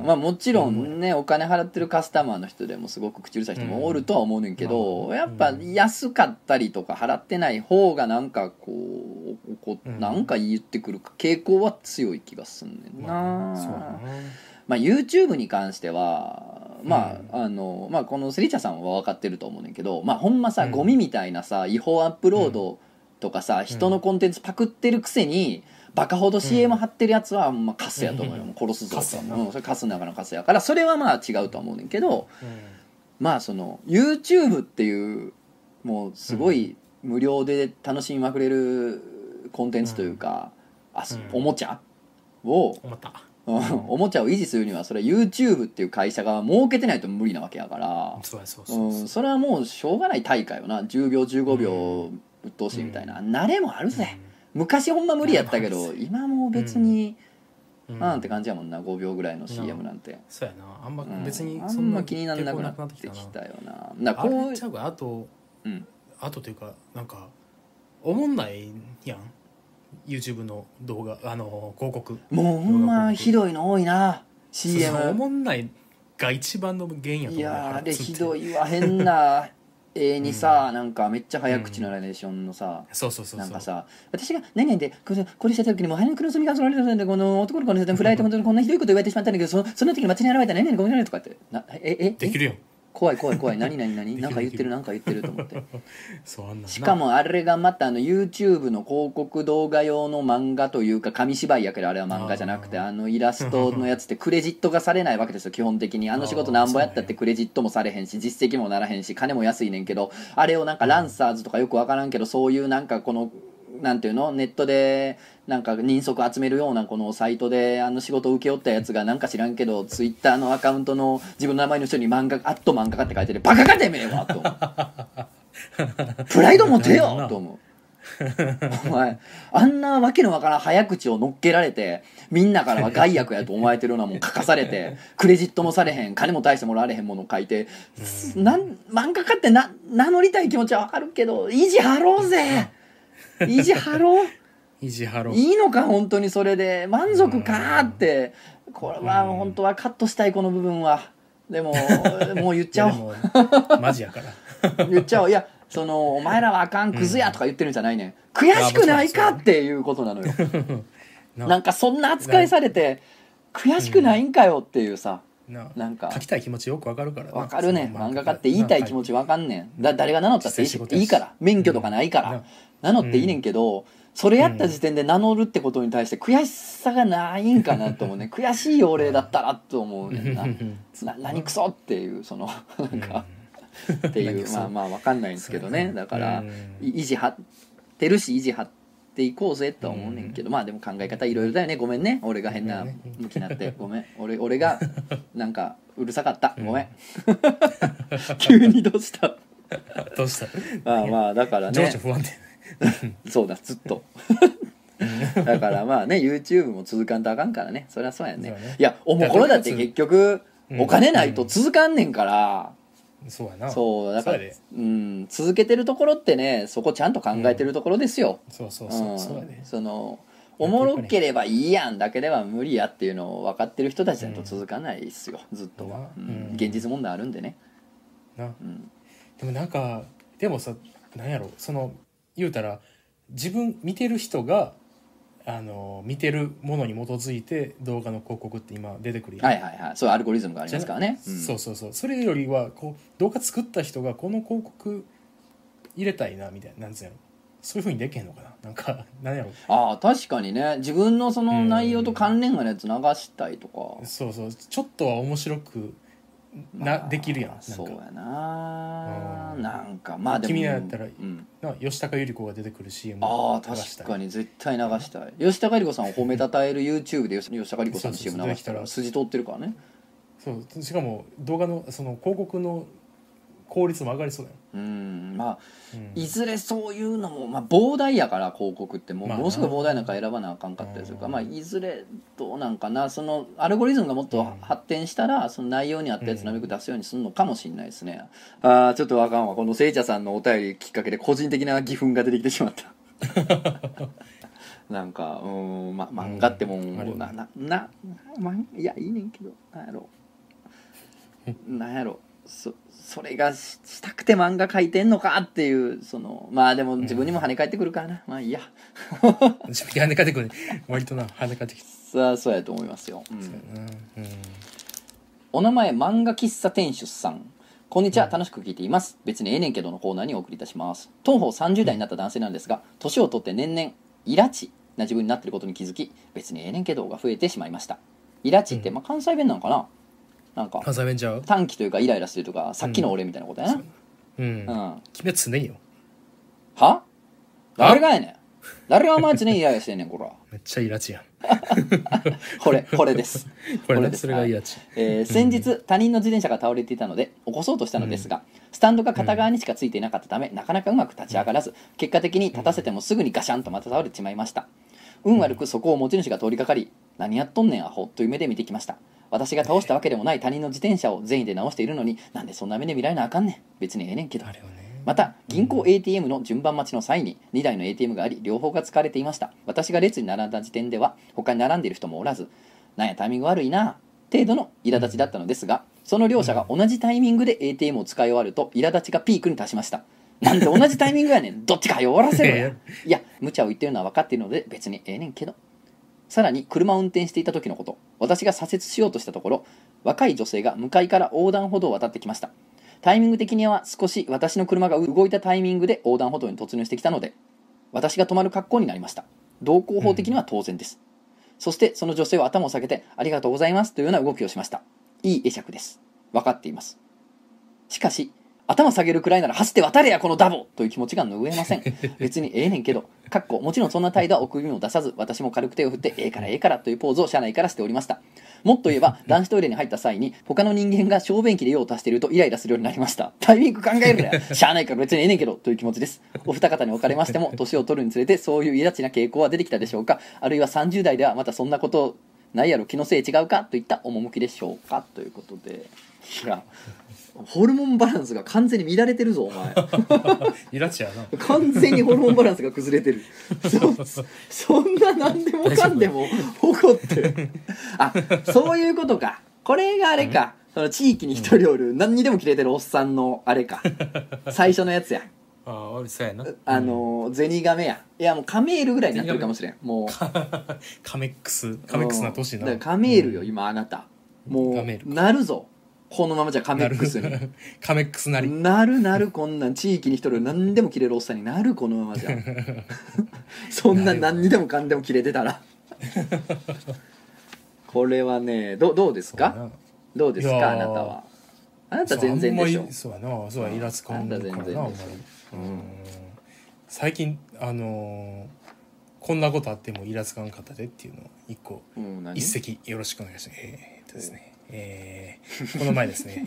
Speaker 1: ー
Speaker 2: ん
Speaker 1: まあもちろんねお金払ってるカスタマーの人でもすごく口うるさい人もおるとは思うねんけど、
Speaker 2: うんまあ
Speaker 1: やっぱ
Speaker 2: うん
Speaker 1: 安かったりとか払ってない方がなんかこうこ
Speaker 2: うん
Speaker 1: なんか言ってくる傾向は強い気がすんねんな、
Speaker 2: まあそうや
Speaker 1: まあ、YouTube に関してはまあ、あのまあこのスリチャさんは分かってると思うねんけどまあほんまさ、
Speaker 2: うん
Speaker 1: ゴミみたいなさ違法アップロードとかさ、人のコンテンツパクってるくせにバカほど CM 貼ってるやつは、まあ、カスやと思うよ、
Speaker 2: うん
Speaker 1: もう殺すぞ
Speaker 2: カスやな
Speaker 1: うん、それカスの中のカスやからそれはまあ違うとは思うねんけど
Speaker 2: な
Speaker 1: まあその YouTube っていうもうすごい無料で楽しみまくれるコンテンツというか、あそ
Speaker 2: うん
Speaker 1: おもちゃを、
Speaker 2: 思った
Speaker 1: うんおもちゃを維持するにはそれは YouTube っていう会社が儲けてないと無理なわけやから、、
Speaker 2: そうやそうそううん
Speaker 1: それはもうしょうがない大会よな10秒15秒鬱陶しいみたいな、慣れもあるぜ、昔ほんま無理やったけ
Speaker 2: まあま
Speaker 1: ど
Speaker 2: あ
Speaker 1: 今もう別に、
Speaker 2: うん
Speaker 1: なんて感じやもんな5秒ぐらいの CM なんて、
Speaker 2: そうやなあんま
Speaker 1: うん、
Speaker 2: 別に
Speaker 1: あんま気にならなくな
Speaker 2: 抵抗
Speaker 1: って
Speaker 2: な
Speaker 1: き
Speaker 2: な
Speaker 1: たよなだから
Speaker 2: あ
Speaker 1: こう
Speaker 2: れちゃうかあと
Speaker 1: うん
Speaker 2: あとというかなんかおもんないやん YouTube の動画あの広告
Speaker 1: もうほんまひどいの多いな
Speaker 2: そうお
Speaker 1: CM
Speaker 2: もんないが一番の原因やと
Speaker 1: い
Speaker 2: 思う
Speaker 1: やーあれひど
Speaker 2: い
Speaker 1: いわ変 な絵にさ、なんかめっちゃ早口のナレーションのさ、
Speaker 2: そうそうそうそう
Speaker 1: なんかさ私が何々でこれこれした時にもう羽の黒ずみが取られたんでこの男の子の人でフライト本当にこんなひどいこと言われてしまったんだけどそのその時に街に現れた何々ごめんなさいとかってなええ
Speaker 2: でき
Speaker 1: え
Speaker 2: るよ
Speaker 1: 怖い怖い怖い何何何
Speaker 2: でき
Speaker 1: な
Speaker 2: る
Speaker 1: んか言って
Speaker 2: でき
Speaker 1: る
Speaker 2: る
Speaker 1: なんか言ってると思って
Speaker 2: そうあんなんな
Speaker 1: しかもあれがまたあの YouTube の広告動画用の漫画というか紙芝居やけどあれは漫画じゃなくて
Speaker 2: あー
Speaker 1: あのイラストのや つってクレジットがされないわけですよ基本的にあの仕事なんぼやったってクレジットもされへんし実績もならへんし金も安いねんけどあれをなんかランサーズとかよくわからんけどそういうなんかこのなんていうのネットでなんか人足集めるようなこのサイトであの仕事を請け負ったやつがなんか知らんけどツイッターのアカウントの自分の名前の人に漫画「アット漫画家」って書いててバカかてめえはと思うプライド持てよと思うお前あんなわけのわからん早口を乗っけられてみんなからは害悪やと思われてるようなもん書かされ てクレジットもされへん金も大してもらわれへんものを書いて
Speaker 2: うん
Speaker 1: なん漫画家ってな名乗りたい気持ちはわかるけど意地張ろうぜ意地張 ろう
Speaker 2: 意地張ろう
Speaker 1: いいのか本当にそれで満足かってこれは
Speaker 2: うん
Speaker 1: 本当はカットしたいこの部分はで ももう言っちゃお
Speaker 2: いやでもマジやから
Speaker 1: う言っちゃおういやそのお前らはあかんクズやとか言ってるんじゃないねん悔しくないかっていうことなのよ
Speaker 2: な
Speaker 1: なんかそんな扱いされて悔しくないんかよっていうさ
Speaker 2: な
Speaker 1: なんか
Speaker 2: 書きたい気持ちよくわかるからな
Speaker 1: わかるね
Speaker 2: そ
Speaker 1: ん
Speaker 2: の
Speaker 1: 漫画家って言いたい気持ちわかんねんだ誰が名乗ったっていいし
Speaker 2: 実際仕事やし
Speaker 1: いいから免許とかないか
Speaker 2: う
Speaker 1: ら
Speaker 2: ん
Speaker 1: 名乗っていいねんけどそれやった時点で名乗るってことに対して悔しさがないんかなと思うね悔しい俺だったらと思うねんなな何クソっていうそのなんかってい
Speaker 2: 何
Speaker 1: う
Speaker 2: クソ
Speaker 1: まあまあわかんないんですけどね
Speaker 2: そうやな
Speaker 1: だから
Speaker 2: うん
Speaker 1: い意地張ってるし意地張っていこうぜとは思うねんけどまあでも考え方いろいろだよねごめんね俺が変な
Speaker 2: ごめんね
Speaker 1: 向きになってごめん俺俺がなんかうるさかったごめん 急にどうした
Speaker 2: どうした
Speaker 1: まあまあだから
Speaker 2: 情緒
Speaker 1: ね
Speaker 2: 不安定
Speaker 1: そうだずっ とだからまあね YouTube も続かんとあかんからねそりゃそうやね
Speaker 2: そうやね
Speaker 1: いやおもころだって結局
Speaker 2: うん
Speaker 1: お金ないと続かんねんから、
Speaker 2: そうやな
Speaker 1: そうだから
Speaker 2: そうやで
Speaker 1: うん続けてるところってねそこちゃんと考えてるところですよ、
Speaker 2: そうそう
Speaker 1: う
Speaker 2: そ
Speaker 1: ん
Speaker 2: うそうやで
Speaker 1: そのおもろければいいやんだけでは無理やっていうのを分かってる人たちだと続かないですよ、ずっとは、う
Speaker 2: うんん
Speaker 1: 現実問題あるんでね、
Speaker 2: な
Speaker 1: うん、
Speaker 2: でもなんかでもさなんやろその言うたら自分見てる人があの見てるものに基づいて動画の広告って今出てくるやん
Speaker 1: はいはいはいそういうアルゴリズムがありますからね、うん
Speaker 2: そうそうそうそれよりはこう動画作った人がこの広告入れたいなみたいななんつうやろそういうふうにできへんのかななんかなんやろ
Speaker 1: ああ確かにね自分のその
Speaker 2: うん
Speaker 1: 内容と関連がのやつ流したいとか、
Speaker 2: そうそうちょっとは面白くな、
Speaker 1: まあ
Speaker 2: できるやんなんか
Speaker 1: そうやな
Speaker 2: うん
Speaker 1: なんかまあでも
Speaker 2: 君らやったら
Speaker 1: うん、
Speaker 2: な吉高由里子が出てくる CM
Speaker 1: ああ
Speaker 2: 流した
Speaker 1: 確
Speaker 2: い
Speaker 1: かに絶対流したい吉高由里子さんを褒めたたえる YouTube で吉吉高由里子さんの
Speaker 2: そうそう
Speaker 1: CM 流した
Speaker 2: 出てきた
Speaker 1: ら
Speaker 2: ら
Speaker 1: 筋通ってるからね
Speaker 2: そうしかも動画のその広告の効率も上がりそうだよ、
Speaker 1: うんまあ
Speaker 2: うん
Speaker 1: いずれそういうのも、まあ、膨大やから広告ってもう
Speaker 2: まあな
Speaker 1: ものすごい膨大なんか選ばなあかんかったりするから、
Speaker 2: うん
Speaker 1: まあ、いずれどうなんかなそのアルゴリズムがもっ
Speaker 2: う
Speaker 1: と
Speaker 2: ん
Speaker 1: 発展したらその内容に合ったやつなるべく出すようにするのかもしれないですね、ああちょっとあかんわこの聖茶さんのお便りきっかけで個人的な義憤が出てきてしまったなんかうーんま漫画っても
Speaker 2: うんあ
Speaker 1: ん
Speaker 2: るよ
Speaker 1: な
Speaker 2: ね
Speaker 1: なな、ま、いやいいねんけどなんやろなんやろそそれがししたくて漫画描いてんのかっていうそのまあでも自分にも跳ね返ってくるからな、まあいいや
Speaker 2: 自分で跳ね返ってくる割とな跳ね返ってきて
Speaker 1: さあそうやと思いますよ、うん
Speaker 2: たよな、うん
Speaker 1: お名前漫画喫茶店主さんこんにちは楽しく聞いています別にええねんけどのコーナーにお送りいたします当方30代になった男性なんですが年を取って年々イラチな自分になってることに気づき別にええねんけどが増えてしまいましたイラチって、
Speaker 2: うん
Speaker 1: まあ関西弁なのかななんか
Speaker 2: 関西弁ちゃう、
Speaker 1: 短期というかイライラしてるとかさっきの俺みたいなことやな、
Speaker 2: う
Speaker 1: う
Speaker 2: ん
Speaker 1: ん、
Speaker 2: 君は常によ
Speaker 1: は誰がやねん誰がお前常にイライラしてんねんこら
Speaker 2: めっちゃイラチやん
Speaker 1: これこれです、
Speaker 2: これ
Speaker 1: これ
Speaker 2: ね
Speaker 1: です
Speaker 2: それがイラチ、
Speaker 1: えー先日他人の自転車が倒れていたので起こそうとしたのですが、スタンドが片側にしかついていなかったため、なかなかうまく立ち上がらず結果的に立たせてもすぐにガシャンとまた倒れてしまいました運悪くそこを持ち主が通りかかり何やっとんねんアホという目で見てきました私が倒したわけでもない他人の自転車を善意で直しているのになんでそんな目で見られなあかんねん別にええねんけど
Speaker 2: あれよね
Speaker 1: また銀行 ATM の順番待ちの際に2台の ATM があり両方が使われていました私が列に並んだ時点では他に並んでいる人もおらずなんやタイミング悪いな程度の苛立ちだったのですがその両者が同じタイミングで ATM を使い終わると苛立ちがピークに達しましたなんで同じタイミングやねんどっちか早終わらせろやいや無茶を言ってるのは分かっているので別にええねんけどさらに車を運転していた時のこと私が左折しようとしたところ若い女性が向かいから横断歩道を渡ってきましたタイミング的には少し私の車が動いたタイミングで横断歩道に突入してきたので私が止まる格好になりました同行法的には当然です、そしてその女性は頭を下げてありがとうございますというような動きをしましたいい会釈です分かっていますしかし頭下げるくらいなら走って渡れやこのダボという気持ちが拭えません別にええねんけどかっこもちろんそんな態度はお首も出さず私も軽く手を振ってええからええからというポーズを車内からしておりましたもっと言えば男子トイレに入った際に他の人間が小便器で用を足しているとイライラするようになりましたタイミング考えるならしゃあないから別にええねんけどという気持ちですお二方におかれましても年を取るにつれてそういうイラチな傾向は出てきたでしょうかあるいは30代ではまたそんなことないやろ気のせい違うかといった趣でしょうかということでいやホルモンバランスが完全に乱れてるぞお 前
Speaker 2: イラチやな
Speaker 1: 完全にホルモンバランスが崩れて るそそんな何でもかんでも怒ってあそういうことかこれがあれかその地域に一人おる何にでも切れてるおっさんのあれか最初のやつや
Speaker 2: ああ俺そうやな
Speaker 1: あのゼニガメやいやもうカメールぐらいになってるかもしれんもう
Speaker 2: カメックスカメックスな年
Speaker 1: うん
Speaker 2: な
Speaker 1: だからカメールよ
Speaker 2: うん
Speaker 1: 今あなたも
Speaker 2: カメー
Speaker 1: うなるぞこのままじゃカメックスに
Speaker 2: なる カメックスなり
Speaker 1: なるなるこんなん地域に一人何でも切れるおっさんになるこのままじゃ そんな何にでもかんでも切れてたら これはねどどうですかどうです
Speaker 2: いや
Speaker 1: かあ
Speaker 2: ー
Speaker 1: なたはあなた全然でしょ
Speaker 2: そうあんまりそうやなそうやイラつかんからな
Speaker 1: あ
Speaker 2: あ
Speaker 1: んた全
Speaker 2: ん
Speaker 1: 然で
Speaker 2: まり
Speaker 1: しょ
Speaker 2: うん最近あのーこんなことあってもイラつかんかったでっていうのを一個
Speaker 1: うん何
Speaker 2: 一席よろしくお願いしますえーっとですねえーこの前です ね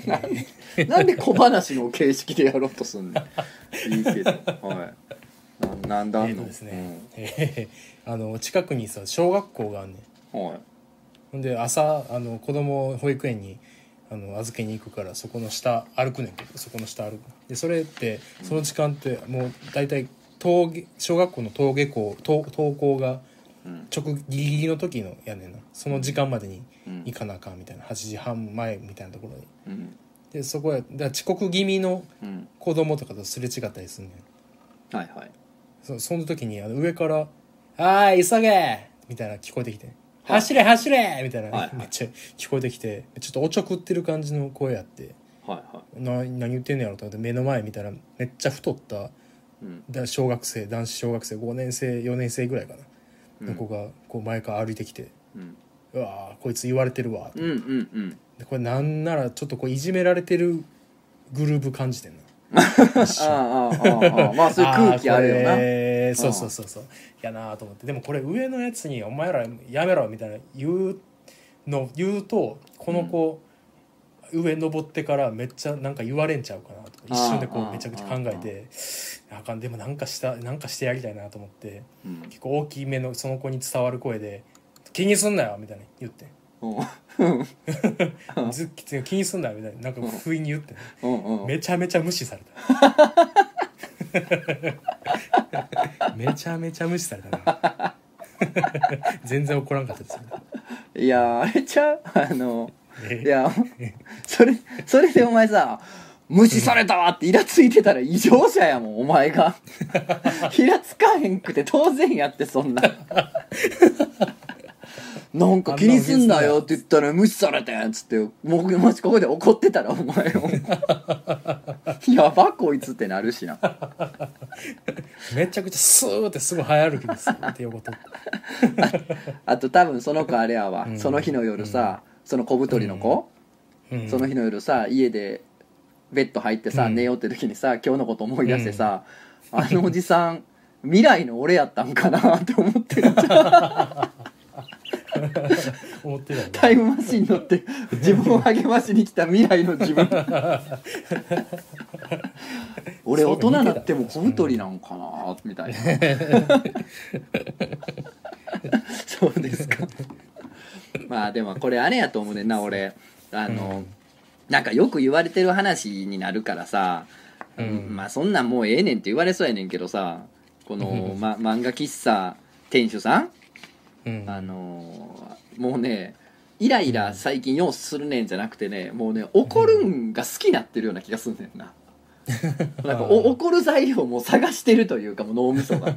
Speaker 2: えー
Speaker 1: なんで小話の形式でやろうとすんのいいけど、はななんだあ
Speaker 2: え
Speaker 1: ん
Speaker 2: ー
Speaker 1: の
Speaker 2: とですね、えーあの近くにさ小学校があんねん
Speaker 1: うんはい
Speaker 2: ほんで朝あの子供を保育園にあの預けに行くからそこの下歩くねんけどそこの下歩くでそれってその時間ってもう大体登下小学校の登下校登登校が
Speaker 1: うん
Speaker 2: 直ギリギリの時のやねんなその時間までに
Speaker 1: うん
Speaker 2: 行かなあかんみたいな8時半前みたいなところに
Speaker 1: うん
Speaker 2: でそこやだから遅刻気味の
Speaker 1: うん
Speaker 2: 子供とかとすれ違ったりすんねん
Speaker 1: はいはい
Speaker 2: そその時にあの上から「あーい急げ!」みたいな聞こえてきて「走れ走れ!」みたいな、
Speaker 1: はいはい
Speaker 2: めっちゃ聞こえてきてちょっとおちょくってる感じの声あって
Speaker 1: はいは
Speaker 2: な何言ってんのやろと思って目の前見たらめっちゃ太った
Speaker 1: いうん
Speaker 2: だ小学生男子小学生5年生4年生ぐらいかな、
Speaker 1: うん
Speaker 2: の子がこう前から歩いてきて
Speaker 1: うん
Speaker 2: 「うわーこいつ言われてるわ」
Speaker 1: うんうんうん
Speaker 2: でこれなんならちょっとこういじめられてるグループ感じてんな。
Speaker 1: ああああああまあそういう空気あるよな
Speaker 2: ーこれそうそうそうそうやなーと思ってでもこれ上のやつに「お前らやめろ」みたいな言うの言うとこの子、上登ってからめっちゃなんか言われんちゃうかなとか一瞬でこ
Speaker 1: あー
Speaker 2: うめちゃくちゃ考えてあかんでもなんかしたなんかしてやりたいなと思って
Speaker 1: うん
Speaker 2: 結構大きめのその子に伝わる声で「気にすんなよ」みたいな言 って
Speaker 1: うん
Speaker 2: 「ずっき気にすんなよ」みたいななんか不意に言って、
Speaker 1: うんうん
Speaker 2: めちゃめちゃ無視されためちゃめちゃ無視されたな全然怒らんかったですよ
Speaker 1: いやあれちゃうあの
Speaker 2: え
Speaker 1: いやそれそれでお前さ無視されたわってイラついてたら異常者やもんお前 がイラつかへんくて当然やってそん ななんか気にすんなよって言ったら無視されてんっつってもうもしここで怒ってたらお前 もやばこいつってなるしな
Speaker 2: めちゃくちゃスーってすごい早歩きですって横と
Speaker 1: あと多分その子あれやわ、
Speaker 2: うん
Speaker 1: その日の夜さ、その小太りの子、
Speaker 2: うん
Speaker 1: その日の夜さ家でベッド入ってさ、
Speaker 2: うん
Speaker 1: 寝ようって時にさ今日のこと思い出してさ、あのおじさん未来の俺やったんかなって思ってる
Speaker 2: 思ってたよね
Speaker 1: タイムマシン乗って自分を励ましに来た未来の自分 俺大人になっても小太りなんかなみたいな そうですかまあでもこれあれやと思うねんな俺あの、なんかよく言われてる話になるからさ、
Speaker 2: うん
Speaker 1: まあそんなんもうええねんって言われそうやねんけどさこの、ま、漫画喫茶店主さん
Speaker 2: うん
Speaker 1: あのーもうねイライラ最近ようするねんじゃなくてねもうね怒るんが好きになってるような気がすんねんな。なんか お怒る材料も探してるというかもう脳みそが、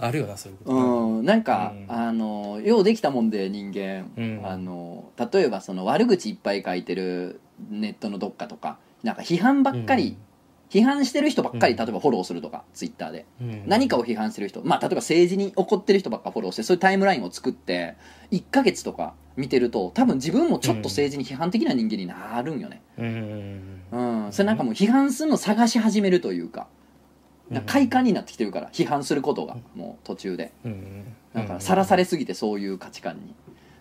Speaker 2: あるよなそういうこと
Speaker 1: うん、なんか、
Speaker 2: うん
Speaker 1: あのーようできたもんで人間、
Speaker 2: うん
Speaker 1: あのー例えばその悪口いっぱい書いてるネットのどっかとかなんか批判ばっかり、批判してる人ばっかり
Speaker 2: うん
Speaker 1: 例えばフォローするとか、ツイッターで
Speaker 2: うん
Speaker 1: 何かを批判する人、まあ、例えば政治に怒ってる人ばっかフォローしてそういうタイムラインを作って1ヶ月とか見てると多分自分もちょっと政治に批判的な人間になるんよね、
Speaker 2: うん
Speaker 1: うんそれなんかもう批判するの探し始めるというかなんか快感になってきてるから批判することがもう途中で
Speaker 2: うん
Speaker 1: なんかさらさ
Speaker 2: れ
Speaker 1: れすぎてそういう価値観に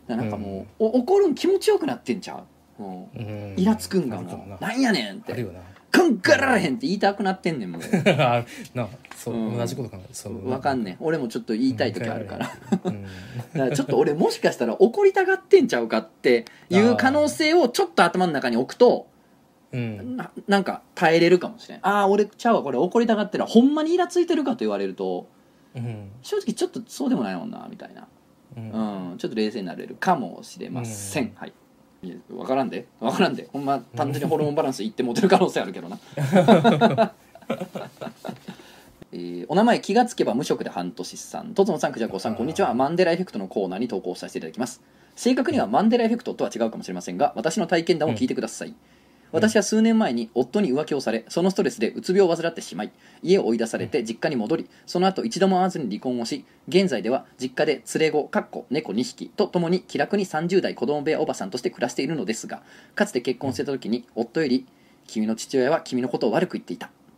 Speaker 1: だからなんかもう、お怒るん気持ちよくなってんちゃう、うん、イラつくんがもうなんやねんっ
Speaker 2: ある
Speaker 1: て
Speaker 2: よな
Speaker 1: こんかられへんって言いたくなってんねん もう
Speaker 2: あなそう
Speaker 1: うん
Speaker 2: 同じこと考えそう
Speaker 1: わかんねん俺もちょっと言いたい時あるから
Speaker 2: うん
Speaker 1: だからちょっと俺もしかしたら怒りたがってんちゃうかっていう可能性をちょっと頭の中に置くと
Speaker 2: うん
Speaker 1: ななんか耐えれるかもしれんああ俺ちゃうわこれ怒りたがってるほんまにイラついてるかと言われると
Speaker 2: うん
Speaker 1: 正直ちょっとそうでもないもんなみたいな
Speaker 2: う
Speaker 1: うんちょっと冷静になれるかもしれません、
Speaker 2: うん
Speaker 1: はいいや分からんで分からんでほんま単純にホルモンバランスいってモテる可能性あるけどなえーお名前気がつけば無職で半年さんとつのさんくじゃこさんこんにちはマンデラエフェクトのコーナーに投稿させていただきます正確にはマンデラエフェクトとは違うかもしれませんが私の体験談を聞いてください、私は数年前に夫に浮気をされそのストレスでうつ病を患ってしまい家を追い出されて実家に戻りその後一度も会わずに離婚をし現在では実家で連れ子かっこ猫2匹と共に気楽に30代子供部屋おばさんとして暮らしているのですがかつて結婚してた時に夫より「君の父親は君のことを悪く言っていた」「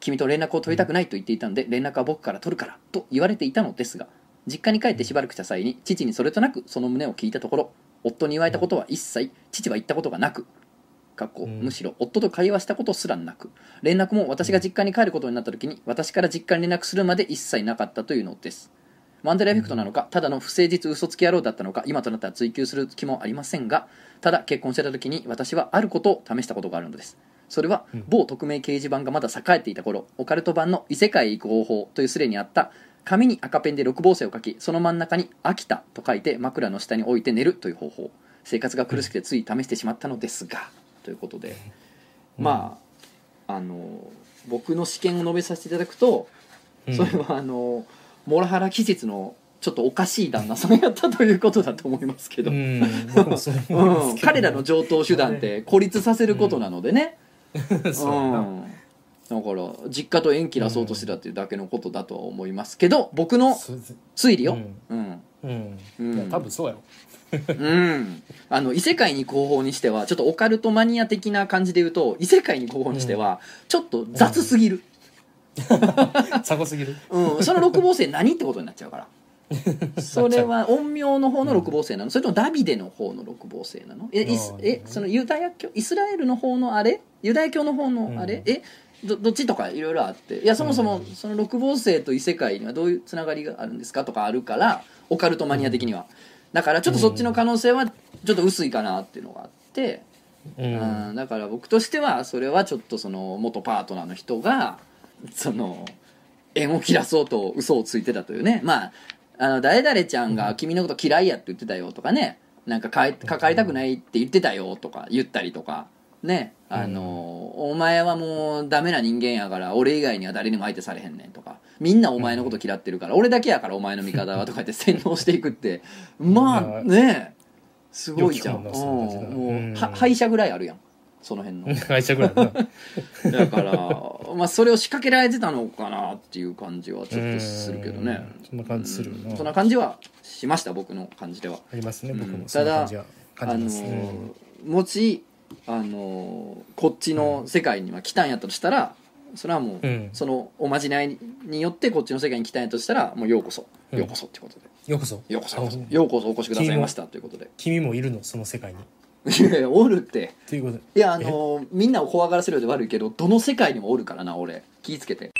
Speaker 1: 君と連絡を取りたくないと言っていたので連絡は僕から取るから」と言われていたのですが実家に帰ってしばらくした際に父にそれとなくその旨を聞いたところ夫に言われたことは一切父は言ったことがなくかっこ
Speaker 2: うん
Speaker 1: むしろ夫と会話したことすらなく連絡も私が実家に帰ることになった時に私から実家に連絡するまで一切なかったというのですマンデラエフェクトなのかただの不誠実嘘つき野郎だったのか今となったら追求する気もありませんがただ結婚してた時に私はあることを試したことがあるのですそれは
Speaker 2: うん
Speaker 1: 某匿名掲示板がまだ栄えていた頃オカルト版の異世界へ行く方法というスレにあった紙に赤ペンで六芒星を書きその真ん中に「秋田」と書いて枕の下に置いて寝るという方法生活が苦しくてつい試してしまったのですがということでまああの僕の試験を述べさせていただくと
Speaker 2: うん
Speaker 1: それはあのモラハラ季節のちょっとおかしい旦那さんやったということだと思いますけど、
Speaker 2: う
Speaker 1: うん
Speaker 2: ん僕もそう思いますけど
Speaker 1: 彼らの上等手段って孤立させることなのでね、
Speaker 2: そうや
Speaker 1: う、
Speaker 2: なん
Speaker 1: だから実家と縁切らそうとしてたっていうだけのことだとは思いますけど僕の
Speaker 2: そうです
Speaker 1: 推理よ、
Speaker 2: うん
Speaker 1: うん
Speaker 2: うん
Speaker 1: うん
Speaker 2: いや多 分そうやろ
Speaker 1: うん、あの異世界に広報にしてはちょっとオカルトマニア的な感じで言うと異世界に広報にしてはちょっと雑すぎる、
Speaker 2: 雑魚すぎる
Speaker 1: うんその六芒星何ってことになっちゃう からそれは陰陽の方の六芒星なの、それともダビデの方の六芒星なのえイス
Speaker 2: ああ
Speaker 1: えそのユダヤ教イスラエルの方のあれユダヤ教の方のあれ、
Speaker 2: う
Speaker 1: えどどっちとかいろいろあっていやそもそも
Speaker 2: うん
Speaker 1: その六芒星と異世界にはどういうつながりがあるんですかとかあるからオカルトマニア的には、だからちょっとそっちの可能性はちょっと薄いかなっていうのがあって、
Speaker 2: う
Speaker 1: うんん、だから僕としてはそれはちょっとその元パートナーの人がその縁を切らそうと嘘をついてたというねまああの誰々ちゃんが君のこと嫌いやって言ってたよとかねなんかかえ関わりたくないって言ってたよとか言ったりとかねあの、お前はもうダメな人間やから俺以外には誰にも相手されへんねんとかみんなお前のこと嫌ってるから俺だけやからお前の味方はとかって洗脳していく ってまあねすごいじゃん
Speaker 2: 良きものはそんな感じだ
Speaker 1: うんもう
Speaker 2: うん
Speaker 1: は敗者ぐらいあるやんその辺の
Speaker 2: 会社ぐらいだな
Speaker 1: だから まあそれを仕掛けられてたのかなっていう感じはちょっとするけどね
Speaker 2: うんそんな感じするよな
Speaker 1: うんそんな感じはしました僕の感じでは
Speaker 2: ありますね僕
Speaker 1: うん
Speaker 2: もそんな感じは
Speaker 1: あ
Speaker 2: 感じ
Speaker 1: の
Speaker 2: ます
Speaker 1: ー
Speaker 2: うん
Speaker 1: もしあのーこっちの世界には来たんやったとしたらそれはもう、
Speaker 2: うん
Speaker 1: そのおまじないによってこっちの世界に来たんやとしたらもうようこそ、
Speaker 2: うん
Speaker 1: ようこそってことで
Speaker 2: ようこそ
Speaker 1: ようこそ
Speaker 2: あ
Speaker 1: ようこそお越しくださいましたということで
Speaker 2: 君もいるのその世界に
Speaker 1: いやいやおるって
Speaker 2: ということで
Speaker 1: いやあのーみんなを怖がらせるようで悪いけどどの世界にもおるからな俺気ぃつけて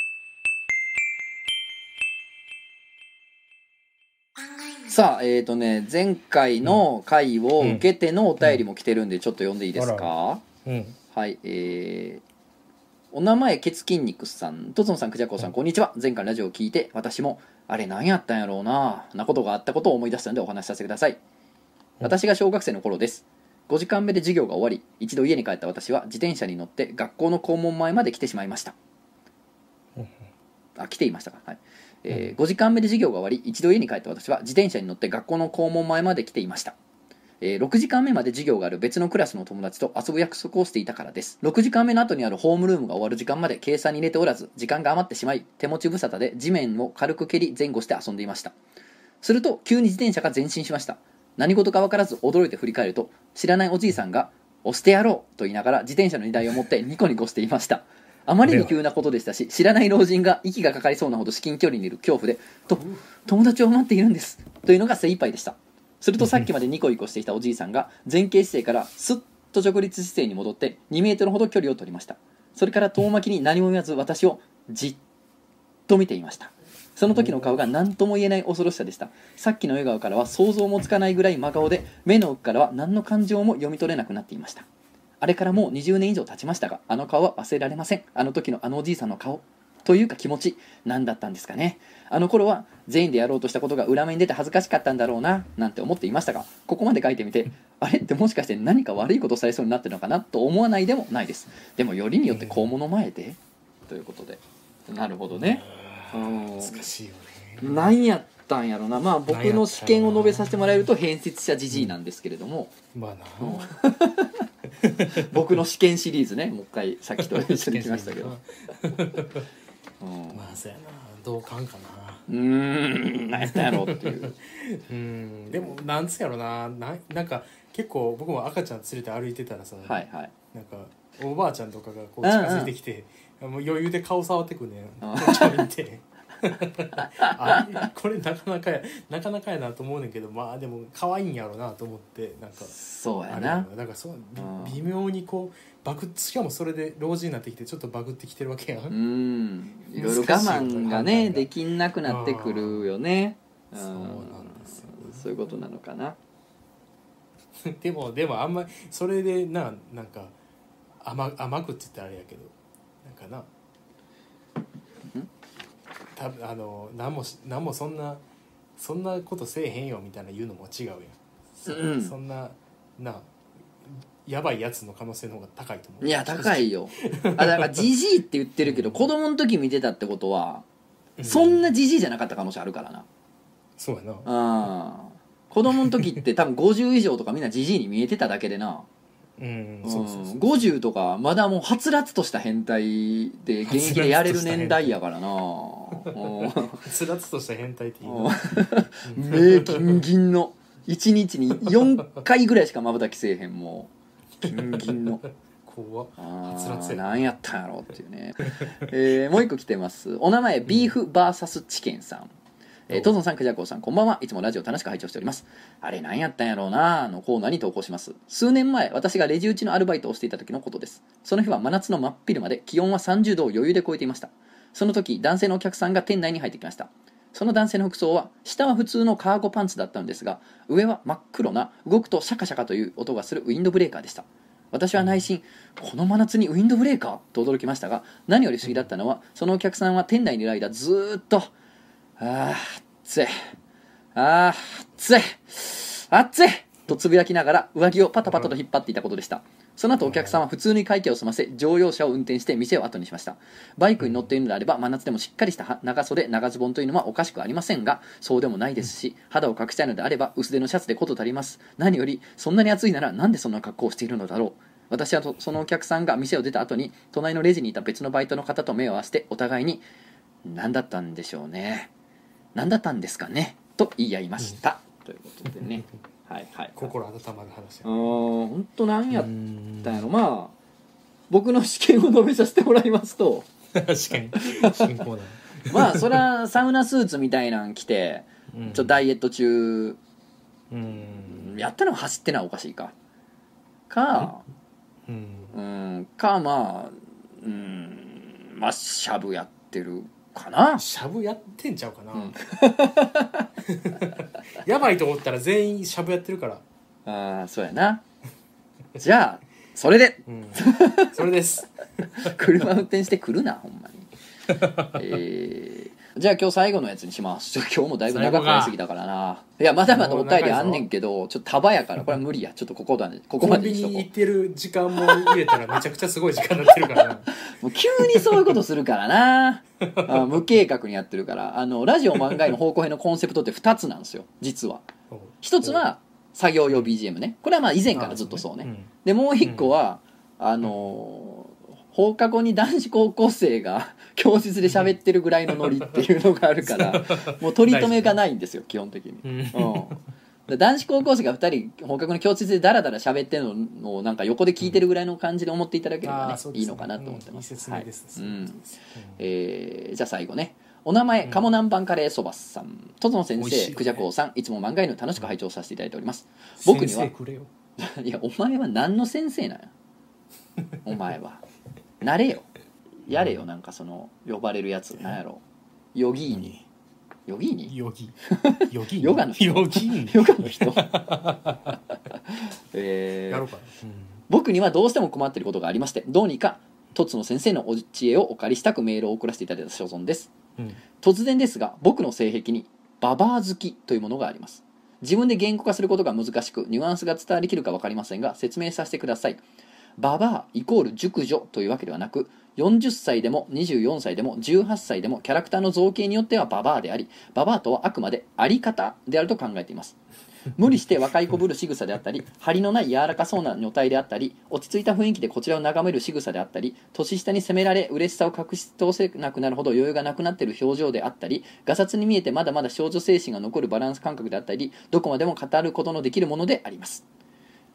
Speaker 1: さあえっ、ー、とね前回の回を受けてのお便りも来てるんでちょっと読んでいいですか、
Speaker 2: うん
Speaker 1: はい、えーお名前ケツ筋肉さん、とつのさん、くじゃこうさん、こんにちは。前回のラジオを聞いて、私も、あれ何やったんやろうな、なことがあったことを思い出したのでお話しさせてください。私が小学生の頃です。5時間目で授業が終わり、一度家に帰った私は自転車に乗って学校の校門前まで来てしまいました。あ来ていましたか、はいえー5時間目で授業が終わり一度家に帰った私は自転車に乗って学校の校門前まで来ていました、えー6時間目まで授業がある別のクラスの友達と遊ぶ約束をしていたからです6時間目の後にあるホームルームが終わる時間まで計算に入れておらず時間が余ってしまい手持ち無沙汰で地面を軽く蹴り前後して遊んでいましたすると急に自転車が前進しました何事か分からず驚いて振り返ると知らないおじいさんが「押してやろう!」と言いながら自転車の荷台を持ってニコニコしていましたあまりに急なことでしたし知らない老人が息がかかりそうなほど至近距離にいる恐怖でと友達を待っているんですというのが精一杯でしたするとさっきまでニコニコしていたおじいさんが前傾姿勢からスッと直立姿勢に戻って2メートルほど距離を取りましたそれから遠巻きに何も言わず私をじっと見ていましたその時の顔が何とも言えない恐ろしさでしたさっきの笑顔からは想像もつかないぐらい真顔で目の奥からは何の感情も読み取れなくなっていましたあれからもう20年以上経ちましたがあの顔は忘れられませんあの時のあのおじいさんの顔というか気持ち何だったんですかねあの頃は全員でやろうとしたことが裏目に出て恥ずかしかったんだろうななんて思っていましたがここまで書いてみてあれってもしかして何か悪いことされそうになってるのかなと思わないでもないですでもよりによって校門の前でということでなるほどねうん
Speaker 2: 難しいよね
Speaker 1: 何やったんやろなまあ僕
Speaker 2: 何やったんやろ
Speaker 1: の
Speaker 2: な
Speaker 1: 試験を述べさせてもらえると変質者じじいなんですけれども、
Speaker 2: まあな
Speaker 1: 僕の試験シリーズねもう一 回さっきと一緒に来ましたけどうんう
Speaker 2: まあそうやな同感かな
Speaker 1: ーん何やったんやろっていう
Speaker 2: うんでもなんつうやろなななんか結構僕も赤ちゃん連れて歩いてたらさ、
Speaker 1: はいはい
Speaker 2: なんかおばあちゃんとかがこう近づいてきて、もう余裕で顔触ってくんねん
Speaker 1: あ
Speaker 2: こっちを見て あこれなかなかやなかなかやなと思うねんけどまあでも可愛いんやろうなと思ってなんか
Speaker 1: そうや
Speaker 2: あれや
Speaker 1: な
Speaker 2: なだからそう
Speaker 1: う
Speaker 2: び
Speaker 1: ん
Speaker 2: 微妙にこうバグしかもそれで老人になってきてちょっとバグってきてるわけやん、
Speaker 1: うんいろいろ我
Speaker 2: 難しいよ
Speaker 1: 慢が
Speaker 2: ね判断
Speaker 1: ね
Speaker 2: が
Speaker 1: できんなくなってくるよねうん
Speaker 2: そうなんですよ
Speaker 1: そういうことなのかな
Speaker 2: でもでもあんまりそれでななんか甘甘くって言ったらあれやけどなんかなたあの何もし何もそんなそんなことせえへんよみたいな言うのも違うやんそ,、
Speaker 1: うん
Speaker 2: んななやばいやつの可能性の方が高いと思う
Speaker 1: い
Speaker 2: い
Speaker 1: や高い よあだからジジイって言ってるけど子供の時見てたってことはそんなジジイじゃなかった可能性あるからな
Speaker 2: そうやな
Speaker 1: あ子供の時って多分50以上とかみんなジジイに見えてただけでな、
Speaker 2: うん
Speaker 1: うん、
Speaker 2: そうそうそう
Speaker 1: 50とかまだもうはつらつとした変態で現役でやれる年代やからな うん
Speaker 2: つらつとした変態っていいな
Speaker 1: うん目ギンギンの1日に4回ぐらいしかまぶたきせえへんもうギンギンの
Speaker 2: 怖っ
Speaker 1: あ
Speaker 2: つらつ
Speaker 1: ー
Speaker 2: や
Speaker 1: なんやったんやろっていうね、えーもう一個来てますお名前ビーフ VS チキンさんえー、トゾンさん、クジャコウさん、こんばんは。いつもラジオ楽しく拝聴しております。あれ、なんやったんやろうなーのコーナーに投稿します。数年前、私がレジ打ちのアルバイトをしていた時のことです。その日は真夏の真っ昼まで、気温は30度を余裕で超えていました。その時、男性のお客さんが店内に入ってきました。その男性の服装は、下は普通のカーゴパンツだったのですが、上は真っ黒な、動くとシャカシャカという音がするウィンドブレーカーでした。私は内心この真夏にウィンドブレーカーと驚きましたが何より不思議だったのはそのお客さんは店内にいる間ずーっと「あー暑いあー暑い暑い!」とつぶやきながら上着をパタパタと引っ張っていたことでしたその後お客さんは普通に会計を済ませ乗用車を運転して店を後にしましたバイクに乗っているのであれば真夏でもしっかりした長袖長ズボンというのはおかしくありませんがそうでもないですし肌を隠したいのであれば薄手のシャツで事足ります何よりそんなに暑いならなんでそんな格好をしているのだろう私はとそのお客さんが店を出た後に隣のレジにいた別のバイトの方と目を合わせてお互いに「何だったんでしょうね何だったんですかね」と言い合いました、ということでねはいはい
Speaker 2: 心温まる話
Speaker 1: う
Speaker 2: や
Speaker 1: ーん本当なんやったんや
Speaker 2: ろ
Speaker 1: ろまあ僕の試験を述べさせてもらいますと
Speaker 2: 確かに新コーナー
Speaker 1: まあそりゃサウナスーツみたいなん着て
Speaker 2: うん
Speaker 1: ちょっとダイエット中
Speaker 2: うん
Speaker 1: やったのは走ってのはおかしいかか
Speaker 2: うん
Speaker 1: うんかまあうんまあしゃぶやってるかな
Speaker 2: しゃぶやってんちゃうかな、
Speaker 1: うん
Speaker 2: やばいと思ったら全員しゃぶやってるから、
Speaker 1: ああそうやなじゃあそれで
Speaker 2: うん、それです
Speaker 1: 車運転してくるなほんま にえーじゃあ今日最後のやつにしますちょ今日もだいぶ長くなりすぎたからないやまだまだお便りあんねんけどちょっと束やからこれは無理やちょっとここだ ねここ
Speaker 2: コ
Speaker 1: ま
Speaker 2: ン
Speaker 1: で
Speaker 2: ビ
Speaker 1: にしと
Speaker 2: ニ
Speaker 1: こ
Speaker 2: 行ってる時間も入れたらめちゃくちゃすごい時間になってるからな
Speaker 1: うもう急にそういうことするから なあ無計画にやってるからあのラジオ漫画への方向編のコンセプトって2つなんですよ実は
Speaker 2: そう
Speaker 1: 一つは作業用 BGM ねこれはまあ以前からずっとそうねでもう一個は、あのー放課後に男子高校生が 教室で喋ってるぐらいのノリっていうのがあるからもう取り留めがないんですよ基本的に。
Speaker 2: うんうん
Speaker 1: うん、男子高校生が2人放課後の教室でダラダラ喋ってるのをなんか横で聞いてるぐらいの感じで思っていただければ
Speaker 2: あ
Speaker 1: ね
Speaker 2: ー、そうですね
Speaker 1: いいのかなと思ってます。
Speaker 2: うんいい説明です、
Speaker 1: はいうん
Speaker 2: そうですうん
Speaker 1: えーじゃあ最後ねお名前、
Speaker 2: うん
Speaker 1: 鴨南蛮カレーそばさんとぞの先
Speaker 2: 美味しいよ
Speaker 1: 生、
Speaker 2: ね
Speaker 1: クジャコウさんいつも漫画犬楽しく拝聴させていただいております僕には
Speaker 2: 先生くれよ
Speaker 1: いやお前は何の先生なんやお前はなれよやれよなんかその呼ばれるやつなんやろヨギーニヨギーニ
Speaker 2: ヨギヨギ
Speaker 1: ヨガの人
Speaker 2: ヨギ
Speaker 1: ヨガの 人え
Speaker 2: や
Speaker 1: ー
Speaker 2: ろうかな、
Speaker 1: 僕にはどうしても困っていることがありましてどうにかトツの先生のお知恵をお借りしたくメールを送らせていただいた所存です
Speaker 2: うんうん
Speaker 1: 突然ですが僕の性癖にババア好きというものがあります自分で言語化することが難しくニュアンスが伝わりきるか分かりませんが説明させてくださいババアイコール熟女というわけではなく40歳でも24歳でも18歳でもキャラクターの造形によってはババアでありババアとはあくまであり方であると考えています無理して若いこぶる仕草であったり張りのない柔らかそうな女体であったり落ち着いた雰囲気でこちらを眺める仕草であったり年下に責められ嬉しさを隠し通せなくなるほど余裕がなくなっている表情であったりがさつに見えてまだまだ少女精神が残るバランス感覚であったりどこまでも語ることのできるものであります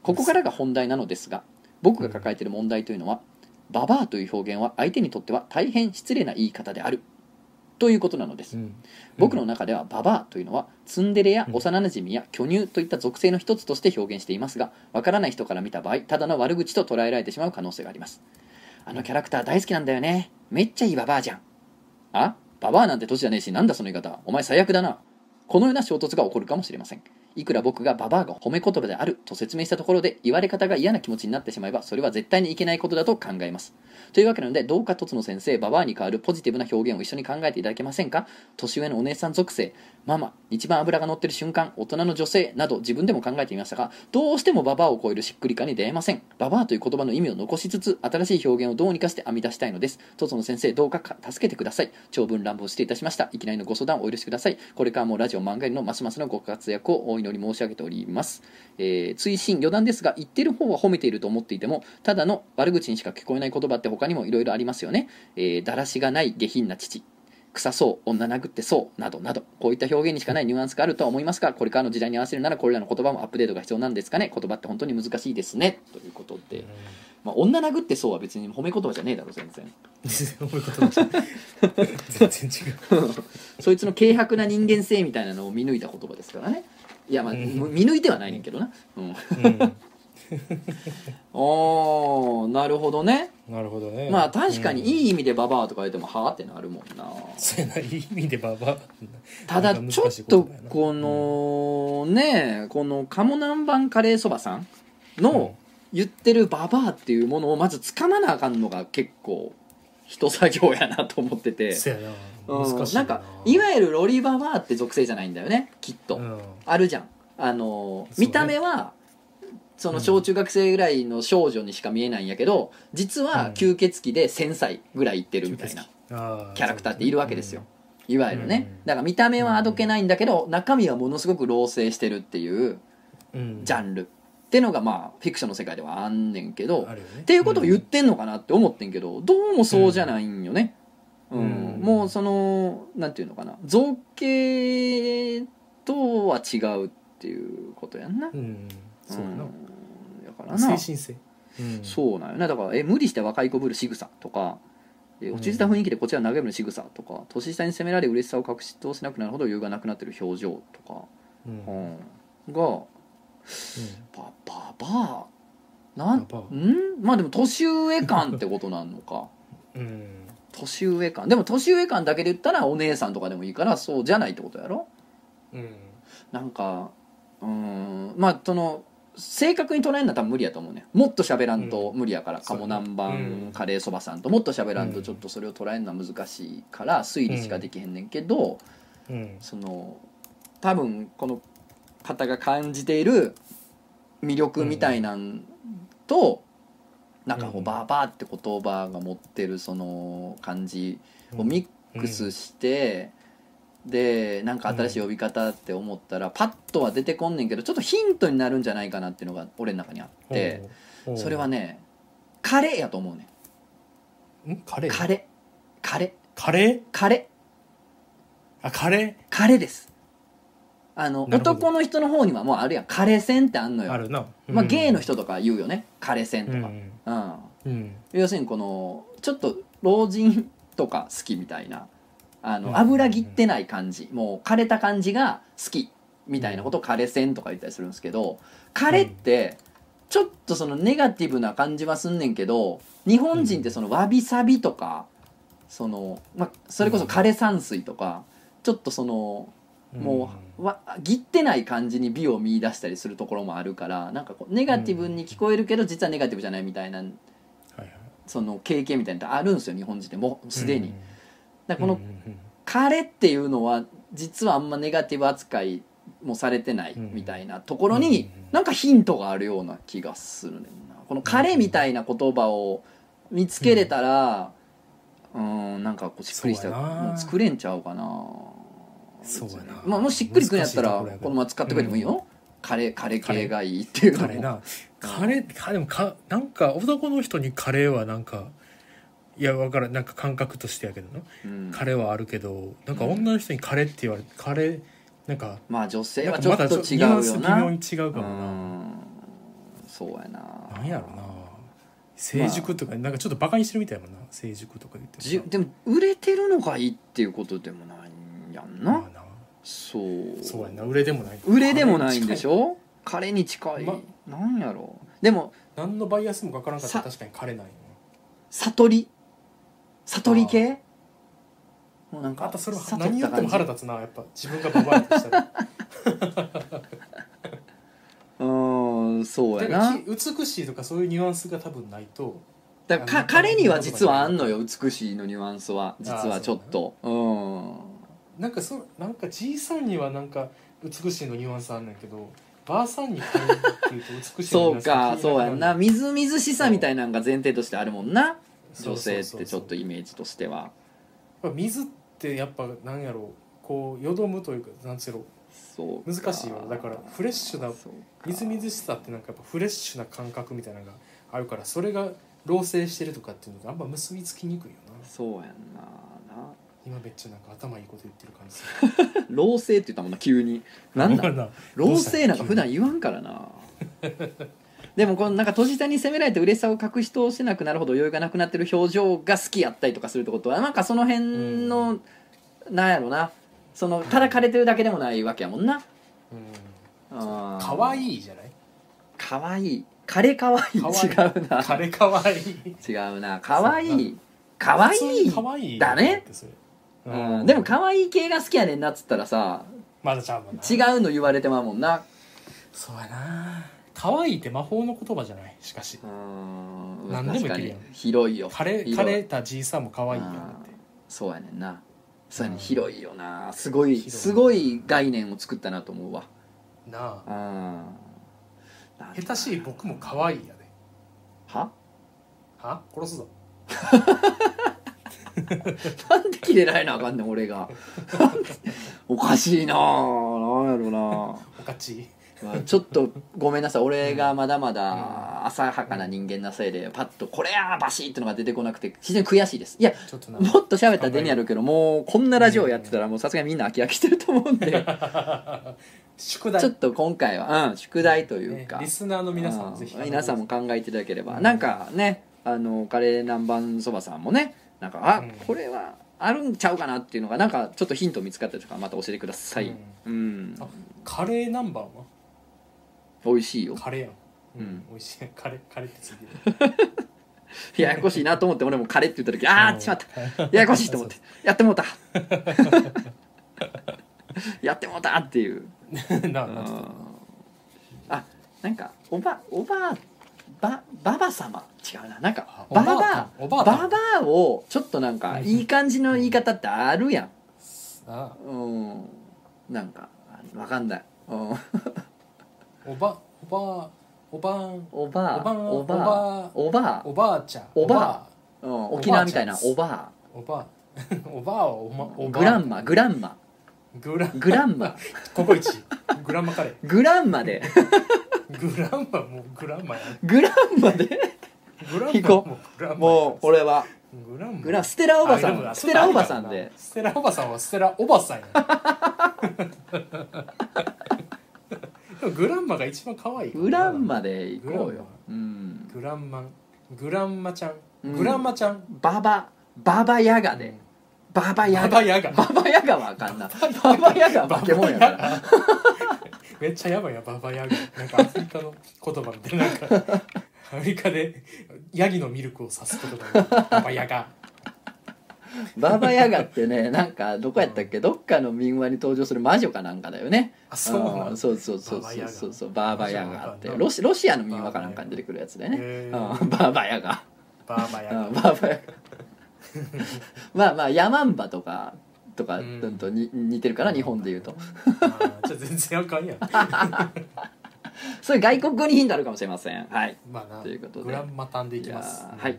Speaker 1: ここからが本題なのですが僕が抱えている問題というのは「ババア」という表現は相手にとっては大変失礼な言い方であるということなのです、
Speaker 2: うん
Speaker 1: 僕の中ではババアというのはツンデレや
Speaker 2: うん
Speaker 1: 幼馴染や巨乳といった属性の一つとして表現していますがわからない人から見た場合ただの悪口と捉えられてしまう可能性がありますあのキャラクター大好きなんだよねめっちゃいいババアじゃんあババアなんて年じゃねえしなんだその言い方お前最悪だなこのような衝突が起こるかもしれませんいくら僕がババアが褒め言葉であると説明したところで言われ方が嫌な気持ちになってしまえばそれは絶対にいけないことだと考えますというわけなのでどうかとつの先生ババアに代わるポジティブな表現を一緒に考えていただけませんか年上のお姉さん属性ママ一番脂が乗ってる瞬間大人の女性など自分でも考えてみましたがどうしてもババアを超えるしっくり感に出会えませんババアという言葉の意味を残しつつ新しい表現をどうにかして編み出したいのですとつの先生どうかか助けてください長文乱暴していたしましたいきなりのご相談をお許しくださいこれからもラジオ漫画よりのますますのご活躍をお祈り申し上げておりますえー追伸余談ですが言ってる方は褒めていると思っていてもただの悪口にしか聞こえない言葉って他にもいろいろありますよね、えーだらしがない下品な父臭そう女殴ってそうなどなどこういった表現にしかないニュアンスがあるとは思いますがこれからの時代に合わせるならこれらの言葉もアップデートが必要なんですかね言葉って本当に難しいですねということで、まあ、女殴ってそうは別に褒め言葉じゃねえだろ全然
Speaker 2: 思い方だった全然違う
Speaker 1: そいつの軽薄な人間性みたいなのを見抜いた言葉ですからねいやまあ
Speaker 2: うん
Speaker 1: 見抜いてはないねんけどな、うん、
Speaker 2: う
Speaker 1: おーなるほどね
Speaker 2: ん、なるほどね
Speaker 1: まあ確かに
Speaker 2: い、
Speaker 1: いい意味でババアとか言ってもはあってなるもんな
Speaker 2: そうやないい意味でババア
Speaker 1: ただ
Speaker 2: なんか
Speaker 1: ちょ
Speaker 2: 難
Speaker 1: っ
Speaker 2: しい言
Speaker 1: と
Speaker 2: 葉やな
Speaker 1: このねこの鴨南蛮カレーそばさんの言ってるババアっていうものをまず掴まなあかんのが結構一作業やなと思って
Speaker 2: うん
Speaker 1: て
Speaker 2: そうやな
Speaker 1: うん
Speaker 2: 難しい
Speaker 1: なんかいわゆるロリババアって属性じゃないんだよねきっと、
Speaker 2: うん
Speaker 1: あるじゃんあの
Speaker 2: そうね
Speaker 1: 見た目はその
Speaker 2: うん
Speaker 1: 小中学生ぐらいの少女にしか見えないんやけど実は
Speaker 2: うん
Speaker 1: 吸血鬼で1000歳ぐらいいってるみたいな
Speaker 2: あ
Speaker 1: キャラクターっているわけですよ、いわゆるね
Speaker 2: うん
Speaker 1: だから見た目はあどけないんだけど中身はものすごく老成してるっていう
Speaker 2: うん、
Speaker 1: ジャンルってのがまあフィクションの世界ではあんねんけど
Speaker 2: あるよね
Speaker 1: っていうことを言ってんのかなって思ってんけどどうもそうじゃないんよね、うん
Speaker 2: うん
Speaker 1: もうそのなんていうのかな造形とは違うっていうことやんな、
Speaker 2: うん、うん、そうやな、
Speaker 1: んだからな
Speaker 2: 精神性、うん、
Speaker 1: そうなんよなだからえ無理して若いこぶる仕草とかえ落ち着いた雰囲気でこちらを嘆む仕草とか年下に責められ嬉しさを隠し通せなくなるほど余裕がなくなってる表情とか、
Speaker 2: う
Speaker 1: うん
Speaker 2: うん
Speaker 1: ん、がばばばあなん
Speaker 2: ばばあ
Speaker 1: んまあでも年上感ってことなんのか
Speaker 2: うん、
Speaker 1: 年上感でも年上感だけで言ったらお姉さんとかでもいいからそうじゃないってことやろ
Speaker 2: うん、
Speaker 1: なんかうーんまあその正確に捉えんな多分無理やと思うねもっと喋らんと
Speaker 2: う
Speaker 1: 無理やから、
Speaker 2: そ
Speaker 1: カ
Speaker 2: う
Speaker 1: モ
Speaker 2: ね
Speaker 1: 南
Speaker 2: う
Speaker 1: 蛮
Speaker 2: ん
Speaker 1: カレーそばさんともっと喋らんと
Speaker 2: うん
Speaker 1: ちょっとそれを捉えるのは難しいから推理しかできへんねんけど、
Speaker 2: うん、
Speaker 1: その多分この方が感じている魅力みたいなんと、なんかこ
Speaker 2: う
Speaker 1: うんバーバーって言葉が持ってるその感じをミックスして、でなんか新しい呼び方って思ったら、パッとは出てこんねんけどちょっとヒントになるんじゃないかなっていうのが俺の中にあって
Speaker 2: おう、おう
Speaker 1: それはねカレーやと思うね
Speaker 2: んカレ
Speaker 1: んカ
Speaker 2: ー
Speaker 1: レーカレー
Speaker 2: カレー
Speaker 1: カレー
Speaker 2: あカレ
Speaker 1: カレーですあの
Speaker 2: なるほど
Speaker 1: 男の人の方にはもうあるやんカレー線ってあんの
Speaker 2: ー
Speaker 1: よ
Speaker 2: あるな、
Speaker 1: まあ、ゲイの人とか言うよねカレー線
Speaker 2: う
Speaker 1: と
Speaker 2: ん
Speaker 1: か、うん
Speaker 2: うんうん
Speaker 1: 要するにこのちょっと老人とか好きみたいなあ
Speaker 2: う
Speaker 1: の
Speaker 2: ん
Speaker 1: 油ぎってない感じもう枯れた感じが好きみたいなことを枯れ線とか言ったりするんですけど枯れってちょっとそのネガティブな感じはすんねんけど日本人ってそのわびさびとかその、まあ、それこそ枯れ山水とかちょっとその
Speaker 2: うん
Speaker 1: もうわぎってない感じに美を見出したりするところもあるからなんかこうネガティブに聞こえるけど実はネガティブじゃないみたいな
Speaker 2: はいはい
Speaker 1: その経験みたいなのってあるんですよ日本人ってもうすでに。
Speaker 2: うん
Speaker 1: だからこの
Speaker 2: うんうんうん
Speaker 1: 彼っていうのは実はあんまネガティブ扱いもされてない
Speaker 2: うん
Speaker 1: みたいなところに、
Speaker 2: うん
Speaker 1: なんかヒントがあるような気がするねんなこの「彼」みたいな言葉を見つけれたらうんなんかこうしっくりした
Speaker 2: そうやな
Speaker 1: もう作れんちゃうかな
Speaker 2: そうやな
Speaker 1: まあ、もうしっくりくんやったら
Speaker 2: 難しいところやけど
Speaker 1: このまま使ってくれてもいいよ、カレカレ系がいいっていうの
Speaker 2: カ
Speaker 1: も
Speaker 2: レーなカレーかでもかなんか男の人にカレーはなんかいやわからんなんか感覚としてやけどな、
Speaker 1: うん
Speaker 2: カレーはあるけどなんか女の人にカレーって言われてカレーなんか
Speaker 1: まあ女性
Speaker 2: なん
Speaker 1: は
Speaker 2: か
Speaker 1: ちょっと違うよ
Speaker 2: ニュ
Speaker 1: な
Speaker 2: アンス微妙に違うかもな、
Speaker 1: うんそうやな
Speaker 2: なんやろな成熟とか、なんかちょっとバカにしてるみたいやもんな成熟とか言って
Speaker 1: じ
Speaker 2: る
Speaker 1: でも売れてるのがいいっていうことでもないんやんな、
Speaker 2: なまあな
Speaker 1: そう
Speaker 2: そうやんな売れでもない
Speaker 1: 売れでもないんでし
Speaker 2: ょ
Speaker 1: ょ彼に近い、
Speaker 2: ま
Speaker 1: なんやろうでも
Speaker 2: 何のバイアスもかからんかったら
Speaker 1: さ
Speaker 2: 確かに枯れないよ
Speaker 1: 悟り悟り系もうなんか
Speaker 2: あとそれは
Speaker 1: 悟
Speaker 2: 何言っても
Speaker 1: た
Speaker 2: 腹
Speaker 1: 感じ
Speaker 2: 立つなやっぱ自分がババアやとしたら
Speaker 1: うーんそうや
Speaker 2: だ
Speaker 1: な
Speaker 2: からき美しいとかそういうニュアンスが多分ないと
Speaker 1: だからか彼には実はあんのよ美しいのニュアンスは実はちょっとう,、
Speaker 2: なんかそなんかじいさんにはなんか美しいのニュアンスあんねんけどばあさんにこうっていうと美
Speaker 1: ん
Speaker 2: しいの
Speaker 1: そう
Speaker 2: ニュアンスが
Speaker 1: か
Speaker 2: 気に
Speaker 1: そうや
Speaker 2: る
Speaker 1: んなみずみずしさみたいなんが前提としてあるもんな
Speaker 2: そ
Speaker 1: 女
Speaker 2: うそう
Speaker 1: 性っ
Speaker 2: そう
Speaker 1: てちょっとイメージとしては
Speaker 2: やっぱ水ってやっぱなんやろうこうよどむというかなんつうやろ
Speaker 1: そう
Speaker 2: 難しいよだからフレッシュな
Speaker 1: そうか
Speaker 2: みずみずしさってなんかやっぱフレッシュな感覚みたいなのがあるからそれが老成してるとかっていうのがあんま結びつきにくいよな
Speaker 1: そうやんな な
Speaker 2: 今めっちゃなんか頭いいこと言ってる感じする
Speaker 1: 老成って言ったもんな急になんだ老成なんか普段言わんから なでもこのなんか年下に責められて嬉しさを隠し通せなくなるほど余裕がなくなってる表情が好きやったりとかするってことはなんかその辺の、なんやろなそのただ枯れてるだけでもないわけやもんな
Speaker 2: か
Speaker 1: か
Speaker 2: わ
Speaker 1: い
Speaker 2: いいじゃない
Speaker 1: かわいい枯れかわいい違
Speaker 2: 可愛いう
Speaker 1: な
Speaker 2: 彼かわいい
Speaker 1: 違うなかわい
Speaker 2: そうや
Speaker 1: いかわいい
Speaker 2: かわいい
Speaker 1: だね
Speaker 2: ってそれ
Speaker 1: うん、でもかわいい系が好きやねんなっつったらさ
Speaker 2: まだちゃうもんな
Speaker 1: 違うの言われてまうもんな
Speaker 2: そうやな可愛いって魔法の言葉じゃないしかし
Speaker 1: うん
Speaker 2: 何でもいけるやん
Speaker 1: 確かに広いよ
Speaker 2: 枯れ
Speaker 1: 広い
Speaker 2: 枯れたじいさんも可愛いよだって
Speaker 1: そうやねんなそうやね、
Speaker 2: うん
Speaker 1: 広いよなすごい
Speaker 2: 広い
Speaker 1: すごい概念を作ったなと思うわ
Speaker 2: な
Speaker 1: うんなん
Speaker 2: あ
Speaker 1: で
Speaker 2: 下手しい僕も可愛いやで
Speaker 1: は
Speaker 2: は殺すぞ
Speaker 1: なんでキレられなあかんねん俺が なんでおかしいなあなんやろな
Speaker 2: おかち
Speaker 1: まあちょっとごめんなさい俺がまだまだ浅はかな人間なせいでパッと「これやバシッ!」ってのが出てこなくて非常に悔しいですいや
Speaker 2: ちょっとな
Speaker 1: もっと喋ったら出にやるけどもうこんなラジオやってたらもうさすがにみんな飽き飽きしてると思うんで
Speaker 2: 宿 題
Speaker 1: ちょっと今回は、うん、宿題というか、
Speaker 2: ねリスナーの皆さんもぜひ
Speaker 1: うん皆さんも考えていただければ、
Speaker 2: うん
Speaker 1: なんかねあのカレー南蛮そばさんもねなんかあ、
Speaker 2: うん
Speaker 1: これはあるんちゃうかなっていうのがなんかちょっとヒント見つかったりとかまた教えてください、うん
Speaker 2: あカレー南蛮は
Speaker 1: 美味しいよ
Speaker 2: カレーやん
Speaker 1: うん
Speaker 2: 美味しいカレーカレーってついてる
Speaker 1: ややこしいなと思って俺もカレーって言った時ああしまったや
Speaker 2: た
Speaker 1: やこしいと思ってやってもうた やってもうたっていう
Speaker 2: な
Speaker 1: うん
Speaker 2: あなんて言っ
Speaker 1: あなんかおばおばばばば様違うななんか
Speaker 2: た
Speaker 1: ば
Speaker 2: おば
Speaker 1: ば
Speaker 2: あたんおばあたん
Speaker 1: ババアをちょっとなんか
Speaker 2: うん
Speaker 1: いい感じの言い方ってあるや
Speaker 2: あ
Speaker 1: んうんなんかわかんない、うん、
Speaker 2: おばおばおばん
Speaker 1: おばあ
Speaker 2: お
Speaker 1: お
Speaker 2: ば
Speaker 1: ば
Speaker 2: あ
Speaker 1: あおばあ
Speaker 2: おばあちゃん
Speaker 1: おばあうん沖縄みたいなお
Speaker 2: お
Speaker 1: ば
Speaker 2: おばあおばあはおま
Speaker 1: あ
Speaker 2: おばあ
Speaker 1: グランマグランマ
Speaker 2: グラン
Speaker 1: グランマ
Speaker 2: ココイチグランマカレ
Speaker 1: グランマ で
Speaker 2: ーグランマもうグランマや
Speaker 1: グランマで
Speaker 2: グラン
Speaker 1: 行
Speaker 2: マ
Speaker 1: こう
Speaker 2: もうグランマ
Speaker 1: もう俺は
Speaker 2: グランマ
Speaker 1: グラステラおばさ
Speaker 2: あでも
Speaker 1: ん
Speaker 2: な
Speaker 1: ステラおばさんで
Speaker 2: ステラおばさんはステラおばさんやでもグランマが一番可愛い
Speaker 1: グランマで行こう
Speaker 2: グラン
Speaker 1: よう
Speaker 2: マ、
Speaker 1: ん、
Speaker 2: グランマングランマちゃん、
Speaker 1: うん
Speaker 2: グランマちゃん
Speaker 1: ババババヤガで、ババヤ
Speaker 2: バ
Speaker 1: ガ
Speaker 2: バヤガ
Speaker 1: ババヤガはあかんなババヤガは化け物やから
Speaker 2: めっちゃやばいやババヤガなんかアフリカの言葉みたいなな んかアフリカでヤギのミルクを指す言葉ババヤガ
Speaker 1: ババヤガってねなんかどこやったっけどっかの民話に登場する魔女かなんかだよね
Speaker 2: あそうなんだ
Speaker 1: んそうそうそう
Speaker 2: ババヤ
Speaker 1: そうそ
Speaker 2: ガ
Speaker 1: うそうバーバヤガって
Speaker 2: 魔女
Speaker 1: ロシロシアの民話かなんかに出てくるやつだよね
Speaker 2: へ
Speaker 1: うん
Speaker 2: ー
Speaker 1: バーバヤガ
Speaker 2: ババヤ
Speaker 1: う
Speaker 2: ガ
Speaker 1: んバーバ ヤガまあまあヤマンバとかとか
Speaker 2: うん
Speaker 1: とに似てるから日本でいうと
Speaker 2: あーじゃあ全然あか んやん
Speaker 1: それ外国語にヒントあるかもしれませんはい
Speaker 2: まあな
Speaker 1: ということで
Speaker 2: グランマタンでい
Speaker 1: い
Speaker 2: き
Speaker 1: や
Speaker 2: ます
Speaker 1: ーはい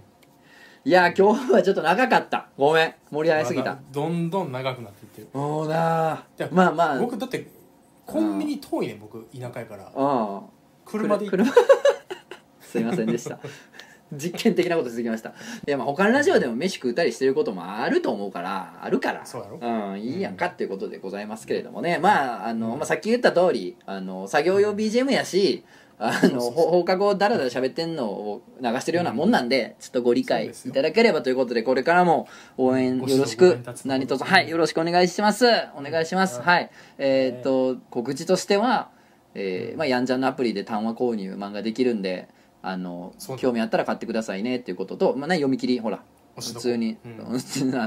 Speaker 1: いやー今日はちょっと長かったごめん盛り上がりすぎ
Speaker 2: ま
Speaker 1: た
Speaker 2: だどんどん長くなっていってる
Speaker 1: もうな
Speaker 2: じゃ
Speaker 1: ーまあまあ
Speaker 2: 僕だってコンビニ遠いねん僕田舎やから
Speaker 1: うん
Speaker 2: 車で行って
Speaker 1: 車 すいませんでした実験的なことしてきましたいやまあ他のラジオでも飯食うたりしてることもあると思うからあるから
Speaker 2: そうやろ
Speaker 1: ん、いいやんかっていうことでございますけれどもね、まああの、まあ、さっき言った通りあの作業用 BGM やしあ
Speaker 2: そう
Speaker 1: の
Speaker 2: そう
Speaker 1: ほ放課後ダラダラ喋ってんのを流してるようなもんなんで、ちょっとご理解
Speaker 2: そうです
Speaker 1: い
Speaker 2: よ
Speaker 1: ただければということでこれからも応援よろし
Speaker 2: ご
Speaker 1: く
Speaker 2: 指導ご鞭撻
Speaker 1: 何卒はいよろしくお願いしますお願いします、
Speaker 2: うん
Speaker 1: はいえーっと告知としては、えーまあ、やんじゃんのアプリで単話購入漫画できるんであの
Speaker 2: そうだ
Speaker 1: 興味あったら買ってくださいねっていうことと、まあね、読み切りほら
Speaker 2: おし
Speaker 1: 普
Speaker 2: どこ
Speaker 1: 通に、
Speaker 2: う
Speaker 1: あ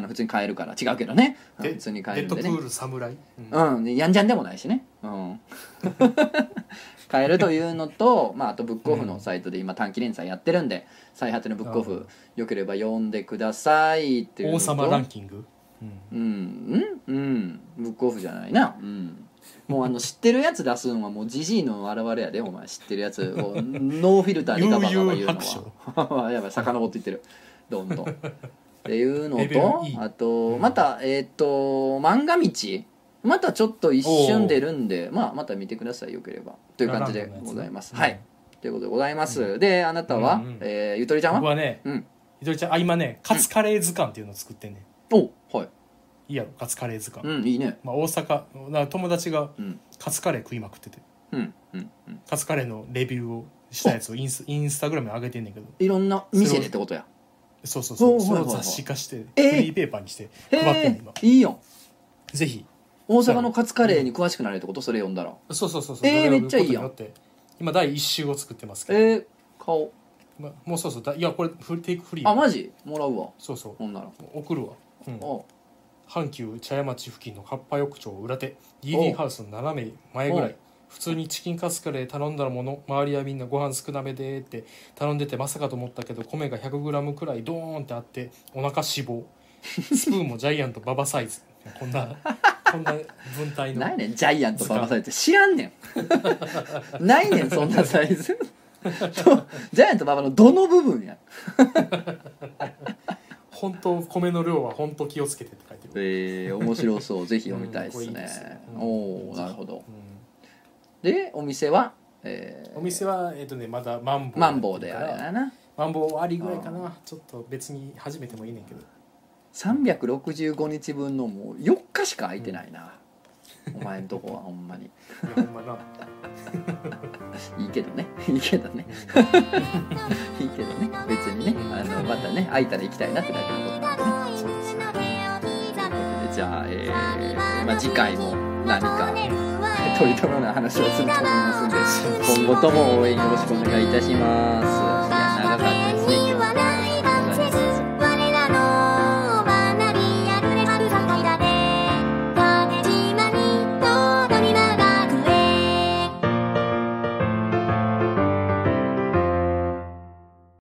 Speaker 1: の普通に買えるから違うけどねうん
Speaker 2: で
Speaker 1: 普通に買え
Speaker 2: デ
Speaker 1: る
Speaker 2: ッ
Speaker 1: ん
Speaker 2: ド
Speaker 1: で
Speaker 2: プ
Speaker 1: ね
Speaker 2: ール侍、うん
Speaker 1: うん、でやんじゃんでもないしね、うん、 買えるというのと、まあ、あとブックオフのサイトで今短期連載やってるんで最果てのブックオ
Speaker 2: あ
Speaker 1: フよければ読んでくださいっていうのと
Speaker 2: 王様ランキング、うん
Speaker 1: うんうんうんブックオフじゃないなうんもうあの知ってるやつ出すんはもうジジイの現れやでお前知ってるやつを ノーフィルターでガバガバ言う
Speaker 2: 悠々白
Speaker 1: のは やばい遡っていってるどんどんっていうの
Speaker 2: レベル
Speaker 1: と
Speaker 2: E
Speaker 1: あとまたえっ、と漫画道またちょっと一瞬出るんでまあまた見てくださいよければという感じでございます、
Speaker 2: ララン
Speaker 1: はい
Speaker 2: ドのやつね
Speaker 1: ということでございます、であなたは、
Speaker 2: うんうん
Speaker 1: えーゆとりちゃん
Speaker 2: 僕
Speaker 1: は
Speaker 2: はね、
Speaker 1: うん
Speaker 2: ひとりちゃんあ今ねカツカレー図鑑っていうのを作ってんね、
Speaker 1: おはい
Speaker 2: いいやろカツカレー図鑑、
Speaker 1: うんいいね
Speaker 2: まあ、大阪な友達が
Speaker 1: うん
Speaker 2: カツカレー食いまくってて
Speaker 1: うんうんうん
Speaker 2: カツカレーのレビューをしたやつをインスインスタグラムに上げてんねんけど
Speaker 1: いろんな店でってことや
Speaker 2: そうそうそう
Speaker 1: ほう
Speaker 2: そ
Speaker 1: ほう
Speaker 2: れ
Speaker 1: ほう
Speaker 2: を雑誌化してフ
Speaker 1: えー
Speaker 2: リーペーパーにして
Speaker 1: へ
Speaker 2: 配ってんねん
Speaker 1: え
Speaker 2: 今
Speaker 1: いいよ
Speaker 2: ぜひ
Speaker 1: 大阪のカツカレーに詳しくなれるってことそれ読んだら
Speaker 2: そうそうそうそう
Speaker 1: えー
Speaker 2: それを
Speaker 1: めっちゃいいやん
Speaker 2: 売ることによって今第1週を作ってますけ
Speaker 1: え
Speaker 2: ど、
Speaker 1: ー、買おう
Speaker 2: まあ、もうそうそうだいやこれフリテイクフリー
Speaker 1: あマジもらうわ
Speaker 2: そうそう
Speaker 1: ほんなら
Speaker 2: 送るわ、うん
Speaker 1: お
Speaker 2: 阪急茶屋町付近のかっぱ浴町裏手 DD ハウスの斜め前ぐら
Speaker 1: お
Speaker 2: い普通にチキンカツカレー頼んだもの周りはみんなご飯少なめでって頼んでてまさかと思ったけど米が 100g くらいドーンってあってお腹脂肪スプーンもジャイアントババサイズこんなこんな分体の
Speaker 1: ないねんジャイアントババサイズって知らんね んないねんそんなサイズ そうジャイアントババのどの部分や
Speaker 2: 本当米の量は本当気をつけてって書いてる、
Speaker 1: えー、面白そうぜひ読みたいっす
Speaker 2: うんこれいい
Speaker 1: ね
Speaker 2: っすねうん
Speaker 1: おおなるほど
Speaker 2: う
Speaker 1: でお店はえ
Speaker 2: んお店はえっとねまだマンボウ
Speaker 1: ー、マンボウであれやな
Speaker 2: マンボウ終わりぐらいか
Speaker 1: う
Speaker 2: なちょっと別に始めてもいいねんけど
Speaker 1: 365日分のもう4日しか空いてないな、お前んとこはほんまに
Speaker 2: いやほん まな、
Speaker 1: いいけどね いいけどね
Speaker 2: うん
Speaker 1: いいけどね別にねあのまたね会いたら行きたいなってだけのことなんでね
Speaker 2: そうですね
Speaker 1: でじゃあ、えーまあ、次回も何か取り留めない話をすると思いますんで今後とも応援よろしくお願いいたしますいや長かったですね